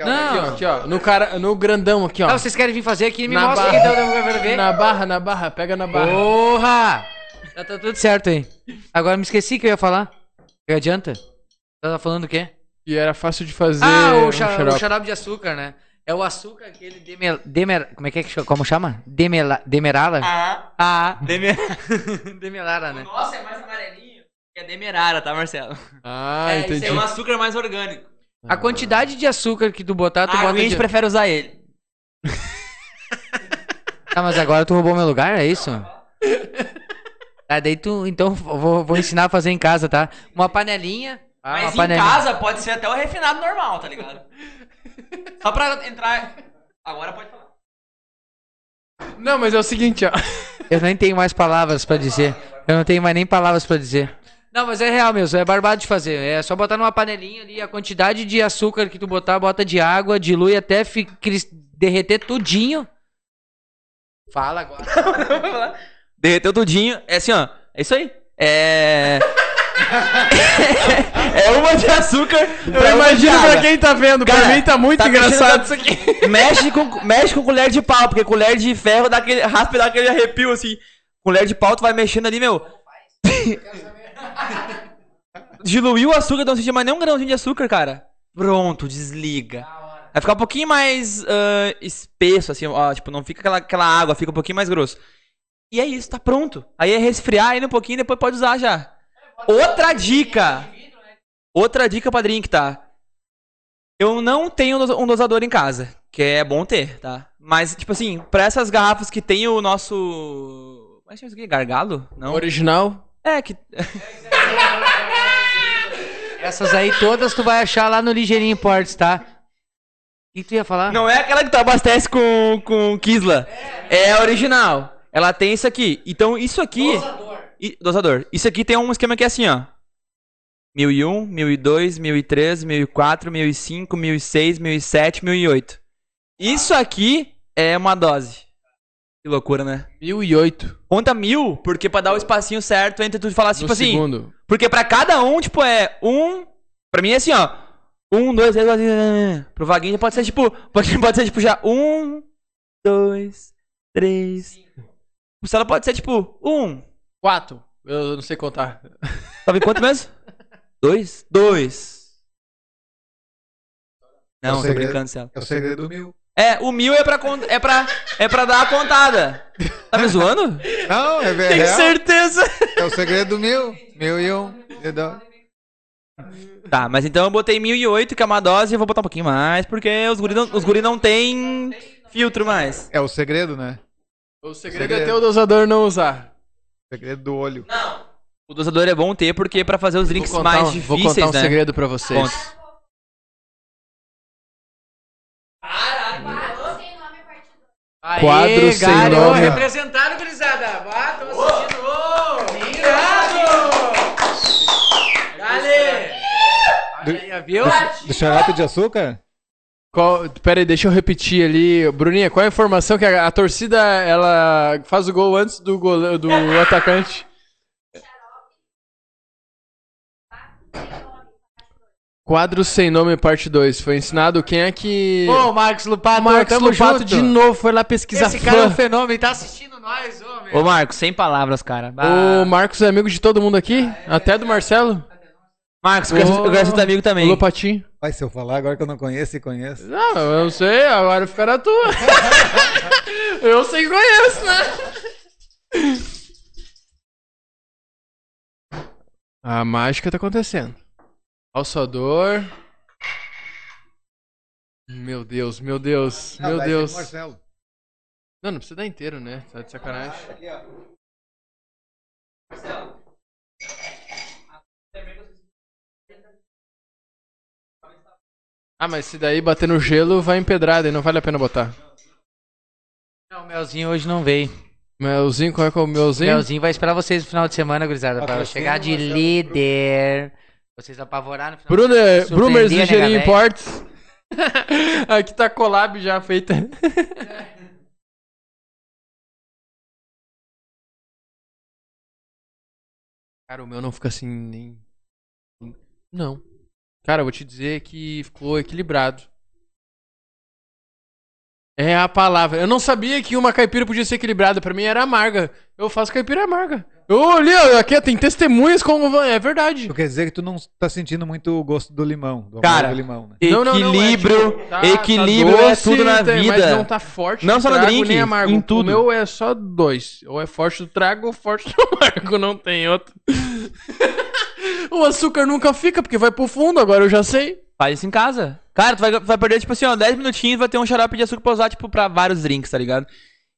B: Não.
C: Aqui, ó. No, cara, no grandão aqui, ó.
A: Tá
B: Ah, vocês querem vir fazer aqui? Me
C: Na
B: mostra
C: barra.
B: aqui, então eu quero ver.
C: Na barra, na barra. Pega na barra.
B: Porra! Já tá tudo certo aí. Agora me esqueci que eu ia falar. Que adianta? Tava falando o quê?
C: E era fácil de fazer.
B: Ah, o,
C: um
B: xa- o
C: xarope.
B: xarope de açúcar, né? É o açúcar aquele demel, demer, como é que é que chama? Como chama? Demela, demerala?
A: Ah,
B: Ah,
A: Demer...
B: demelara, né?
A: Nossa, é mais amarelinho. É Demerara, tá, Marcelo?
C: Ah, entendi.
A: é um açúcar mais orgânico.
B: A quantidade de açúcar que tu botar, tu
A: Ah, a
B: bota
A: gente
B: de...
A: prefere usar ele.
B: Ah, mas agora tu roubou meu lugar, é isso? Ah, daí tu, então eu vou, vou ensinar a fazer em casa, tá? Uma panelinha, ah, uma
A: Mas em
B: panelinha.
A: casa pode ser até o refinado normal, tá ligado? Só pra entrar... Agora pode falar.
C: Não, mas é o seguinte, ó.
B: Eu nem tenho mais palavras pra dizer. Eu não tenho mais nem palavras pra dizer. Não, mas é real mesmo, é barbado de fazer. É só botar numa panelinha ali a quantidade de açúcar que tu botar, bota de água, dilui até fi- cris- derreter tudinho. Fala agora.
A: Derreteu tudinho. É assim, ó. É isso aí. É... é uma de açúcar.
C: Eu imagino pra quem tá vendo. pra
A: Cara,
C: mim tá muito
A: tá
C: engraçado isso
A: mexendo
C: aqui.
A: mexe com, mexe com colher de pau, porque colher de ferro dá aquele, raspa e dá aquele arrepio assim. Colher de pau, tu vai mexendo ali, meu. Diluiu o açúcar, não sentir mais nem um grãozinho de açúcar, cara. Pronto, desliga. Vai ficar um pouquinho mais ah, espesso, assim, ó, tipo, não fica aquela, aquela água, fica um pouquinho mais grosso. E é isso, tá pronto. Aí é resfriar ele um pouquinho, depois pode usar já. Outra dica. Outra dica, padrinho, que tá. Eu não tenho dos- um dosador em casa, que é bom ter, tá? Mas, tipo assim, pra essas garrafas que tem o nosso. Como é que chama isso aqui? Gargalo? Não?
C: Original.
A: É, que.
B: Essas aí todas tu vai achar lá no Ligeirinho Imports, tá? O que tu ia falar?
A: Não é aquela que tu abastece com, com Kisla. É a original. Ela tem isso aqui. Então, isso aqui. Dosador. dosador. Isso aqui tem um esquema que é assim, ó. 1001, 1002, 1003, 1004, 1005, 1006, 1007, 1008. Isso aqui é uma dose. Que loucura, né?
C: 1008.
A: Conta mil, porque pra dar o espacinho certo entre tu falar tipo
C: no
A: assim.
C: segundo.
A: Porque pra cada um, tipo, é um. Pra mim é assim, ó. Um, dois, três, quatro. cinco, Pro Vaguinho já pode ser tipo. Pode, pode ser tipo já. Um, dois, três. O Celo pode ser tipo. Um.
C: Quatro. Eu não sei contar.
A: Sabe quanto mesmo? dois? Dois.
D: É
A: Não,
D: o
A: tô
D: segredo.
A: brincando, Celo.
D: É o segredo mil.
A: É, o mil é pra, con- é pra, é pra dar a contada. Tá me zoando?
D: Não, é
A: Tenho
D: verdade.
A: certeza.
D: É o segredo mil. Mil e um. Entendeu?
A: Tá, mas então eu botei 1008, que é uma dose, e eu vou botar um pouquinho mais, porque os guri não, os guri não tem filtro mais.
D: É o segredo, né?
C: O segredo,
D: Segredo.
C: é ter o dosador não usar.
D: Segredo do olho.
A: O dosador é bom ter, porque é pra fazer os drinks
C: vou contar,
A: mais
C: um- vou
A: difíceis,
C: contar
A: né?
C: um segredo pra vocês.
A: Conta.
B: Aê,
C: Quadro sem
B: Gary,
C: nome.
B: ó, Representaram, gurizada. Ah, tô assistindo. Ô, Mirado! Dale! Olha aí, viu?
D: Do xarope de açúcar?
C: Qual, pera aí, deixa eu repetir ali. Bruninha, qual é a informação que a, a torcida ela faz o gol antes do, gole, do atacante? Quadro sem nome, parte 2. Foi ensinado quem é que.
B: Ô, Marcos Lupato,
C: Marcos
B: tamo
C: Lupato
B: junto.
C: de novo foi lá pesquisar
B: Esse cara é um
C: fã.
B: fenômeno, tá assistindo nós, ô, meu.
A: Ô, Marcos, sem palavras, cara. Ah,
C: O Marcos é amigo de todo mundo aqui, até do Marcelo,
A: Marcos, eu gosto- eu gosto do amigo
C: o
A: também.
C: Lopatinho.
D: Vai, se eu falar agora que eu não conheço e conheço.
C: Não, eu não sei, agora fica na tua. Eu sei que conheço, né? A mágica tá acontecendo. Alçador. Meu Deus, meu Deus,
D: Ah,
C: meu
D: daí tem o
C: Deus.
D: Marcelo.
C: Não, não precisa dar inteiro, né? Tá de sacanagem.
D: Aqui, ó.
C: Ah, mas se daí bater no gelo, vai empedrada e não vale a pena botar.
B: Não, o Melzinho hoje não veio.
C: Melzinho, qual é que é o
B: O
C: melzinho?
B: Melzinho vai esperar vocês no final de semana, gurizada, pra
D: Patrocínio,
B: chegar de
D: Marcelo.
B: líder. Vocês apavoraram no final
C: Bruna,
B: Surpreender,
C: Brumers
B: né,
C: Ligeirinho
B: galera?
C: Imports. Aqui tá collab já feita. Cara, o meu não fica assim nem. Não. Cara, eu vou te dizer que ficou equilibrado. É a palavra. Eu não sabia que uma caipira podia ser equilibrada. Pra mim era amarga. Eu faço caipira amarga. Eu olhei, ó, aqui ó, tem testemunhas como. É verdade.
D: Tu quer dizer que tu não tá sentindo muito o gosto do limão, do
A: Cara,
D: amargo limão, né?
C: Não, não, não, é
A: Equilíbrio,
C: tipo, tá-
A: equilíbrio
C: tá
A: é
C: doce,
A: tudo na
C: tá-
A: vida.
C: Mas não tá forte.
A: Não
C: do
A: só no
C: trago,
A: drink,
C: nem amargo.
A: em tudo.
C: O meu é só dois. Ou é forte do trago ou forte do amargo. Não tem outro. o açúcar nunca fica, porque vai pro fundo, agora eu já sei.
A: Faz isso em casa. Cara, tu vai, vai perder, tipo assim, ó, 10 minutinhos vai ter um xarope de açúcar pra usar, tipo, pra vários drinks, tá ligado?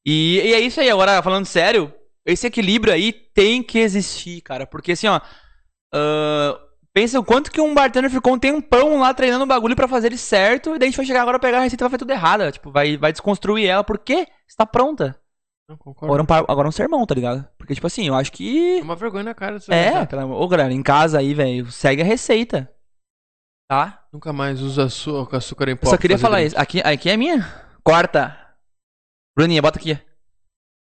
A: E, e é isso aí, agora, falando sério, esse equilíbrio aí tem que existir, cara. Porque assim, ó. ah, pensa o quanto que um bartender ficou um tempão lá treinando o bagulho pra fazer ele certo, e daí a gente vai chegar agora, pegar a receita e vai fazer tudo errada. Tipo, vai, vai desconstruir ela, porque está pronta.
C: Não,
A: Agora
C: concordo.
A: um, par- agora um sermão, tá ligado? Porque, tipo assim, eu acho que.
C: É uma vergonha na cara. disso aí,
A: É,
C: cara.
A: pelo amor. Ô, galera, em casa aí, velho, segue a receita. Tá?
C: Nunca mais usa açúcar, açúcar em pó.
A: Eu só
C: pra
A: queria
C: fazer
A: falar
C: drink.
A: isso. Aqui, aqui é minha? Corta. Bruninha, bota aqui.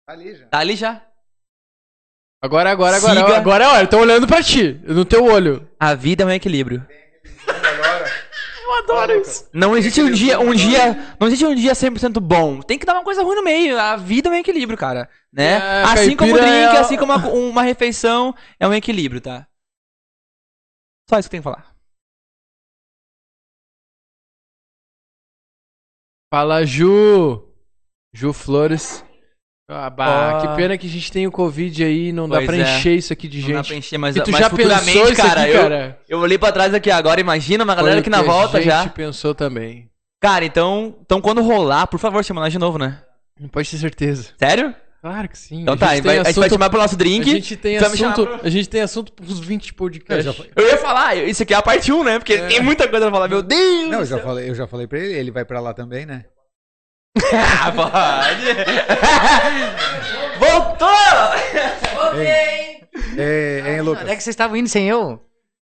D: Ali já.
A: Tá ali já.
C: Agora, agora, agora.
A: Siga.
C: Agora é hora. Eu tô olhando pra ti. No teu olho.
A: A vida é um equilíbrio.
C: Eu adoro isso.
A: Não existe um dia, um dia, não existe um dia 100% bom. Tem que dar uma coisa ruim no meio. A vida é um equilíbrio, cara, né?
C: É,
A: assim como o
C: caipira
A: drink,
C: é a-
A: assim como uma, uma refeição é um equilíbrio, tá? Só isso que eu tenho que falar.
C: Fala, Ju. Ju Flores. Ah, bah,
A: Ó.
C: que pena que a gente tem o Covid aí, não dá
A: Pois
C: pra
A: é.
C: encher isso aqui de
A: Não
C: gente.
A: dá pra encher, mas,
C: E tu
A: mas
C: já
A: futuramente,
C: pensou isso
A: cara,
C: aqui,
A: eu,
C: cara?
A: eu olhei pra trás aqui agora, imagina uma galera
C: Foi o
A: aqui na
C: que
A: volta
C: a gente
A: já.
C: pensou também.
A: Cara, então, então quando rolar, por favor, chama nós de novo, né?
C: Não pode ter certeza.
A: Sério?
C: Claro que sim.
A: Então tá, a gente, vai, a gente vai chamar pro nosso drink.
C: a gente tem
A: Só me chamar
C: assunto, a gente tem assunto pra uns 20 podcasts.
D: Eu já fa-
A: Eu ia falar, isso aqui é a parte 1, né? Porque tem muita coisa pra falar. Meu Deus!
D: Não, é eu já falei, eu já falei pra ele, ele vai pra lá também, né?
A: Ah, pode! Voltou!
D: É, hein, Lucas?
B: Onde é que vocês estavam indo sem eu?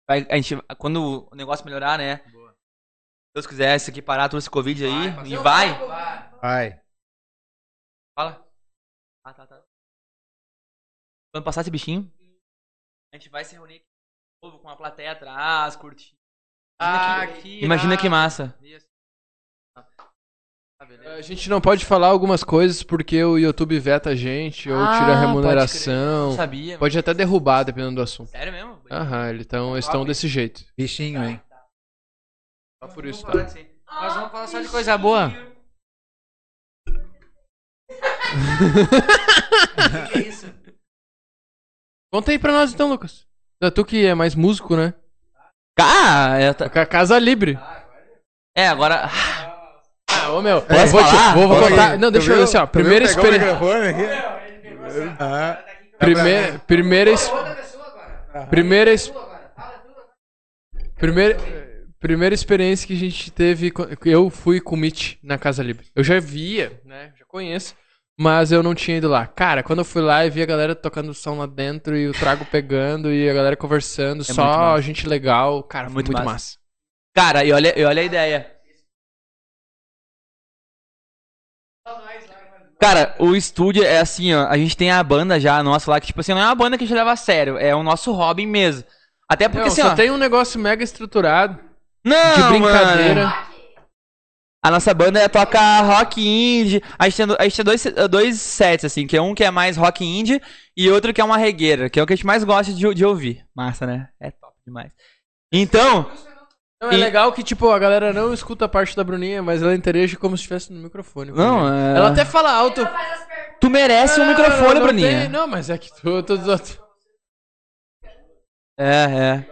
A: Vai, a gente, quando o negócio melhorar, né? Se Deus quiser, isso aqui parar todo esse Covid aí. e vai.
D: Vai.
A: Fala. Ah, tá, tá. Quando passar esse bichinho, a gente vai se reunir aqui de novo com a plateia atrás, curtindo.
B: Ah, que
A: Imagina que
B: irado.
A: massa. Ah,
C: A gente não pode falar algumas coisas porque o YouTube veta a gente ou
A: Ah,
C: tira a
A: pode
C: remuneração.
A: Não
C: Pode,
A: sabia.
C: até derrubar, dependendo do assunto.
A: Sério mesmo?
C: Aham, eles tão- eles estão desse jeito.
D: Bichinho, hein?
C: Só por isso,
B: falar
C: tá?
B: disso aí. Nós vamos falar só de coisa boa. que, que é isso?
C: Conta aí pra nós então, Lucas. Ah, Tu que é mais músico, né?
A: Ah, eu ta-
C: Ca- Casa Libre.
A: é, agora.
C: Ah, ô meu,
A: Posso
C: eu vou,
A: falar?
C: te, vou, vou
A: Pode.
C: contar. Não, deixa eu ver assim, ó. Primeira experiência.
D: Ah,
C: Primeira. Primeira. ex- Primeira. ex- Primeira. Primeira experiência que a gente teve. co- Eu fui com o Mitch na Casa Libre. Eu já via, né? Já conheço. Mas eu não tinha ido lá. Cara, quando eu fui lá e vi a galera tocando som lá dentro e o trago pegando e a galera conversando,
A: É muito
C: só
A: massa.
C: gente legal.
A: É
C: Cara, foi
A: muito
C: muito,
A: massa.
C: massa.
A: Cara, e olha, e olha a ideia. Cara, o estúdio é assim, ó. A gente tem a banda já, a nossa lá, que tipo assim, não é uma banda que a gente leva a sério, é o nosso hobby mesmo. Até porque
C: Não,
A: assim,
C: só
A: ó.
C: tem um negócio mega estruturado.
A: Não,
C: de
A: mano.
C: brincadeira.
A: A nossa banda é toca rock indie. A gente, tem, do- a gente tem dois, dois sets, assim, que é um que é mais rock indie e outro que é uma regueira, que é o que a gente mais gosta de, de ouvir. Massa, né? É top demais. Então.
C: Não, é
A: E-
C: legal que, tipo, a galera não escuta a parte da Bruninha, mas ela interage como se estivesse no microfone.
A: Não, é...
C: Ela até fala alto.
A: Tu merece um
C: Não, não,
A: microfone,
C: não, não
A: Bruninha.
C: tem- Não, mas é que tu... tu, tu- tu-
A: É, é.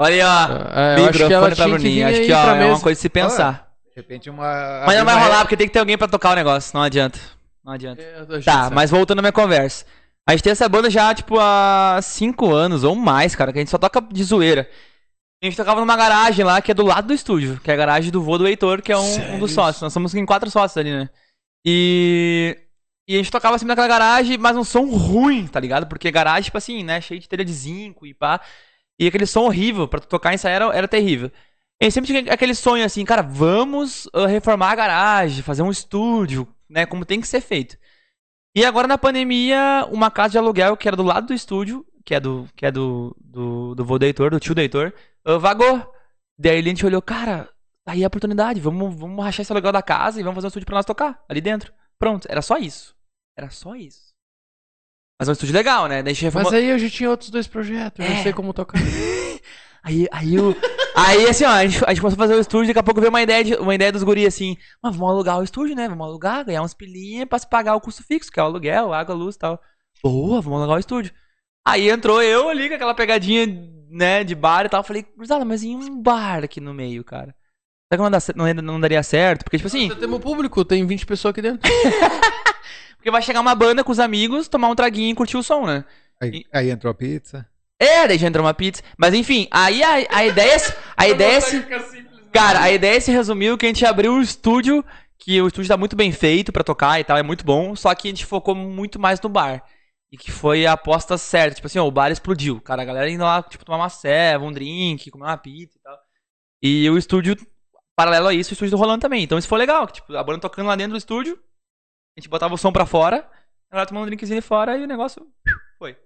A: Olha aí, ó.
C: Ah, eu acho que
A: microfone
C: ela
A: é pra
C: tinha que vir
A: Bruninha. Acho
C: aí
A: que ó,
C: pra
A: é uma
C: mesa. Ah,
A: coisa de se pensar.
D: De repente uma.
A: mas não vai
D: uma-
A: rolar, porque tem que ter alguém pra tocar o negócio. Não adianta. Não adianta.
C: É, eu tô achando
A: Tá,
C: certo.
A: mas voltando à minha conversa. A gente tem essa banda já, tipo, há cinco anos ou mais, cara, que a gente só toca de zoeira. A gente tocava numa garagem lá, que é do lado do estúdio, que é a garagem do vô do Heitor, que é um, um dos sócios. Nós somos em quatro sócios ali, né? E. E a gente tocava sempre naquela garagem, mas um som ruim, tá ligado? Porque garagem, tipo assim, né? Cheio de telha de zinco e pá. E aquele som horrível, pra tu tocar e ensaiar era, era terrível. E sempre tinha aquele sonho assim, cara, vamos ah, reformar a garagem, fazer um estúdio, né? Como tem que ser feito. E agora na pandemia, uma casa de aluguel que era do lado do estúdio, que é do que é do do, do vô do Heitor, do tio do Heitor, ah, vagou. Daí a gente olhou, cara, tá aí a oportunidade, vamos, vamos rachar esse aluguel da casa e vamos fazer um estúdio pra nós tocar ali dentro. Pronto, era só isso. Era só isso. Mas é um estúdio legal, né? Daí a gente reformou...
C: Mas aí eu já tinha outros dois projetos, eu
A: É.
C: já sei como tocar.
A: Aí, aí, o, aí assim, ó, a gente, a gente começou a fazer o estúdio, daqui a pouco veio uma ideia, de- uma ideia dos guris assim, mas vamos alugar o estúdio, né? Vamos alugar, ganhar uns pilinha pra se pagar o custo fixo, que é o aluguel, água, luz e tal. Boa, vamos alugar o estúdio. Aí entrou eu ali com aquela pegadinha, né, de bar e tal. Falei, cruzada, mas em um bar aqui no meio, cara. Será que não, dá cer- não, não daria certo? Porque, tipo assim,
C: Só temos público, tem 20 pessoas aqui dentro.
A: porque vai chegar uma banda com os amigos, tomar um traguinho e curtir o som, né?
D: Aí, aí entrou a pizza.
A: É, daí já entrou uma pizza. Mas enfim, aí a, a ideia. é se- A ideia se. Cara, a ideia é se resumiu que a gente abriu o estúdio, que o estúdio tá muito bem feito pra tocar e tal, é muito bom, só que a gente focou muito mais no bar. E que foi a aposta certa. Tipo assim, ó, o bar explodiu. Cara, a galera indo lá, tipo, tomar uma ceva, um drink, comer uma pizza e tal. E o estúdio, paralelo a isso, o estúdio do Rolando também. Então isso foi legal, que, tipo, a banda tocando lá dentro do estúdio, a gente botava o som pra fora, a galera tomando um drinkzinho fora e o negócio foi.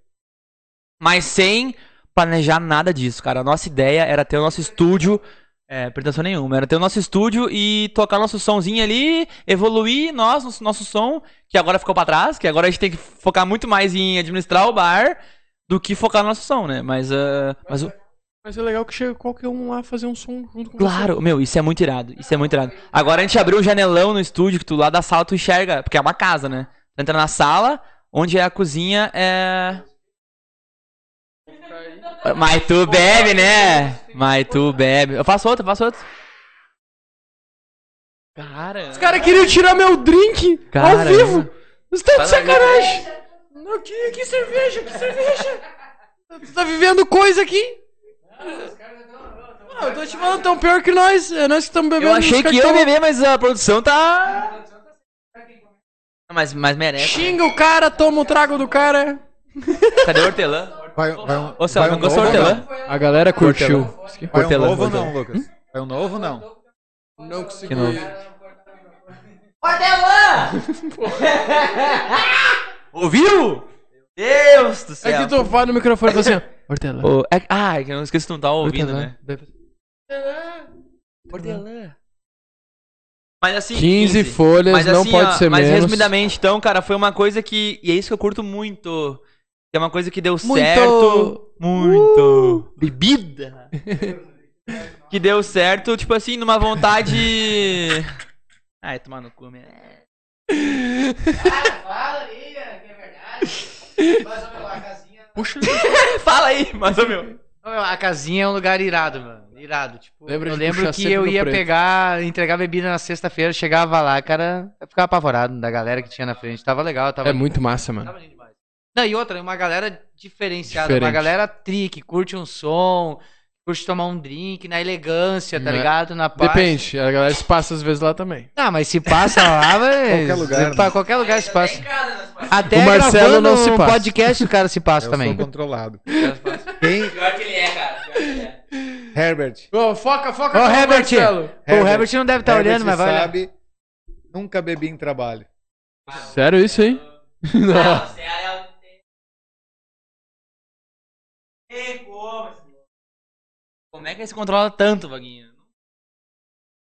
A: Mas sem planejar nada disso, cara. A nossa ideia era ter o nosso estúdio. É, pretensão nenhuma. Era ter o nosso estúdio e tocar nosso somzinho ali, evoluir nós, nosso, nosso som, que agora ficou pra trás, que agora a gente tem que focar muito mais em administrar o bar do que focar no nosso som, né? Mas, ah, mas o-
C: Mas é legal que chega qualquer um lá fazer um som junto com
A: Claro, meu, isso é muito irado. Isso é muito irado. Agora a gente abriu um janelão no estúdio que tu lá da sala tu enxerga, porque é uma casa, né? Tu entra na sala, onde é a cozinha, é. Mas tu bebe, né? Mas tu bebe. Eu faço outro, eu faço outro. Cara.
C: você. Os caras queriam tirar meu drink
A: Cara,
C: ao vivo. Você tá de
A: Fala
C: sacanagem. Não, que, que cerveja, que cerveja. Você tá vivendo coisa aqui. Não, eu tô te falando, tão pior que nós. É nós que estamos bebendo.
A: Eu achei
C: os caras
A: que eu ia
C: tão-
A: beber, mas a produção tá. Mas, mas merece.
C: Xinga o cara, toma o trago do cara.
A: Cadê o hortelã?
D: Vai, vai um,
A: Ô, Celso,
D: vai
A: não gostou do
D: novo,
A: hortelã?
C: A galera curtiu.
D: Vai um
A: Hortelã,
D: novo ou
A: hortelã.
D: não,
B: Hum?
D: Lucas? Vai um novo ou não?
C: Não consegui.
A: Que novo. Ouviu? Meu Deus do
C: É
A: céu.
C: que tu fala no microfone e fala assim, ó. Hortelã.
A: Ô, é- ah, é que eu não esqueci que tu não tá ouvindo,
C: Hortelã,
A: né?
C: bebe.
A: Hortelã. Mas assim.
C: 15 folhas,
A: Mas
C: não
A: assim,
C: pode
A: ó,
C: ser
A: Mas
C: menos.
A: resumidamente, então, cara, foi uma coisa que. E é isso que eu curto muito. Que é uma coisa que deu
C: Muito. Uh!
A: certo. Muito. Bebida. que deu certo, tipo assim, numa vontade. Ai, tomar no cu, minha.
C: Puxa.
A: Fala aí, mas ô meu.
B: Ô, meu, A casinha é um lugar irado, mano. Irado. Tipo,
C: Lembra
B: eu
C: de
B: lembro
C: puxar
B: que
C: sempre
B: eu
C: no
B: ia
C: preto.
B: pegar, entregar bebida na sexta-feira, chegava lá, cara, eu ficava apavorado da galera que tinha na frente. Tava legal, tava.
C: É muito massa, mano.
B: Tava lindo demais. Não, e outra, uma galera diferenciada, uma
C: Diferente.
B: galera tri, que curte um som, curte tomar um drink, na elegância, tá
C: Né?
B: ligado? Na paz.
C: Depende, a galera se passa às vezes lá também.
B: Ah, mas se passa lá, velho.
D: Qualquer lugar, né?
B: Pra qualquer lugar se passa. Até
C: O Marcelo
B: gravando
C: não se
B: um
C: passa.
B: podcast o cara se passa
D: Eu
B: também.
D: sou controlado. Quem?
A: Pior que ele é, cara. Pior que ele é.
D: Herbert.
C: Ô, foca, foca
B: Ô,
C: no
B: Herbert.
C: Marcelo.
B: Pô, o Herbert não deve estar tá
D: Herbert
B: olhando, mas vai olhar.
D: sabe, nunca bebi em trabalho.
C: Sério isso, hein? Não. é um
A: Como é que ele se controla tanto, Vaguinho?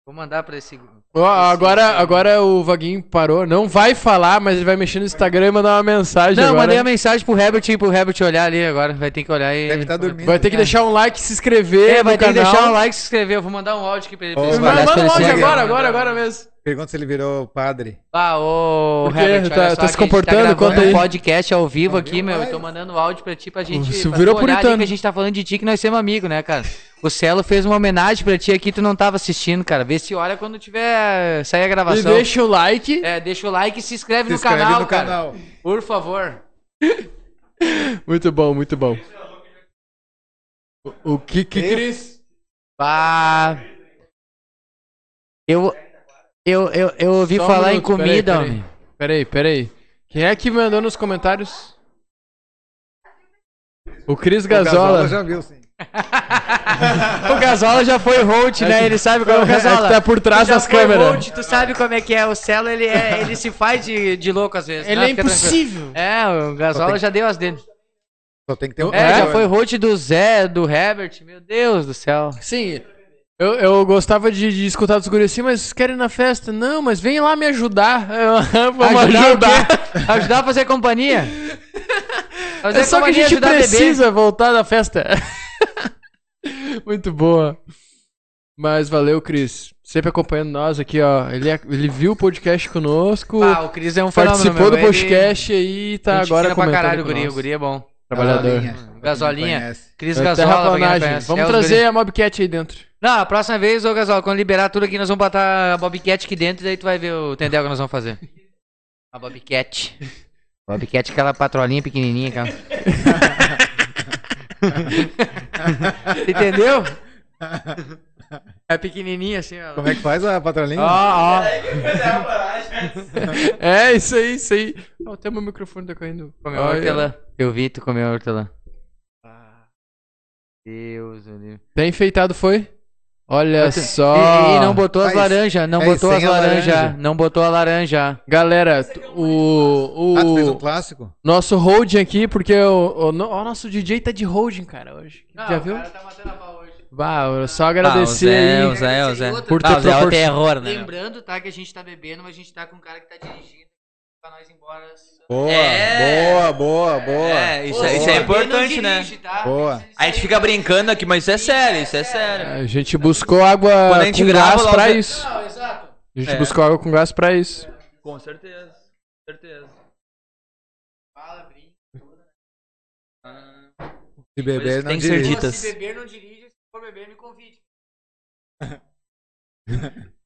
B: Vou mandar pra esse.
C: Ó, agora, agora o Vaguinho parou. Não vai falar, mas ele vai mexer no Instagram e mandar uma mensagem.
B: Não,
C: agora. é
B: mandei a mensagem pro Herbert e pro Herbert olhar ali agora. Vai ter que olhar e.
D: Deve estar dormindo.
C: Vai ter que
B: É.
C: deixar um like, se inscrever.
B: É, vai
C: no
B: ter que
C: canal.
B: deixar um like, se inscrever. Eu vou mandar um áudio aqui pra ele. pra
D: Ô,
B: ele
D: vai,
B: mandar
C: Mas manda um
B: pra ele
C: áudio
B: seguir.
C: agora, agora, agora mesmo.
D: Pergunta se ele virou padre.
B: Ah, ô,
C: Por quê?
B: Herbert,
C: Tá-
B: olha só,
C: tá se
B: que a gente
C: comportando?
B: Tá
C: Conta
B: gravando
C: aí.
B: um podcast ao vivo
D: Ao
B: aqui,
D: vivo,
B: meu. Eu
D: vai.
B: tô mandando um áudio pra ti, pra gente.
C: Você
B: pra
C: virou
B: tu olhar ali
C: puritano.
B: Que a gente tá falando de ti, que nós somos amigos, né, cara? O Celo fez uma homenagem pra ti aqui, tu não tava assistindo, cara. Vê se olha quando tiver. sair a
C: E
B: gravação.
C: deixa o like.
B: É, deixa o like e se inscreve,
D: Se
B: no
D: inscreve
B: canal,
D: no
B: cara.
D: canal.
B: Por favor.
C: Muito bom, muito bom. O, o que que Cris?
B: Ah, eu, eu, eu, eu ouvi
C: Só um
B: falar em
C: minuto, peraí,
B: comida,
C: peraí.
B: homem.
C: Peraí, peraí. Quem é que mandou nos comentários? O Cris Gazola.
D: já viu, sim.
B: O Gasola já foi Holt, né? Ele sabe qual é o Gasola.
C: É que tá por trás
B: Tu já
C: das
B: foi
C: câmeras.
B: Holt, tu sabe como é que é. O Celo, ele, é, ele se faz de, de louco às vezes.
C: Ele
B: né?
C: é
B: Fica tranquilo.
C: impossível.
B: É, o Gasola
D: Só tem-
B: já deu as dele.
D: Só tem que ter um.
B: É, já foi Holt do Zé, do Herbert. Meu Deus do céu.
C: Sim, eu, eu gostava de, de escutar dos guris assim, mas vocês querem ir na festa? Não, mas vem lá me ajudar. Eu, Vamos
B: Ajudar
C: ajudar.
B: o quê? Ajudar a fazer companhia. Fazer
C: É só que a
B: companhia,
C: gente
B: ajudar a beber.
C: precisa voltar da festa. Muito boa. Mas valeu, Cris. Sempre acompanhando nós aqui, ó. Ele, é- ele viu o podcast conosco,
B: Pá, o Cris é um fenômeno,
C: tipo, participou
B: meu.
C: do
B: Ele-
C: podcast aí e tá
B: gente
C: agora
B: fina pra
C: comentando
B: caralho, o
C: com
B: guri.
C: nós.
B: O guri é bom.
C: Trabalhador.
B: Gasolinha. Cris Gasola, pra quem
C: É
B: não
C: terraplanagem.
B: conhece.
C: Vamos
B: É os
C: trazer
B: guri.
C: a Mobcat aí dentro.
B: Não, a próxima vez, ô Gasola, quando liberar tudo aqui, nós vamos botar a Bobcat aqui dentro, daí tu vai ver o Tendel que nós vamos fazer. A Bobcat. Bobcat, aquela patrolinha pequenininha, cara. Entendeu? É pequenininha assim, ó.
D: Como é que faz a patrolinha?
B: Ó, ó.
C: É, isso aí, isso aí. Ó, até meu microfone tá caindo.
B: Comeu
C: Olha.
B: hortelã. Eu vi, tu comeu hortelã. Ah. Deus, meu Deus.
C: Bem enfeitado foi? Olha só.
B: E, e não botou as
D: Faz-
B: laranjas, não
D: faz
B: botou as
D: sem a
B: laranjas,
D: laranja.
B: não botou a laranja.
C: Galera, o,
D: Ah, tu fez
C: o
D: um clássico?
C: nosso holding aqui, porque o, o, no- ó, nosso DJ tá de holding, cara, hoje. Já viu?
B: tá matando a pau hoje. Ah.
C: Bah, eu só
A: Ah,
C: agradecer aí.
B: Zé, o Zé.
A: Por ter
C: Ah, o Zé é o
A: proporção.
B: Lembrando, tá, que a gente tá bebendo, mas a gente tá com um cara que tá dirigindo pra nós ir embora.
D: Boa,
A: É.
D: boa, boa, boa.
A: É, isso,
D: Boa.
A: é, isso é importante, né?
D: Boa.
A: A gente fica brincando aqui, mas isso é sério, isso é sério.
C: A gente buscou água
A: Quando a gente
C: com
A: grava,
C: gás
A: lá o
C: pra
A: Zé-
C: isso.
B: Não, exato.
C: A gente
A: É.
C: buscou água com gás pra isso.
A: Com certeza, certeza.
B: Fala, brinca.
D: Se beber, não
A: Tem que ser
D: dirige.
A: dito. Ditas.
B: Se beber, não dirige. Se for beber, me convide.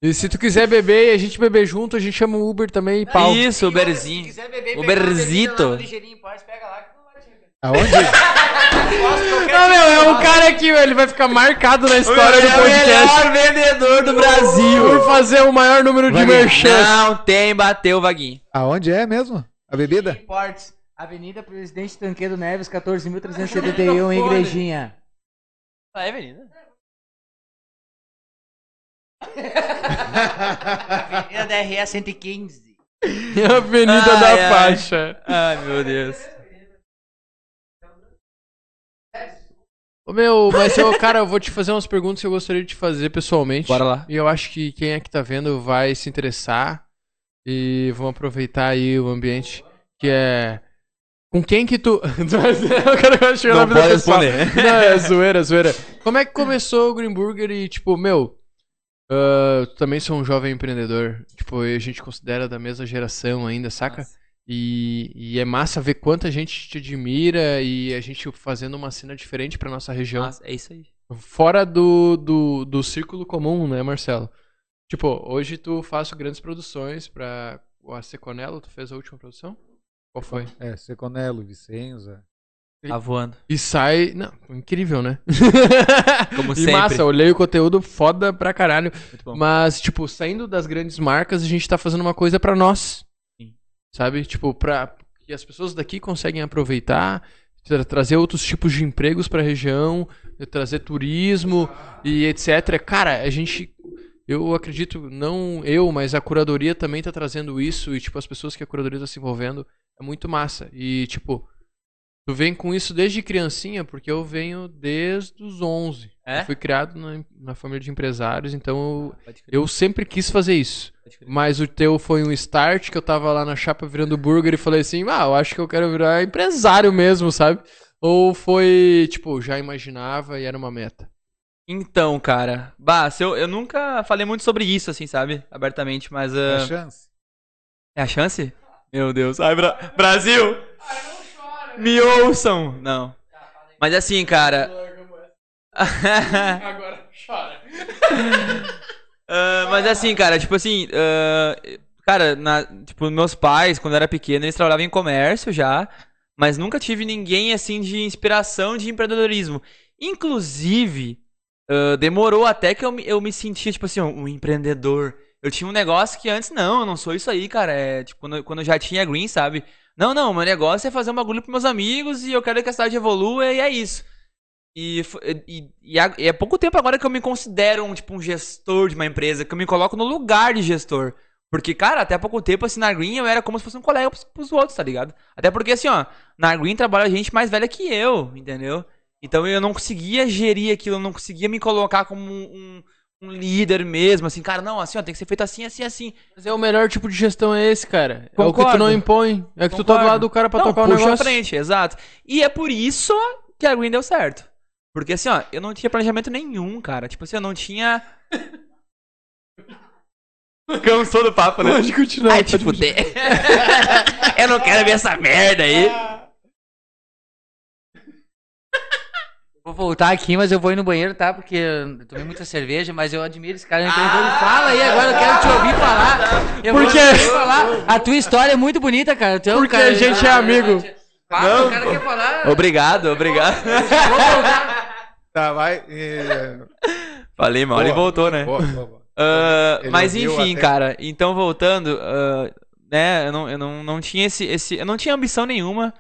C: E se tu quiser beber e a gente beber junto, a gente chama o Uber também e pau.
A: Isso,
B: Se
A: Berzinho.
B: quiser beber,
A: O
B: pega uma bebida
A: Berzito.
B: lá no ligeirinho, pode, pega lá que não vai te beber.
D: Aonde?
C: Não,
B: tipo
C: meu,
B: um
C: é o cara aqui, velho. Ele vai ficar marcado na história do
A: é o
C: podcast.
A: melhor vendedor do
C: Por
A: Brasil.
C: fazer o maior número de merchan.
A: Não tem, bateu o Vaguinho.
D: Aonde é mesmo? A bebida?
B: Importes, tipo Avenida Presidente Tanquedo Neves, 14.371, em um, Igrejinha.
A: Ah, é, menina.
B: Avenida DRE 115.
C: Avenida
A: Ai,
C: da
A: ai.
C: Faixa.
A: Ai, meu Deus.
C: Ô, meu, mas eu, cara, eu vou te fazer umas perguntas que eu gostaria de te fazer pessoalmente.
A: Bora lá.
C: E eu acho que quem é que tá vendo vai se interessar e vão aproveitar aí o ambiente que é. Com quem que tu. eu quero chegar na vida pessoal. Não, é zoeira, zoeira. Como é que começou o Green Burger e, tipo, meu, ah, tu também sou um jovem empreendedor. Tipo, e a gente considera da mesma geração ainda, saca? E, e é massa ver quanta gente te admira e a gente fazendo uma cena diferente pra nossa região.
A: Nossa, é isso aí.
C: Fora do, do, do círculo comum, né, Marcelo? Tipo, hoje tu faço grandes produções pra. A Seconello, tu fez a última produção? Qual foi?
D: É, Seconello, Vicenza.
A: Tá voando.
C: E sai. Não, incrível, né?
A: Como
C: e
A: sempre.
C: massa, olhei o conteúdo foda pra caralho.
A: Muito bom.
C: Mas, tipo, saindo das grandes marcas, a gente tá fazendo uma coisa pra nós.
A: Sim.
C: Sabe? Tipo, pra. E as pessoas daqui conseguem aproveitar, tra- trazer outros tipos de empregos pra região, trazer turismo e etc. Cara, a gente. Eu acredito, não eu, mas a curadoria também tá trazendo isso e, tipo, as pessoas que a curadoria tá se envolvendo é muito massa. E, tipo, Tu vem com isso desde criancinha, porque eu venho desde os 11.
A: É?
C: Eu fui criado na, na família de empresários, então eu, eu sempre quis fazer isso. Mas o teu foi um start que eu tava lá na chapa virando burger e falei assim: ah, eu acho que eu quero virar empresário mesmo, sabe? Ou foi, tipo, já imaginava e era uma meta?
A: Então, cara, bah, se eu, eu nunca falei muito sobre isso, assim, sabe? Abertamente, mas.
D: É
A: ah,
D: chance.
A: é a chance? Meu Deus. Ai, Bra- Brasil! Me ouçam! Não. Mas assim, cara.
C: Agora chora.
A: Ah, mas assim, cara, tipo assim, ah, cara, na, tipo, meus pais, quando eu era pequeno, eles trabalhavam em comércio já, mas nunca tive ninguém assim de inspiração de empreendedorismo. Inclusive, ah, demorou até que eu me, eu me sentia, tipo assim, um empreendedor. Eu tinha um negócio que antes, não, eu não sou isso aí, cara. É, tipo, quando, eu- quando eu já tinha Green, sabe? Não, não, meu negócio é fazer um bagulho pros meus amigos e eu quero que a cidade evolua e é isso. E, fo- e, e a- e é pouco tempo agora que eu me considero um, tipo, um gestor de uma empresa, que eu me coloco no lugar de gestor. Porque, cara, até pouco tempo, assim, na Green eu era como se fosse um colega pros, pros outros, tá ligado? Até porque, assim, ó, na Green trabalha gente mais velha que eu, entendeu? Então eu não conseguia gerir aquilo, eu não conseguia me colocar como um, um- um líder mesmo, assim, cara, não, assim, ó, tem que ser feito assim, assim, assim.
C: Mas é o melhor tipo de gestão é esse, cara. É o que
A: Concordo.
C: tu não impõe. É que tu tá do
A: Concordo.
C: lado do cara pra
A: não,
B: um
C: tocar o
A: puxa
C: negócio.
A: a frente, exato. E é por isso que a Green deu certo. Porque, assim, ó, eu não tinha planejamento nenhum, cara. Tipo assim, eu não tinha...
C: Cansou do papo, né? Pode continuar.
A: Ai,
C: pode
A: tipo, de... eu não quero ver essa merda aí.
B: Vou voltar aqui, mas eu vou ir no banheiro, tá? Porque eu tomei muita cerveja, mas eu admiro esse cara. Então ele fala aí agora, eu quero te ouvir falar. Eu
C: Por
B: vou
C: quê?
B: te ouvir falar. A tua história é muito bonita, cara. Tu é um
C: Porque
B: cara-
C: a gente é amigo.
B: Fala, o cara quer falar.
A: Obrigado, obrigado.
B: Vou voltar.
D: Tá, vai. eh,
A: Falei mal,
D: Boa.
A: ele voltou, né?
D: boa, boa, boa.
A: Ah,
D: Ele
A: mas
D: ouviu
A: enfim,
D: até-
A: cara. Então, voltando, ah, né? Eu não, eu não, não tinha esse, esse. Eu não tinha ambição nenhuma.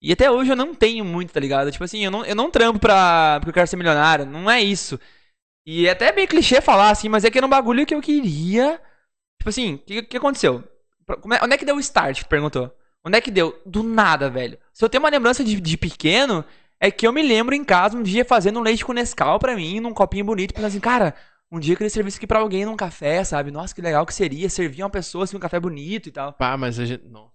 A: E até hoje eu não tenho muito, tá ligado? Tipo assim, eu não, eu não trampo pra. Porque eu quero ser milionário. Não é isso. E é até meio clichê falar assim, mas é que era um bagulho que eu queria. Tipo assim, o que, que aconteceu? Pra- como é- onde é que deu o start? Perguntou. Onde é que deu? Do nada, velho. Se eu tenho uma lembrança de, de pequeno, é que eu me lembro em casa um dia fazendo um leite com Nescau pra mim, num copinho bonito, pensando assim, cara, um dia eu queria servir isso aqui pra alguém num café, sabe? Nossa, que legal que seria servir uma pessoa assim, um café bonito e tal.
C: Pá, mas a gente. Não.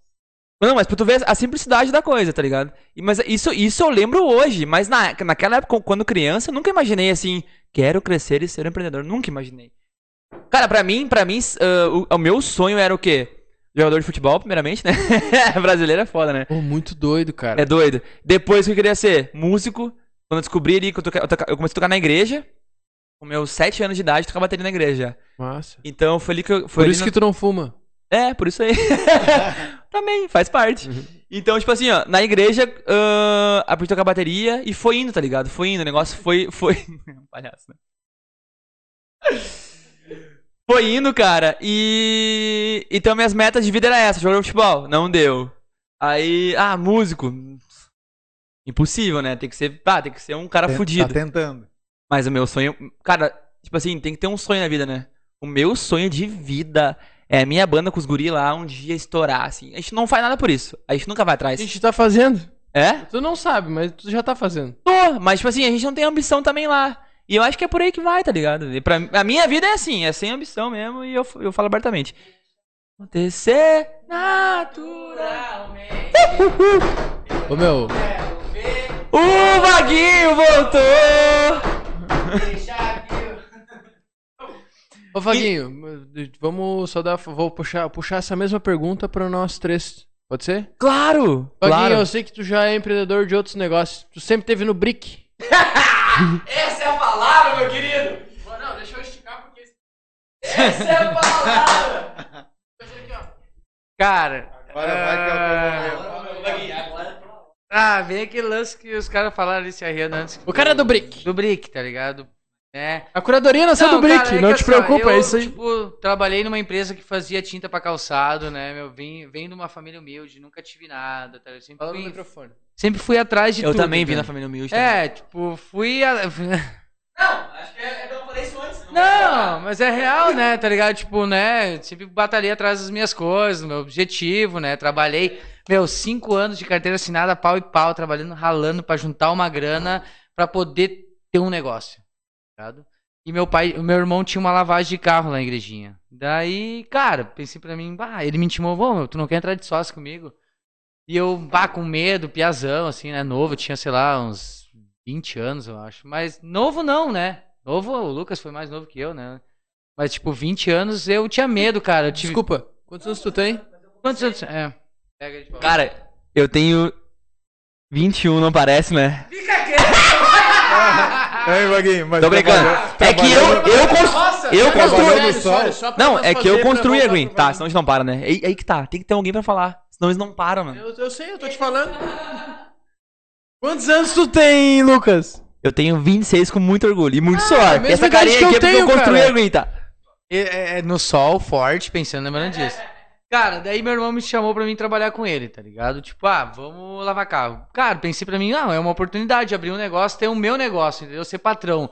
A: Não, mas pra tu ver a simplicidade da coisa, tá ligado? E, mas isso, isso eu lembro hoje, mas na, naquela época, quando criança, eu nunca imaginei assim, quero crescer e ser um empreendedor, nunca imaginei. Cara, pra mim, pra mim, s- ah, o, o meu sonho era o quê? Jogador de futebol, primeiramente, né? Brasileiro é foda, né?
C: Pô, muito doido, cara.
A: É doido. Depois o que eu queria ser músico. Quando eu descobri ali que eu, toca- eu toca- eu comecei a tocar na igreja, com meus 7 anos de idade, eu tocava bateria na igreja.
C: Massa.
A: Então foi ali que eu. Foi
C: Por
A: ali
C: isso
A: na-
C: que tu não fuma.
A: é, por isso aí. Também, faz parte.
C: Uhum.
A: Então, tipo assim, ó, na igreja, ah, aprendi a tocar bateria e foi indo, tá ligado? Foi indo, o negócio foi. foi... Palhaço, né? Foi indo, cara, e. Então, minhas metas de vida era essa: jogar futebol. Não deu. Aí, ah, músico. Impossível, né? Tem que ser. Ah, tem que ser um cara
C: É,
D: Ten-
A: fudido.
D: Tá tentando.
A: Mas o meu sonho. Cara, tipo assim, tem que ter um sonho na vida, né? O meu sonho de vida é a minha banda com os guri lá um dia estourar, assim. A gente não faz nada por isso. A gente nunca vai
C: A
A: atrás.
C: gente tá fazendo.
A: É?
C: Tu não sabe, mas tu já tá fazendo.
A: Tô, mas tipo assim, a gente não tem ambição também lá. E eu acho que é por aí que vai, tá ligado? E pra, a minha vida é assim, é sem ambição mesmo e eu, eu falo abertamente. Acontecer naturalmente.
C: Ô, meu.
A: O Vaguinho voltou!
C: Ô, Vaguinho, vamos só dar. Vou puxar, puxar essa mesma pergunta pra nós três. Pode ser?
A: Claro!
C: Vaguinho,
A: claro.
C: eu sei que tu já é empreendedor de outros negócios. Tu sempre teve no brick.
A: Essa é a palavra, meu querido!
C: Não, deixa eu esticar porque.
A: Essa é a palavra!
B: Cara.
D: Agora vai que é eu vou-
B: Ah, vem aquele lance que os caras falaram isso aí antes.
C: O cara é do brick.
B: Do Brick, tá ligado? É.
C: A curadoria nasceu do brick.
B: cara, é
C: não
B: que
C: te
B: assim, ó,
C: preocupa,
B: eu,
C: é isso aí.
B: Tipo, trabalhei numa empresa que fazia tinta pra calçado, né? Meu, vim, venho de uma família humilde, nunca tive nada, tá? Eu sempre, fui,
C: microfone.
B: sempre fui atrás de
A: Eu
B: tudo.
A: também vi
B: né?
A: na família humilde.
B: É, tipo, fui. a-
A: Não, acho que é, que eu não falei isso antes.
B: Não, mas é real, né? Tá ligado? Tipo, né? Sempre batalhei atrás das minhas coisas, do meu objetivo, né? Trabalhei. Meu, cinco anos de carteira assinada, pau e pau, trabalhando, ralando pra juntar uma grana pra poder ter um negócio. tá Ligado? E meu pai, o meu irmão tinha uma lavagem de carro lá na igrejinha. Daí, cara, pensei pra mim, bah, ele me intimou, "Vô, meu, tu não quer entrar de sócio comigo? E eu, bah, com medo, piazão, assim, né? Novo, eu tinha, sei lá, uns 20 anos, eu acho. Mas novo não, né? Novo, o Lucas foi mais novo que eu, né? Mas, tipo, 20 anos eu tinha medo, cara. Eu tive.
C: Desculpa, quantos anos tu tem?
B: Quantos anos? É. Pega aí de volta.
A: Cara, eu tenho 21, não parece, né?
D: Ei, Vaguinho,
C: Tá
D: mas
A: Tô brincando.
D: trabalhou-
A: É que eu,
D: trabalhou-
A: eu, cons- eu construí.
D: Trabalhou no sol.
A: Não, é que eu construí, Eguin. Tá, senão eles não param, né? Aí, aí que tá, tem que ter alguém pra falar. Senão eles não param, mano.
C: Eu, eu sei, eu tô te falando. Quantos anos tu tem, Lucas?
A: Eu tenho 26 com muito orgulho e muito suor.
C: Ah, mesma
A: E essa
C: idade
A: carinha
C: que eu
A: aqui é porque eu
C: tenho,
A: construí,
C: cara.
A: Eguin, tá?
B: É, é, é, no sol, forte, pensando, lembrando disso. Cara, daí meu irmão me chamou pra mim trabalhar com ele, tá ligado? Tipo, ah, vamos lavar carro. Cara, pensei pra mim, não, é uma oportunidade de abrir um negócio, ter o meu negócio, entendeu? Ser patrão.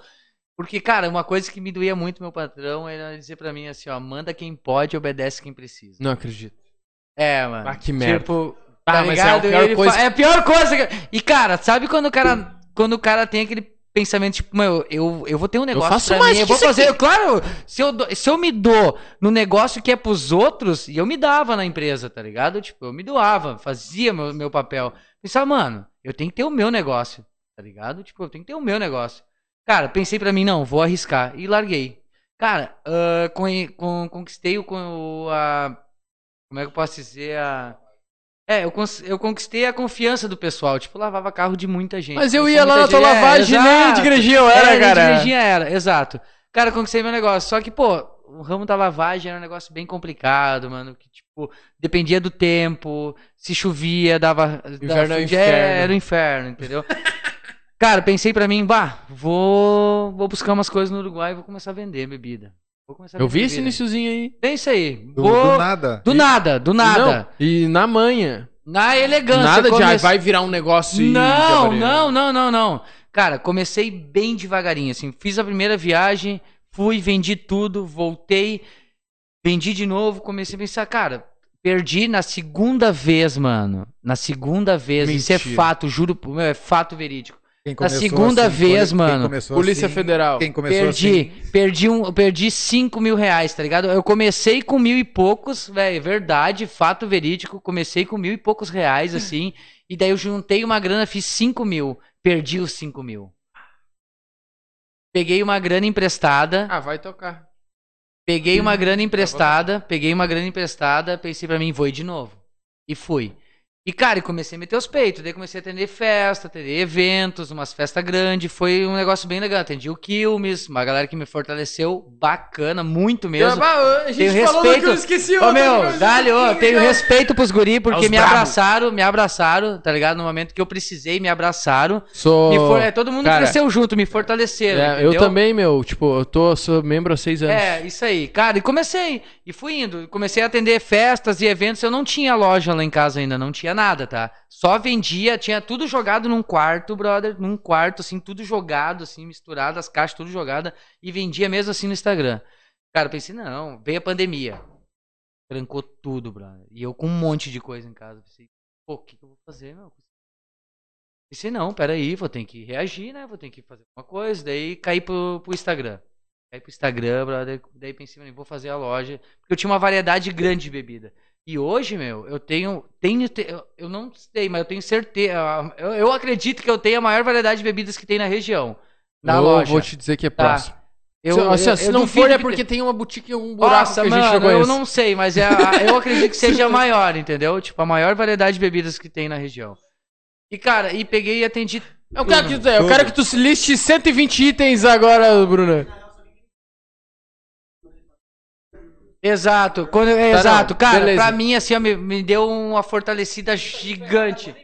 B: Porque, cara, uma coisa que me doía muito meu patrão era dizer pra mim assim, ó, manda quem pode, obedece quem precisa.
C: Não acredito.
B: É, mano.
C: Ah, que merda.
B: Tipo,
C: Tá,
B: tá
C: mas é
B: ligado?
C: a pior
B: Ele fa-
C: coisa-
B: é a pior coisa. que- E, cara, sabe quando o cara, quando o cara tem aquele pensamento, tipo, meu, eu, eu vou ter um negócio
C: faço
B: pra
C: mais
B: mim, eu
C: que
B: vou
C: isso
B: fazer. Claro, se eu, dou- se eu me dou no negócio que é pros outros, e eu me dava na empresa, tá ligado? Tipo, eu me doava, fazia meu, meu papel. Pensava, mano, eu tenho que ter o meu negócio, tá ligado? Tipo, eu tenho que ter o meu negócio. Cara, pensei pra mim, não, vou arriscar. E larguei. Cara, ah, conhe- con- conquistei o, con- o- a. Como é que eu posso dizer? A. É, eu, cons- eu conquistei a confiança do pessoal. Tipo, lavava carro de muita gente.
C: Mas eu
B: Conheci
C: ia lá
B: muita
C: na tua
B: gente. É,
C: lavagem nem de
B: exato.
C: igrejinha eu
B: Era,
C: era,
B: nem
C: cara.
B: de igrejinha era, exato. Cara, conquistei meu negócio. Só que, pô, o ramo da lavagem era um negócio bem complicado, mano. Que, tipo, dependia do tempo. Se chovia, dava.
C: Inverno é
B: dava
C: o
B: fundi-
C: inferno.
B: Era o inferno, entendeu? Cara, pensei pra mim, bah, vou, vou buscar umas coisas no Uruguai e vou começar a vender bebida. Vou começar a
C: Eu vi
B: vender
C: esse
B: bebida.
C: iniciozinho aí.
B: É isso aí.
D: Do,
B: vou...
D: do nada.
B: do nada, do nada.
C: Não, e na manhã.
B: Na elegância.
C: Nada de
B: comece-
C: ah, vai virar um negócio e já
B: Não,
C: parei.
B: não, não, não, não. Cara, comecei bem devagarinho, assim. Fiz a primeira viagem, fui, vendi tudo, voltei, vendi de novo, comecei a pensar, cara, perdi na segunda vez, mano. Na segunda vez. Isso é
C: Mentira.
B: fato, juro, por- meu, é fato verídico.
D: Quem assim,
B: segunda vez,
D: quem
B: mano.
D: começou
C: Polícia
D: assim-
C: Federal.
D: Quem começou
B: Perdi,
D: assim-
B: perdi um, eu perdi 5 mil reais, tá ligado? Eu comecei com mil e poucos, velho, é verdade, fato verídico, comecei com mil e poucos reais, assim, e daí eu juntei uma grana, fiz 5 mil, perdi os 5 mil. Peguei uma grana emprestada,
C: Ah, vai tocar.
B: Peguei
C: Hum.
B: uma
C: Tá
B: grana emprestada, peguei uma grana emprestada, pensei pra mim, vou ir de novo. E fui. E, cara, e comecei a meter os peitos. Daí comecei a atender festa, atender eventos, umas festas grandes. Foi um negócio bem legal. Atendi o Quilmes, uma galera que me fortaleceu, bacana, muito mesmo.
C: Ah, a
B: Tenho respeito.
C: esqueci
B: Ô,
C: outra
B: meu,
C: coisa.
B: dali, ô,
C: Que
B: tenho
C: legal.
B: respeito pros guri, porque
C: Aos
B: me
C: brabo.
B: abraçaram, me abraçaram, tá ligado? No momento que eu precisei, me abraçaram.
C: Sou...
B: Me for- é, todo mundo
C: cara,
B: cresceu junto, me fortaleceram.
C: É, eu
B: entendeu?
C: também, meu. Tipo, eu tô, sou membro há seis anos.
B: É, isso aí. Cara, e comecei. E fui indo. Comecei a atender festas e eventos. Eu não tinha loja lá em casa ainda, não tinha nada, tá? Só vendia, tinha tudo jogado num quarto, brother. Num quarto, assim, tudo jogado, assim, misturado, as caixas tudo jogada. E vendia mesmo assim no Instagram. Cara, eu pensei, não, veio a pandemia. Trancou tudo, brother. E eu com um monte de coisa em casa. Pensei, pô, o que, que eu vou fazer, meu? Pensei, não, peraí, vou ter que reagir, né? Vou ter que fazer alguma coisa. Daí caí pro, pro Instagram. Caí pro Instagram, brother. Daí pensei, mano, vou fazer a loja. Porque eu tinha uma variedade grande de bebida. E hoje, meu, eu tenho. tenho te- eu- eu não sei, mas eu tenho certeza. Eu, eu acredito que eu tenho a maior variedade de bebidas que tem na região. Na
C: eu
B: loja.
C: vou te dizer que é
B: Tá.
C: próximo.
B: Eu,
C: se assim, ó,
B: eu-
C: se
B: eu
C: não
B: duvido
C: for, é
B: que
C: porque tem uma boutique, um buraco
B: Nossa,
C: que a gente não
B: Ah, mano,
C: conhece.
B: eu não sei, mas é a- eu acredito que seja a maior, entendeu? Tipo, a maior variedade de bebidas que tem na região. E, cara, e peguei e atendi.
C: Eu quero, que, eu quero que tu se liste 120 itens agora, Bruna.
B: Exato, quando, é,
C: Tá, não,
B: exato, cara,
C: beleza.
B: pra mim, assim, ó, me, me deu uma fortalecida gigante.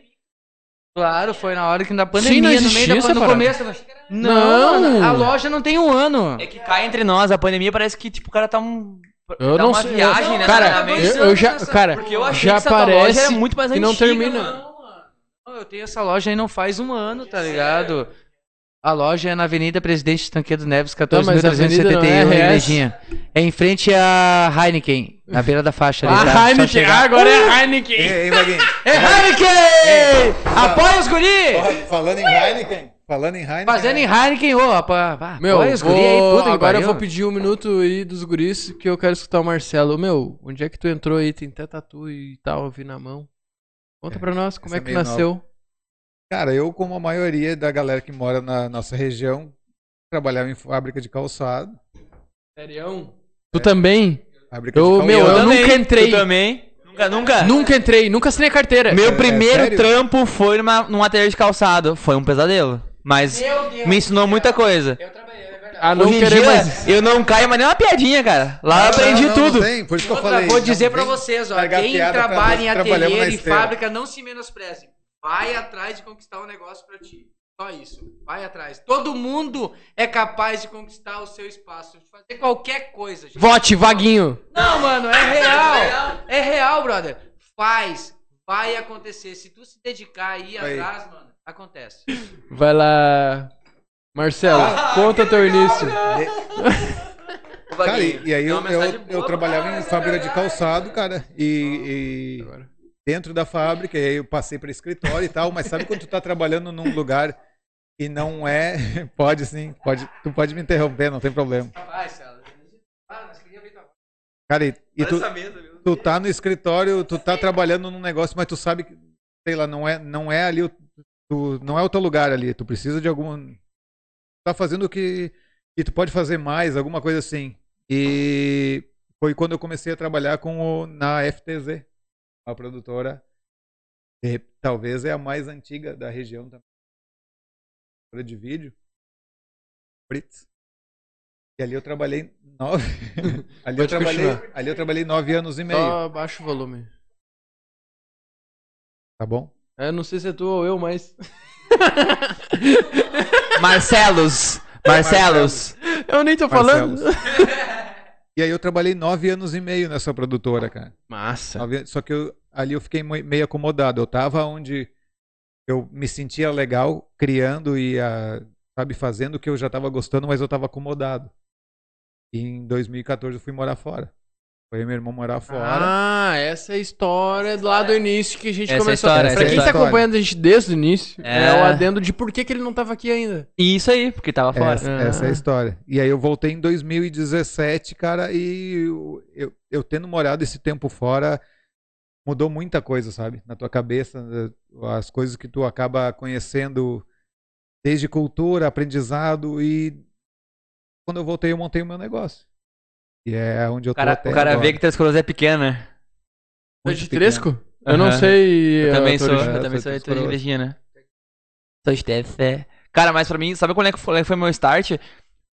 B: Claro, foi na hora que na pandemia,
C: não
B: no meio
C: existia
B: da
C: essa
B: pan- no
C: parada.
B: começo. Não,
C: Não.
B: mano, a loja não tem um ano.
A: É que cai entre nós, a pandemia parece que, tipo, o cara tá um.
C: Eu
A: dá
C: não
A: uma
C: sei.
A: viagem,
C: eu,
A: né,
C: cara,
A: sinceramente.
C: eu, eu já. Cara,
A: Porque eu achei
C: já
A: que essa tua
C: parece
A: loja é muito mais
C: que não
A: antiga,
C: termina.
A: mano.
B: Não, eu tenho essa loja aí não faz um ano, tá ligado? A loja é na Avenida Presidente Tanquedo Neves,
C: Não, mas a avenida não é
B: 14.371,
C: RS.
B: Igrejinha. É em frente à Heineken, na beira da faixa ali. tá? Só
C: A Heineken,
B: chegar.
C: ah, agora é a Heineken.
D: Ei, ei, Vaguinho.
B: É Heineken!
C: tá.
B: Apoia os guri!
D: Porra, Falando em Heineken. Falando em Heineken. né?
B: Fazendo em Heineken, ô, apoia. pá,
C: Meu,
B: apoia os
C: vou-
B: guri aí, puta que
C: agora eu
B: pariu.
C: vou pedir um minuto aí dos guris, que eu quero escutar o Marcelo. Meu, onde é que tu entrou aí? Tem até tatu e tal, eu vi na mão. Conta
D: É,
C: pra nós, como
D: essa
C: é
D: é
C: que
D: meio nova.
C: nasceu?
D: Cara, eu, como a maioria da galera que mora na nossa região, trabalhava em fábrica de calçado.
C: Sério? Tu também?
D: Fábrica
C: Eu-
D: de calçado.
C: meu, eu
A: também,
C: nunca entrei.
A: Tu também? Nunca, nunca?
C: Nunca entrei, nunca assinei a carteira.
A: Meu
D: É,
A: primeiro
D: sério?
A: trampo foi numa, num ateliê de calçado. Foi um pesadelo. Mas me ensinou muita coisa.
B: Eu trabalhei, é verdade.
C: Ah, não
A: Hoje em
C: querer
A: dia,
C: mais.
A: eu não caio mais nem uma piadinha, cara. Lá eu
D: Não,
A: aprendi
D: não, não
A: tudo.
D: tem, por isso que eu
B: Outra,
D: falei.
B: vou dizer
D: não
B: pra
D: tem
B: vocês, ó,
D: largar
B: quem
D: piada pra nós
B: trabalha
D: que
B: em
D: trabalhamos na
B: ateliê e
D: esteira.
B: fábrica, não se menospreze. Vai atrás de conquistar um negócio pra ti. Só isso. Vai atrás. Todo mundo é capaz de conquistar o seu espaço, de fazer qualquer coisa. gente.
C: Vote, Vaguinho.
B: Não, mano, é real. É real, brother. Faz. Vai acontecer. Se tu se dedicar e ir
D: Aí.
B: atrás, mano, acontece.
C: Vai lá. Marcelo, conta teu início.
D: Cara, e, e aí eu, eu, eu trabalhava em fábrica de calçado, cara, e, e
C: Agora.
D: dentro da fábrica, e aí eu passei para escritório e tal, mas sabe quando tu tá trabalhando num lugar que não é. Pode sim, pode, tu pode me interromper, não tem problema.
B: Vai, Celo. Ah, nós queríamos ver tua voz.
D: Cara, e, e tu, tu tá no escritório, tu tá trabalhando num negócio, mas tu sabe que, sei lá, não é, não é ali o. Tu, não é o teu lugar ali, tu precisa de algum. Tá fazendo o que, que tu pode fazer mais, alguma coisa assim. E foi quando eu comecei a trabalhar com o, na FTZ, a produtora. que talvez é a mais antiga da região também. Produtora de vídeo. Fritz. E ali eu trabalhei nove. ali,
C: Pode
D: eu trabalhei,
C: continuar.
D: ali eu trabalhei nove anos e meio.
C: Só baixa o volume.
D: Tá bom?
C: É, não sei se é tu ou eu, mas.
A: Marcelos. Marcelos.
C: Eu nem tô
D: Marcelo.
C: falando.
D: E aí eu trabalhei nove anos e meio nessa produtora, cara.
C: Massa.
D: Nove- Só que eu- ali eu fiquei mui- meio acomodado. Eu tava onde eu me sentia legal, criando e, ah, sabe, fazendo o que eu já tava gostando, mas eu tava acomodado. E em 2014 eu fui morar fora. Foi meu irmão morar fora.
C: Ah, essa é a história lá do início que a gente
A: Essa é a
C: começou.
A: história, essa
C: pra
A: é a
C: quem tá
D: história.
C: acompanhando a gente desde o início, é,
A: É.
C: o adendo de por que, que ele não tava aqui ainda.
A: E Isso aí, porque tava fora.
D: Essa,
B: Ah.
D: essa é a história. E aí eu voltei em 2017, cara, e eu, eu, eu tendo morado esse tempo fora, mudou muita coisa, sabe? Na tua cabeça, eh, as coisas que tu acaba conhecendo, desde cultura, aprendizado, e quando eu voltei eu montei o meu negócio. E é onde eu
A: O cara,
D: tô até
A: o cara
D: agora.
A: vê que teus coroas é pequena.
C: É
D: Muito
C: de
D: pequeno.
C: Tresco? É, Eu não
A: Aham.
C: sei. eh,
A: Eu também
C: a tua
A: sou,
C: origem.
A: eu
D: origem-
A: também sou
D: sou
A: leitor de
D: escroto.
A: Virgínia. Sou Stefé. Cara, mas pra mim, sabe quando é que foi, qual é que foi meu start?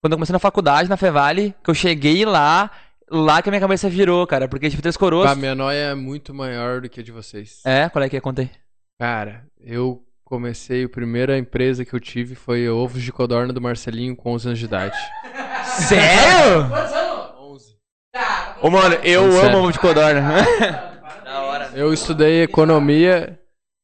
A: Quando eu comecei na faculdade, na Fevale, que eu cheguei lá, lá que a minha cabeça virou, cara. Porque tipo, três coroas.
C: A minha noia é muito maior do que a de vocês.
A: É, qual é que é? Contei.
C: Cara, eu comecei, a primeira empresa que eu tive foi Ovos de Codorna do Marcelinho com 11 anos de idade.
A: Sério?
B: Quantos anos?
C: 11.
B: Tá,
A: Ô, mano, eu
C: Sério.
A: amo né? ovo de codorna.
B: Da hora.
C: Eu estudei economia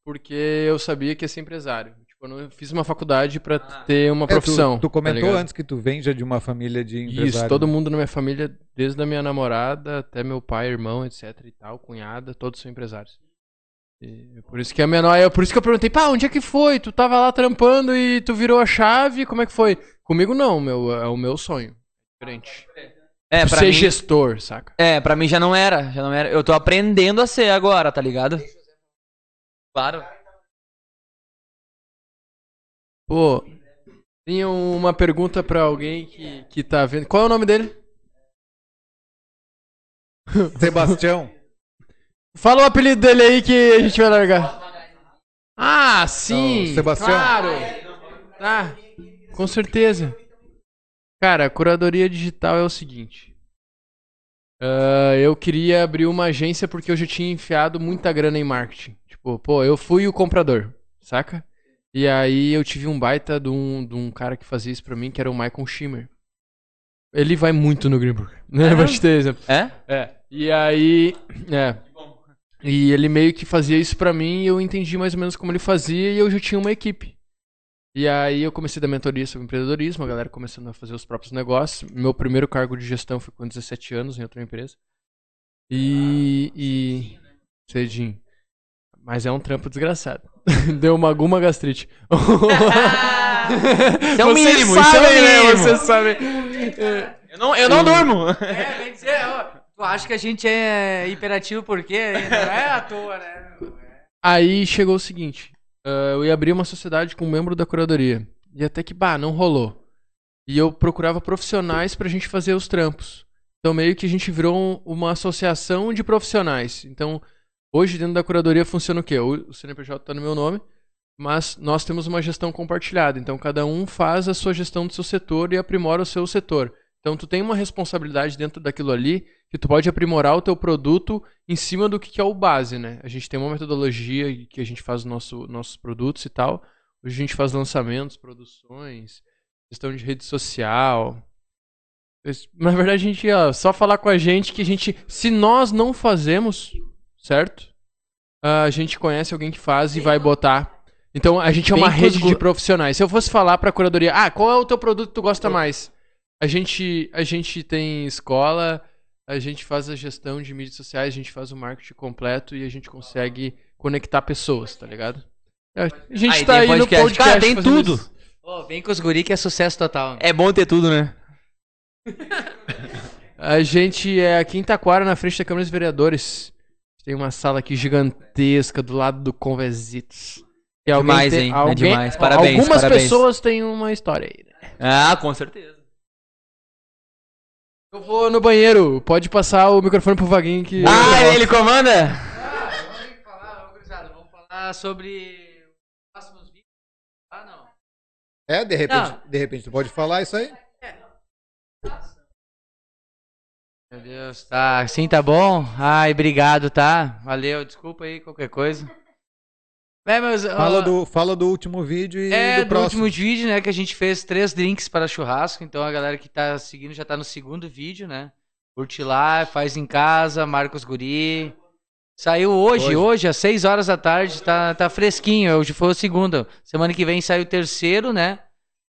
C: porque eu sabia que ia ser empresário. Tipo, eu não fiz uma faculdade pra
A: Ah.
C: ter uma
D: É, tu-
C: profissão.
D: tu,
C: tá
D: comentou
C: ligado?
D: antes que tu vem já de uma família de empresários.
C: Isso, todo mundo na minha família, desde a minha namorada até meu pai, irmão, etc e tal, cunhada, todos são empresários. E é por isso que a menor, é por isso que eu perguntei, pá, onde é que foi? Tu tava lá trampando e tu virou a chave, como é que foi? Comigo não, meu, é o meu sonho. Diferente.
A: É,
C: Tu
A: pra
C: ser
A: mim.
C: gestor, saca?
A: É, pra mim já não era. Já não era. Eu tô aprendendo a ser agora, tá ligado? Claro.
C: Pô, tinha uma pergunta pra alguém que, que tá vendo. Qual é o nome dele?
D: Sebastião.
C: Fala o apelido dele aí que a gente vai largar. Ah, sim.
D: Ô, Sebastião.
C: Claro. Tá. Com certeza. Cara, a curadoria digital é o seguinte. Ah, eu queria abrir uma agência porque eu já tinha enfiado muita grana em marketing. Tipo, pô, eu fui o comprador, saca? E aí eu tive um baita de um, de um cara que fazia isso pra mim, que era o Michael Schimmer. Ele vai muito no Greenberg. Né? Vou te dar exemplo.
A: É?
C: É. E aí. É. E ele meio que fazia isso pra mim e eu entendi mais ou menos como ele fazia e eu já tinha uma equipe. E aí eu comecei da mentoria sobre empreendedorismo, a galera começando a fazer os próprios negócios. Meu primeiro cargo de gestão foi com 17 anos em outra empresa. E. e... Cedinho. Mas é um trampo desgraçado. Deu uma alguma gastrite.
B: Ah,
A: Isso é o
C: Vocês
A: mínimo, isso é o
C: sabem, né?
A: mínimo.
C: Vocês sabem.
A: Eu não, eu não durmo.
B: É, bem dizer, ó, tu acha que a gente é hiperativo porque não é à toa, né?
C: Aí chegou o seguinte: ah, eu ia abrir uma sociedade com um membro da curadoria. E até que, bah, não rolou. E eu procurava profissionais pra gente fazer os trampos. Então, meio que a gente virou um- uma associação de profissionais. Então, hoje dentro da curadoria funciona o quê? O o CNPJ tá no meu nome, mas nós temos uma gestão compartilhada. Então, cada um faz a sua gestão do seu setor e aprimora o seu setor. Então, tu tem uma responsabilidade dentro daquilo ali que tu pode aprimorar o teu produto em cima do que que é o base, né? A gente tem uma metodologia que a gente faz o nosso, nossos produtos e tal. Hoje a gente faz lançamentos, produções, gestão de rede social. Es- Na verdade, a gente ia só falar com a gente que a gente, se nós não fazemos, certo? Ah, A gente conhece alguém que faz e vai botar. Então a gente é
A: Bem
C: uma
A: que os
C: rede de
A: gu-
C: profissionais. Se eu fosse falar pra curadoria, ah, qual é o teu produto que tu gosta mais? A gente, a gente tem escola, a gente faz a gestão de mídias sociais, a gente faz o marketing completo e a gente consegue conectar pessoas, tá ligado? A gente
A: Aí
C: tá
A: tem
C: aí no
A: podcast.
C: podcast.
A: Cara, tem
C: fazendo
A: tudo.
C: isso.
B: Pô, vem com os guri que é sucesso total.
A: É bom ter tudo, né?
C: A gente é aqui em Taquara, na frente da Câmara dos Vereadores. Tem uma sala aqui gigantesca do lado do Convesitos. Que alguém
A: Demais,
C: tem-
A: hein? É
C: Alguém,
A: demais. Parabéns,
C: Algumas
A: parabéns.
C: pessoas têm uma história aí. né?
A: Ah, com certeza.
C: Eu vou no banheiro. Pode passar o microfone pro Vaguinho que...
A: Ah, ele comanda?
B: Vamos falar, ô, gurizada, vamos falar sobre os próximos vídeos. Ah, não.
D: É, de repente,
B: Não.
D: de repente tu pode falar isso aí.
B: Meu Deus, tá. Sim, tá bom? Ai, obrigado, tá? Valeu, desculpa aí qualquer coisa. É, meus, ó,
D: Fala do, fala do último vídeo e
B: É,
D: do
B: do,
D: próximo.
B: último vídeo, né? Que a gente fez três drinks para churrasco. Então a galera que tá seguindo já tá no segundo vídeo, né? Curte lá, faz em casa, Marcos Guri. Saiu hoje, hoje,
D: Hoje.
B: às 6 horas da tarde, tá, tá fresquinho. Hoje foi o segundo. Semana que vem sai o terceiro, né?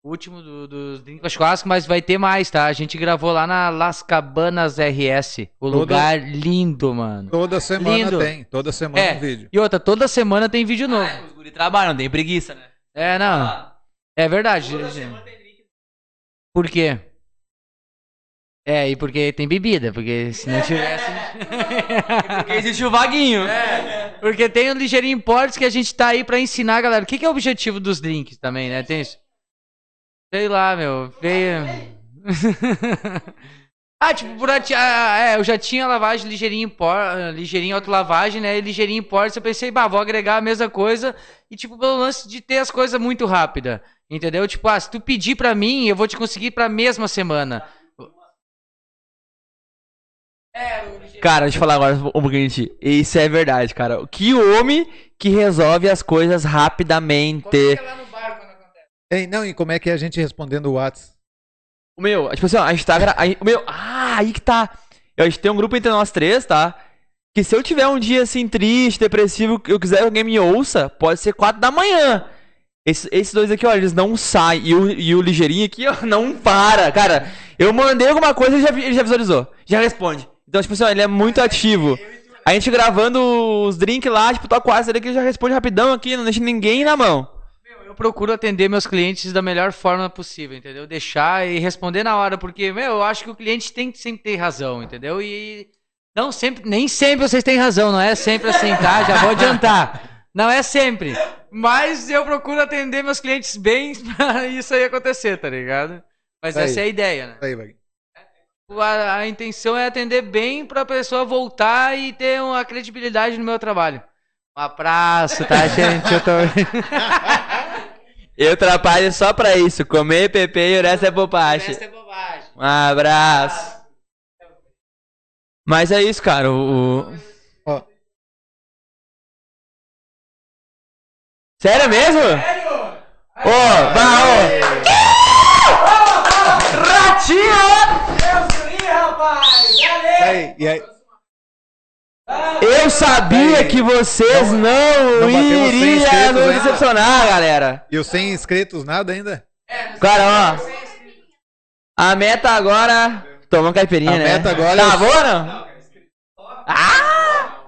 B: O último do- dos drinks para churrasco, mas vai ter mais, tá? A gente gravou lá na Las Cabanas RS. O
D: Toda-
B: lugar lindo, mano.
D: Toda semana
B: Lindo.
D: tem. Toda semana
B: É.
D: um vídeo.
B: E outra, toda semana tem vídeo novo.
A: Os guri trabalham, tem preguiça, né?
B: É, não. É verdade. Por quê? É, e porque tem bebida, porque se não tivesse.
A: É. Porque existe o vaguinho.
B: É, porque tem o Ligeirinho Imports que a gente tá aí pra ensinar, galera. O que, que é o objetivo dos drinks também, né? Tem isso? Sei lá, meu. Veio. ah, tipo, por ati... ah, é, eu já tinha lavagem ligeirinho impor... ligeirinho autolavagem, né? E ligeirinho imports, eu pensei, bah, vou agregar a mesma coisa e tipo pelo lance de ter as coisas muito rápida, entendeu? Tipo, ah, se tu pedir pra mim, eu vou te conseguir pra mesma semana. É, o ligeirinho-
A: Cara, deixa eu falar agora um pouquinho de ti. Isso é verdade, cara. Que homem que resolve as coisas
B: Como é
A: rapidamente.
B: que é lá no bar quando acontece?
D: Ei, não, e como é que é a gente respondendo o WhatsApp?
A: O meu, tipo assim, ó, a gente tá. gra- a gente- o meu, ah, aí que tá. A gente tem um grupo entre nós três, tá? Que se eu tiver um dia assim, triste, depressivo, que eu quiser que alguém me ouça, pode ser quatro da manhã. Esse- esses dois aqui, ó, eles não saem. E o, e o ligeirinho aqui, ó, não para. Cara, eu mandei alguma coisa e ele já, vi- ele já visualizou. Já responde. Então, tipo assim, ó, ele é muito ativo. A gente gravando os drinks lá, tipo, tá quase ali que ele já responde rapidão aqui, não deixa ninguém na mão.
B: Meu, eu procuro atender meus clientes da melhor forma possível, entendeu? Deixar e responder na hora, porque, meu, eu acho que o cliente tem que sempre ter razão, entendeu? E não sempre, nem sempre vocês têm razão, não é sempre assim, tá? Já vou adiantar. Não é sempre. Mas eu procuro atender meus clientes bem pra isso aí acontecer, tá ligado? Mas
D: Aí.
B: essa é a ideia, né?
D: Aí, Vaguinho.
B: A, a intenção é atender bem pra pessoa voltar e ter uma credibilidade no meu trabalho. Um abraço, tá, gente? Eu tô...
A: Eu trabalho só pra isso, comer PP e o resto é bobagem.
B: é bobagem.
A: Um abraço. Mas é isso, cara. O... o-
D: Ó.
A: Sério mesmo? Sério? Ô, vai, ô. Ratinho!
D: Aí, e aí?
A: Eu sabia que vocês não,
D: não batemos cem
A: iriam
D: inscritos
A: nos
B: né?
D: ainda.
A: decepcionar, galera.
D: E os 100 inscritos, nada ainda?
A: Cara, ó. A meta agora. Tomando caipirinha,
D: A
A: né?
D: meta agora é
A: Tá
D: os-
A: bom, não? Ah!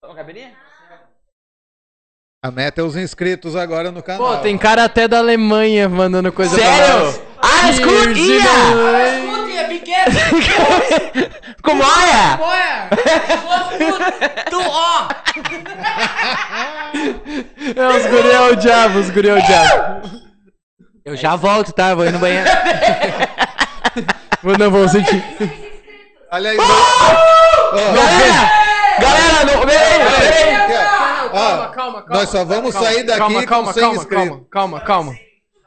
A: Toma caipirinha?
D: A meta é os inscritos agora no canal.
C: Pô, tem cara até da Alemanha mandando coisa pra nós.
A: Sério? Ah, escutinha!
B: Escutem, é pequeno.
A: Como é?
B: Olha. Tu, ó.
C: É, os guri é o diabo, os guri é o diabo.
B: Eu já volto, tá? Vou ir no banheiro.
C: Vou- Não, vou sentir.
D: Olha aí. Ó,
A: Galera! Galera, não. Peraí, peraí.
D: aqui, ó. Ó,
C: calma,
D: Nós só vamos sair daqui
C: calma, calma,
D: com 100
C: calma,
D: inscritos.
C: calma, calma, calma.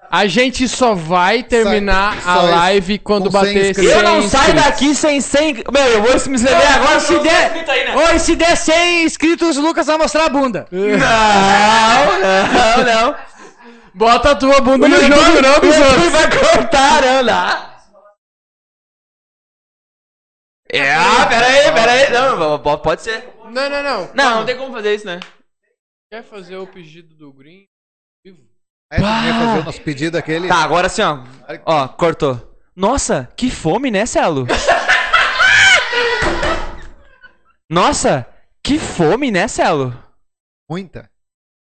C: A gente só vai terminar
D: Sai-
C: a
D: sai
C: live quando
D: com 100
C: bater 100
D: inscritos.
A: Eu não saio
C: inscritos.
A: daqui sem 100. Meu, eu vou me inscrever agora se der.
B: Oi, se der 100 inscritos, o Lucas vai mostrar a bunda.
A: Não, não, não.
C: Bota a tua bunda
D: é
A: O é
C: no
A: YouTube,
C: jogo, não,
A: o YouTube
C: Bison.
A: vai cortar, Ana. É, ah, peraí, peraí. Não, po- pode ser.
C: Não, não, não.
A: Não, não tem como fazer isso, né?
C: Quer fazer o pedido do Green?
D: É, tu não ia fazer o nosso pedido aquele.
A: Tá, agora sim, ó. Ó, cortou. Nossa, que fome, né, Celo? Nossa, que fome, né, Celo?
D: Muita.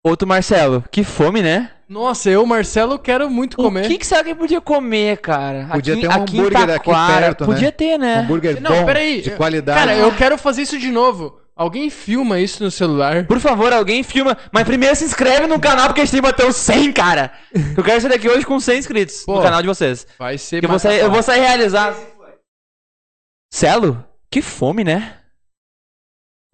A: Outro Marcelo, que fome, né?
C: Nossa, eu, Marcelo, quero muito
A: O
C: comer.
A: que, que será que podia comer, cara?
D: Podia
A: aqui,
D: ter um
A: aqui em
D: hambúrguer aqui
A: Taquara.
D: perto, né?
A: Podia ter, né?
D: Hambúrguer
C: É. Não,
D: bom,
C: peraí.
D: de qualidade.
B: tá?
C: Cara, eu quero fazer isso de novo. Alguém filma isso no celular?
A: Por favor, alguém filma. Mas primeiro se inscreve no canal porque a gente tem que bater os 100, cara. Eu quero sair daqui hoje com 100 inscritos
C: Pô.
A: no canal de vocês.
C: Vai ser
A: Que eu, vou sair, eu vou sair realizado. Celo, que fome, né?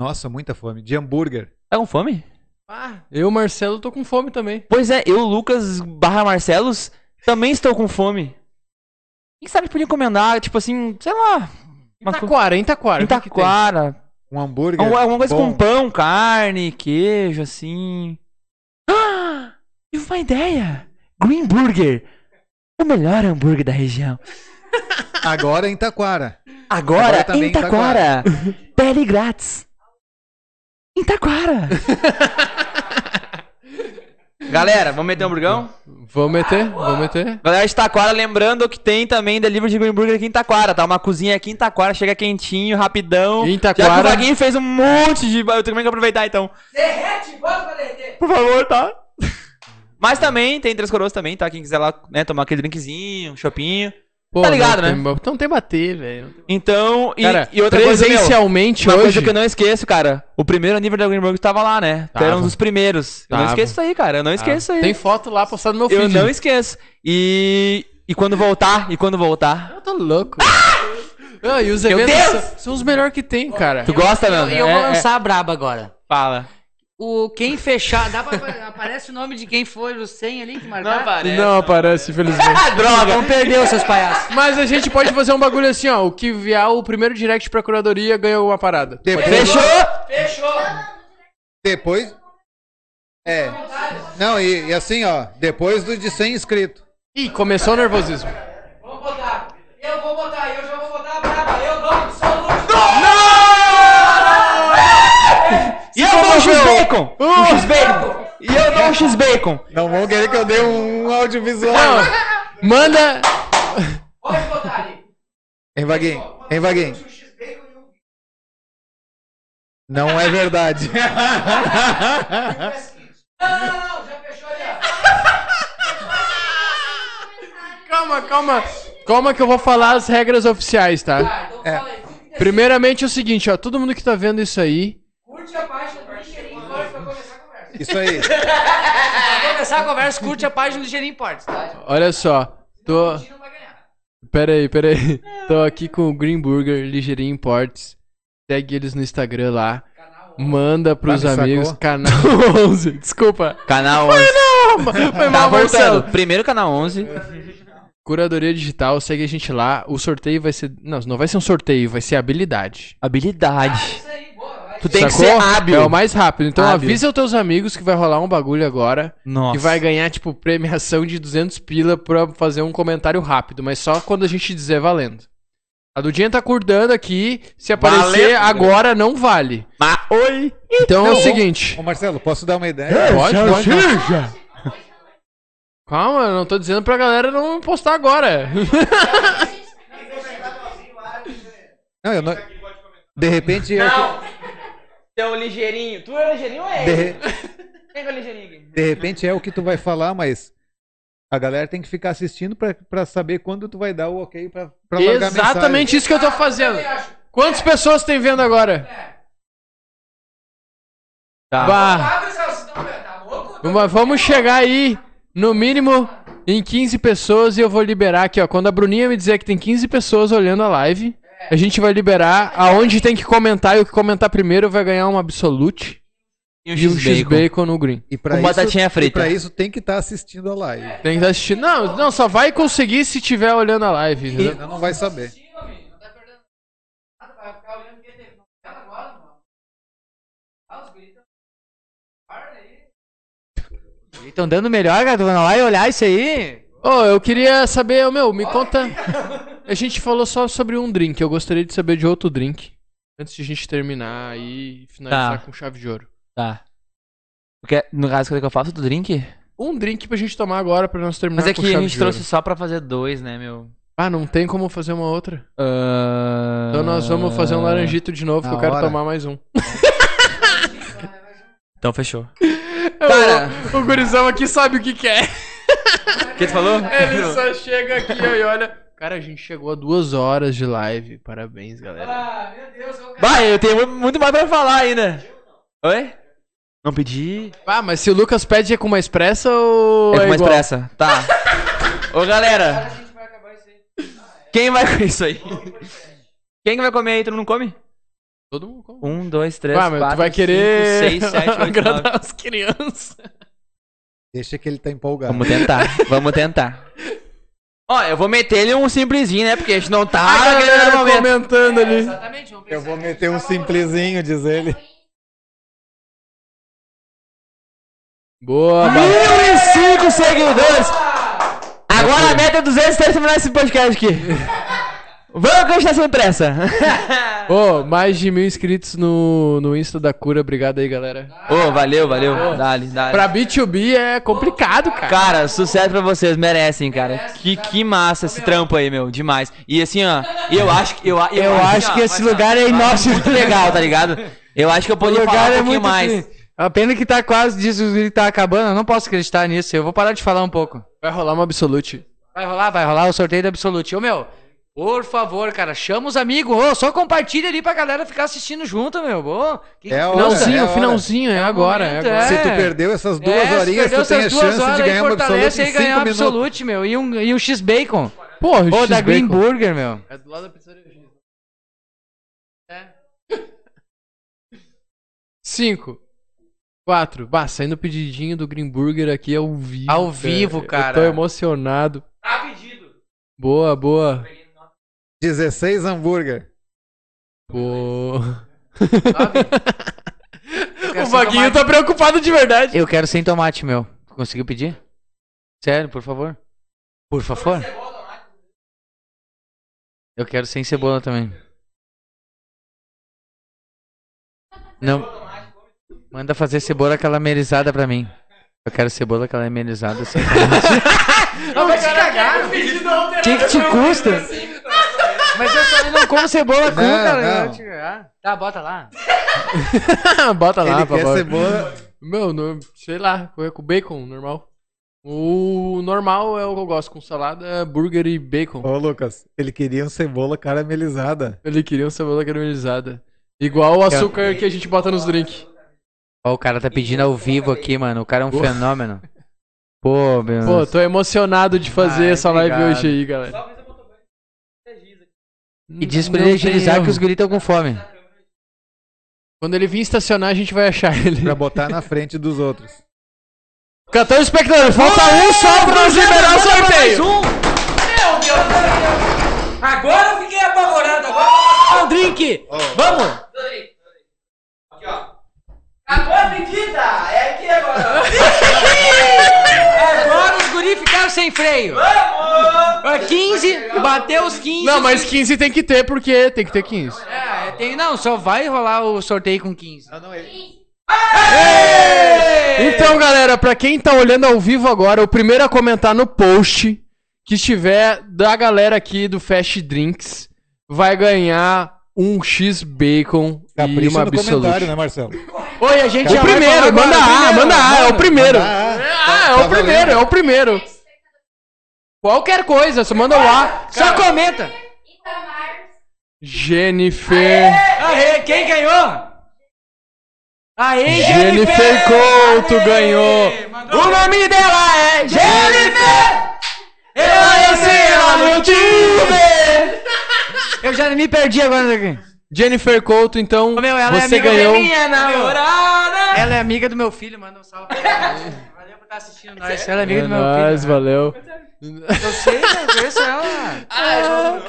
D: Nossa, muita fome. De hambúrguer.
A: Tá com fome?
C: Ah, eu, Marcelo, tô com fome também.
A: Pois é, eu, Lucas barra Marcelos, também estou com fome. Quem sabe podia encomendar, tipo assim, sei lá. Uma co-
C: Itaquara, Itaquara.
A: Tá
C: o que que tem?
A: Itaquara.
D: Um hambúrguer.
A: Alguma, alguma coisa
D: bom.
A: com pão, carne, queijo, assim. Ah! Tive uma ideia! Green Burger! O melhor hambúrguer da região.
D: Agora em Taquara.
A: Agora,
D: Agora também
A: em
D: em
A: Taquara! Pele grátis! Em Taquara! Galera, vamos meter um hamburgão?
C: Vou meter, vou meter.
A: Galera de Taquara, lembrando que tem também delivery de Green Burger aqui em Taquara, tá? Uma cozinha aqui em Taquara, chega quentinho, rapidão.
C: Em
A: Já que o
C: Taquara.
A: Vaguinho fez um monte de... Eu também tenho que aproveitar, então.
B: Derrete, bota pra derreter.
A: Por favor, tá? Mas também tem Três Coroas também, tá? Quem quiser lá, né, tomar aquele drinkzinho, um chopinho.
C: Pô,
A: Tá ligado,
C: não
A: né?
C: tem ba- Então tem bater, velho.
A: Então, e,
C: Cara,
A: e outra coisa, meu,
C: presencialmente
A: uma
C: hoje.
A: coisa que eu não esqueço, cara. O primeiro nível da Greenberg tava lá, né? Tu Era um
C: Tava.
A: dos primeiros. Eu não
C: Tava.
A: esqueço isso aí, cara. Eu não esqueço isso aí.
C: Tem foto lá postada no meu
A: Eu
C: feed.
A: não esqueço. E... E quando voltar, e quando voltar...
C: Eu tô louco. Ah, e os
A: Meu
C: eventos
A: Deus!
C: são, são os melhores que tem, cara.
A: Tu gosta, Nando?
B: E eu vou
A: É, é.
B: lançar a braba agora.
A: Fala.
B: O quem fechar, dá pra, aparece o nome de quem foi o 100 ali que marcar?
A: parece.
C: Não aparece, infelizmente.
A: Ah, droga!
B: Então perdeu, seus palhaços.
C: Mas a gente pode fazer um bagulho assim, ó. O que vier o primeiro direct pra curadoria ganha alguma parada.
D: Depois.
A: Fechou?
D: depois... É. Não, e, e assim, ó. Depois do de 100 inscritos.
C: Ih, começou o nervosismo.
B: Vamos botar. Eu vou botar, eu já vou botar a braba. Eu não sou luxo.
A: E eu dou um X-Bacon! Um X-Bacon! E eu dou um X-Bacon!
D: Não vão querer que eu dê um audiovisual.
C: Não, manda.
B: Pode botar ali.
D: Hein, Vaguinho? Hein, Vaguinho? Não é verdade.
B: Não, não, não, já fechou ali.
C: Calma, calma. Calma que eu vou falar as regras oficiais, tá?
B: Então
D: É.
B: fala aí.
C: Primeiramente é o seguinte, ó. Todo mundo que tá vendo isso aí.
B: Curte a página do Ligeirinho Imports pra começar a conversa.
D: Isso aí.
B: Pra começar a conversa, curte a página do Ligeirinho Imports, tá?
C: Olha só. Tô.
B: A gente não vai um ganhar.
C: Pera aí, pera aí. Tô aqui com o Green Burger, Ligeirinho Imports. Segue eles no Instagram lá. Manda pros
D: Ah, me
C: amigos.
D: sacou?
C: Canal 11. Desculpa.
A: Canal 11.
C: Foi
A: Tá
C: mal, Marcelo.
A: voltando. Primeiro canal 11.
C: Curadoria Digital, segue a gente lá. O sorteio vai ser. Não, não vai ser um sorteio, vai ser habilidade.
A: Habilidade.
B: Isso aí, boa, vai.
A: Tu tem que
C: Sacou?
A: ser hábil.
C: É o mais rápido. Então
A: Hábil.
C: avisa os teus amigos que vai rolar um bagulho agora.
A: Nossa.
C: Que vai ganhar, tipo, premiação de 200 pila pra fazer um comentário rápido. Mas só quando a gente dizer valendo. A Dudinha tá acordando aqui. Se aparecer
A: Valendo,
C: agora, não vale.
A: Mas, oi!
C: Então é o
D: Não,
C: seguinte.
D: Ô, Marcelo, posso dar uma ideia?
C: Pode, pode. Calma, eu não tô dizendo pra galera não postar agora.
D: Não, eu não... De repente, é eu,
A: Tu
B: Então,
A: é o ligeirinho. Tu é o ligeirinho ou é
D: de,
A: ele?
D: re-
A: Quem é o ligeirinho aqui?
D: de repente é o que tu vai falar, mas a galera tem que ficar assistindo pra, pra saber quando tu vai dar o ok pra, pra largar a mensagem.
C: Exatamente isso que eu tô fazendo. Quantas pessoas tem vendo agora?
A: Tá.
C: Bah, mas vamos chegar aí, no mínimo, em 15 pessoas e eu vou liberar aqui, ó. Quando a Bruninha me dizer que tem 15 pessoas olhando a live, a gente vai liberar aonde tem que comentar e o que comentar primeiro vai ganhar um Absolute
A: E
C: e um X-Bacon no Green.
D: E pra
A: Com
D: isso,
A: batatinha frita.
D: E pra isso tem que estar assistindo a
B: É.
D: live.
C: Tem que estar assistindo. Não, não, só vai conseguir se tiver olhando a live, entendeu?
D: Senão não vai saber.
B: Estão dando melhor, cara. Vamos lá e olhar isso aí.
C: Ô, eu queria saber, ô, meu, me conta. A gente falou só sobre um drink, eu gostaria de saber de outro drink. Antes de a gente terminar aí e finalizar
A: Tá.
C: com chave de ouro.
A: Tá. Porque, no caso, o que eu faço do drink?
C: Um drink pra gente tomar agora pra nós terminar
A: Mas é
C: com
A: que a
C: chave
A: gente
C: de
A: trouxe
C: ouro.
A: só pra fazer dois, né, meu?
C: Ah, não tem como fazer uma outra?
A: Ah,
C: Então nós vamos fazer um laranjito de novo, que
D: na
C: eu quero
D: hora.
C: tomar mais um.
A: Então fechou.
C: Cara, o, gurizão aqui sabe o que quer.
A: O que tu falou?
C: Ele só chega aqui ó, e olha. Cara, a gente chegou a duas horas de live. Parabéns, galera.
A: Bah, eu tenho mu- muito mais pra falar ainda. Oi? Não pedi.
C: Ah, mas se o Lucas pede é com mais pressa ou.
A: É com mais
C: igual?
A: pressa. Tá. Ô, galera. Quem vai com isso aí? Quem que vai comer aí? Tu não come?
C: Todo mundo come.
A: Um, dois, três,
C: ah, mas
A: quatro,
C: tu vai querer
A: cinco, seis, sete, oito,
C: agradar
A: nove.
C: as crianças.
D: Deixa que ele tá empolgado.
A: Vamos tentar, vamos tentar. Ó, eu vou meter ele um simplesinho, né? Porque a gente não tá
C: Ah, a
A: naquele
C: galera
A: momento. É,
C: comentando ali.
B: Exatamente, vamos
D: Eu vou meter um simplesinho, diz ele.
A: Ah,
C: Boa, ba-
A: 1005 seguidores! Agora a meta é 200 até terminar esse podcast aqui. Vamos que a gente tá sem pressa. é.
C: Ô, mais de mil inscritos no, no Insta da Cura. Obrigado aí, galera.
A: Ô, valeu, valeu. Dale, dale.
C: Pra B2B é complicado, cara.
A: Cara, sucesso pra vocês, merecem, cara. Que, que massa esse trampo aí, meu, demais. E assim, ó, eu acho que eu, eu,
B: Eu acho que
A: ó,
B: esse
A: mas, ó,
B: lugar é inóspito.
A: muito legal, tá ligado? Eu acho que eu poderia falar um
C: é
A: pouquinho mais.
B: assim. A pena que tá quase, diz o grito tá acabando. Eu não posso acreditar nisso. Eu vou parar de falar um pouco.
C: Vai rolar uma Absolute.
B: Vai rolar, vai rolar o sorteio do Absolute. Ô, meu, por favor, cara, chama os amigos. Ô, só compartilha ali pra galera ficar assistindo junto, meu. Ô, que-
D: É a hora.
C: Finalzinho,
D: é a hora.
C: finalzinho. É agora, é
B: momento,
C: agora.
B: é.
D: Se tu perdeu essas duas
B: se
D: horinhas,
B: É, perdeu
D: tu tem a
B: essas duas
D: chance de
B: horas, aí
D: ganhar uma absoluta
B: fortalece
D: em
B: aí ganhar
D: 5
B: um
D: minutos.
B: Absolute, meu. E um, e um X-Bacon.
C: Porra,
B: Ô,
C: Um X
B: da Green
C: Bacon.
B: Burger, meu.
C: É do lado da pizzaria. É. Cinco. Quatro. Bah, saindo o pedidinho do Green Burger aqui ao vivo.
B: Ao vivo, cara.
C: Eu tô emocionado.
A: Tá pedido.
C: Boa, boa.
D: 16 hambúrguer.
C: Boa.
B: quero
C: o
B: ser
C: Vaguinho
B: tomate.
C: tá preocupado de verdade.
B: Eu quero sem tomate, meu. Tu Conseguiu pedir? Sério, por favor. Por favor. Eu quero sem cebola também. Não. Manda fazer cebola caramelizada pra mim. Eu quero cebola caramelizada sem
C: Não, vai cagar.
B: O que, que te custa? Mas eu só não como cebola cru,
D: Não,
B: cara.
D: não.
B: Ah, Tá, bota lá.
C: Bota lá,
D: ele quer
C: papai.
D: cebola.
C: Meu, no- sei lá, é com bacon, normal. O normal é o que eu gosto, com salada, burger e bacon.
D: Ô, Lucas, ele queria um cebola caramelizada.
C: Ele queria um cebola caramelizada. Igual o açúcar que a gente bota nos drinks.
B: Ó, o cara tá pedindo ao vivo aqui, mano. O cara é um
C: Pô.
B: fenômeno. Pô, meu.
C: Pô, tô emocionado de fazer
B: Ai,
C: essa live
B: Ah. obrigado.
C: hoje aí, galera.
B: E
C: Não tem
B: desprivilegiar que
C: erro.
B: os guris estão com fome.
C: Quando ele vir estacionar, a gente vai achar ele.
D: Pra botar na frente dos outros.
C: 14 espectadores, falta
A: Tá
C: um só pra nós liberar o sorteio.
A: um! Meu Deus! Agora eu fiquei apavorado. Agora eu vou um drink. Vamos! Agora medida! É aqui agora!
B: Agora os guris ficaram sem freio. 15, bateu os 15.
C: Não, mas 15 tem que ter, porque tem que ter 15.
B: É, tem, não, só vai rolar o sorteio com 15.
D: Não, não, ele...
A: É.
C: Então, galera, pra quem tá olhando ao vivo agora, o primeiro a comentar no post que estiver da galera aqui do Fast Drinks vai ganhar um X Bacon e
D: Capricha
C: uma
D: no comentário,
C: Absolute.
D: né, Marcelo?
B: Oi, a gente
C: O
B: já vai falar
C: primeiro,
B: agora,
C: manda A,
B: primeiro.
C: manda A, é o primeiro.
D: Manda
B: Tá,
D: A.
C: Ah, é o primeiro, é o primeiro. Qualquer coisa, só manda o A.
B: Só comenta.
C: Jennifer.
B: Aê, quem ganhou? Aê,
C: Jennifer Couto ganhou.
B: Mandou
C: O nome dela é Jennifer. Eu conheci ela é no Tinder.
B: Eu já me perdi agora. daqui.
C: Jennifer Couto, então,
B: Ô, meu, ela é
C: você
B: amiga
C: ganhou.
B: minha namorada. Ela é amiga do meu filho, manda um salve pra ela. Valeu por estar assistindo nós. Ela é amiga
C: É
B: do meu
C: nóis,
B: filho.
C: valeu.
B: Eu sei, né? eu conheço ela. Ah,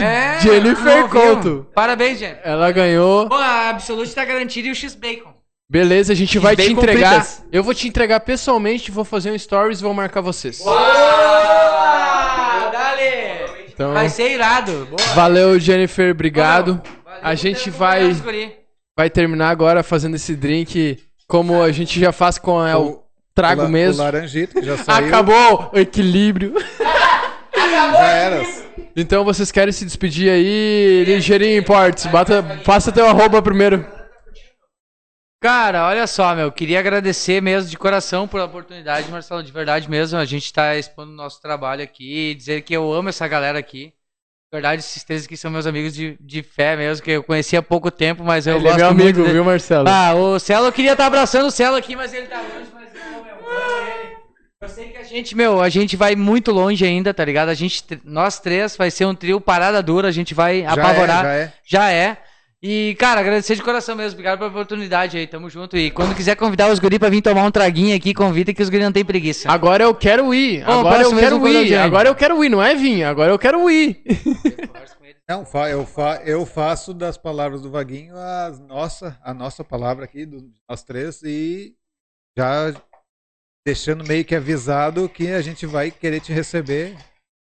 B: É,
C: Jennifer
B: não viu?
C: Couto.
B: Parabéns, Jennifer.
C: Ela ganhou.
B: Pô, a Absolute tá garantida e o X-Bacon.
C: Beleza, a gente vai te
A: bacon
C: entregar.
A: fritas.
C: Eu vou te entregar pessoalmente, vou fazer um stories e vou marcar vocês.
B: Boa! Dale!
C: Então,
B: Vai ser irado. Boa.
C: valeu, Jennifer, obrigado.
B: Valeu
C: A
B: por
C: gente
B: ter
C: vai,
B: acompanhado os guri.
C: vai terminar agora fazendo esse drink, como a gente já faz com
B: é
C: a- o trago
D: la-
C: mesmo.
D: O laranjito, que já saiu.
C: Acabou o equilíbrio.
D: Já era.
C: Então vocês querem se despedir aí, Ligeirinho Imports. Bata, faça teu arroba primeiro.
B: Cara, olha só, meu. Queria agradecer mesmo de coração pela oportunidade, Marcelo. De verdade mesmo. A gente tá expondo o nosso trabalho aqui. Dizer que eu amo essa galera aqui. De verdade, esses três aqui são meus amigos de, de fé mesmo, que eu conheci há pouco tempo, mas eu
C: Ele é
B: gosto
C: meu
B: muito
C: amigo,
B: de-
C: viu, Marcelo?
B: Ah, o Celo, eu queria estar abraçando o Celo aqui, mas ele tá longe, mas eu, meu, eu amo ele. Eu sei que a gente, meu, a gente vai muito longe ainda, tá ligado? A gente, nós três, vai ser um trio parada dura, a gente vai
D: Já
B: apavorar, já é,
D: É, já é.
B: E, cara, agradecer de coração mesmo, obrigado pela oportunidade aí, tamo junto. E quando quiser convidar os guri pra vir tomar um traguinho aqui, convida que os guri não tem preguiça.
C: Tá. Agora eu quero ir.
B: Bom,
C: Agora eu
B: próximo
C: quero
B: mesmo quando eu
C: ir.
B: vier.
C: Agora eu quero ir, não é vir. Agora eu quero ir.
D: Não, fa- eu, fa- eu faço das palavras do Vaguinho a nossa, a nossa palavra aqui, do, nós três, e já deixando meio que avisado que a gente vai querer te receber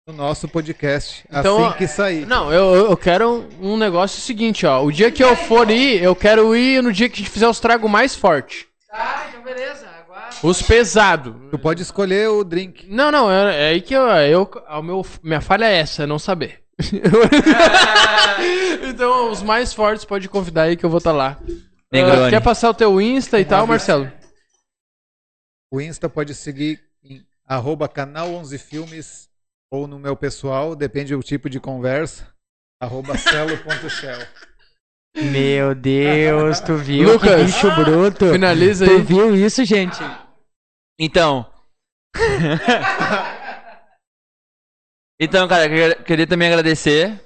D: no nosso podcast
C: Então,
D: assim que sair.
C: Não, eu, eu- eu quero um negócio seguinte, ó. O dia que eu for ir, eu quero ir no dia que a gente fizer os tragos mais forte.
B: Tá, então beleza, aguardo.
C: Os pesados.
D: Tu pode escolher o drink.
C: Não, não, é, é aí que eu, eu a meu, minha falha é essa, é não saber. então, os mais fortes pode convidar aí que eu vou estar lá.
A: Negroni.
C: Ah, quer passar o teu Insta e tal, Marcelo?
D: O Insta pode seguir em arroba canal 11 filmes ou no meu pessoal, depende do tipo de conversa, arroba celo.shell.
B: Meu Deus, tu viu?
C: Lucas,
B: que bicho bruto.
C: Finaliza
B: Tu
C: aí.
B: viu isso, gente?
A: Então. então, cara, eu queria- queria também agradecer.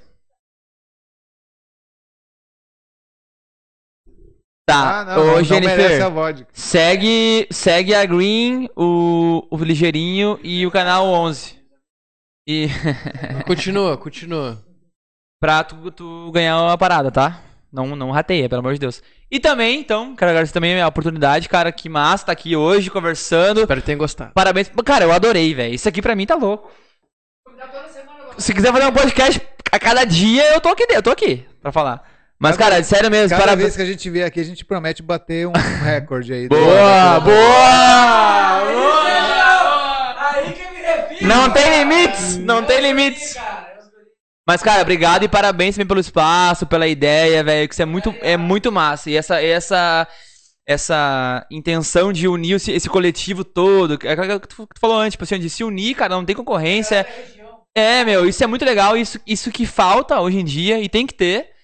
A: Tá,
D: Ah,
A: ô Jennifer,
D: merece a vodka.
A: segue, segue a Green, o, o Ligeirinho e o canal 11. E
C: Continua, continua.
A: pra tu, tu ganhar uma parada, tá? Não, não rateia, pelo amor de Deus. E também, então, quero agradecer também a oportunidade, cara, que massa tá aqui hoje conversando.
C: Espero que tenham gostado.
A: Parabéns. Cara, eu adorei, velho. Isso aqui pra mim tá louco. Se quiser fazer um podcast a cada dia, eu tô aqui, eu tô aqui pra falar. Mas, cara, sério mesmo,
D: Cada
A: parabéns.
D: vez que a gente vier aqui, a gente promete bater um recorde aí.
C: Boa, boa!
B: Aí que me refiro.
A: Não tem limites, não tem limites. Mas, cara, obrigado e parabéns também pelo espaço, pela ideia, velho, que isso é muito, é muito massa. E essa, essa, essa intenção de unir esse, esse coletivo todo, é aquela que tu, que tu falou antes, tipo assim, de se unir, cara, não tem concorrência. É, meu, isso é muito legal, isso, isso que falta hoje em dia e tem que ter.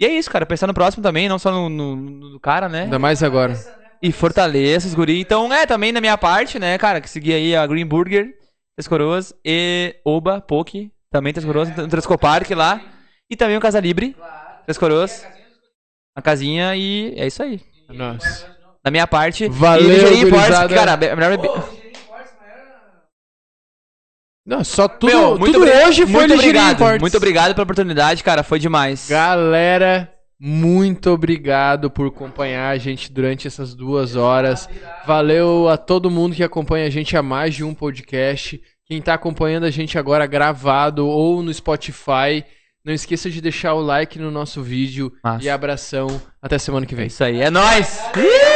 A: E é isso, cara, pensar no próximo também, não só no, no- no cara, né?
C: Ainda mais agora.
A: E fortaleça os guri. Então, é, também da minha parte, né, cara, que seguir aí a Green Burger, Três Coroas e Oba, Poki, também Três Coroas, no Tresco Parque lá. E também o Casa Libre, Três Coroas, a casinha e é isso aí.
C: Nossa.
A: Da minha parte.
C: Valeu,
A: e Ligeirinho Imports,
C: gurizada.
A: que, cara, a melhor bebida...
C: Não, só tudo,
A: Meu, muito
C: tudo
A: obri-
C: hoje foi
A: muito
C: ligeirinho,
A: obrigado,
C: Imports.
A: Muito obrigado pela oportunidade, cara, foi demais.
C: Galera, muito obrigado por acompanhar a gente durante essas duas horas. Valeu a todo mundo que acompanha a gente a mais de um podcast. Quem tá acompanhando a gente agora gravado ou no Spotify, não esqueça de deixar o like no nosso vídeo
A: Massa.
C: e abração. Até semana que
A: É
C: vem.
A: isso aí, é nóis! Ih!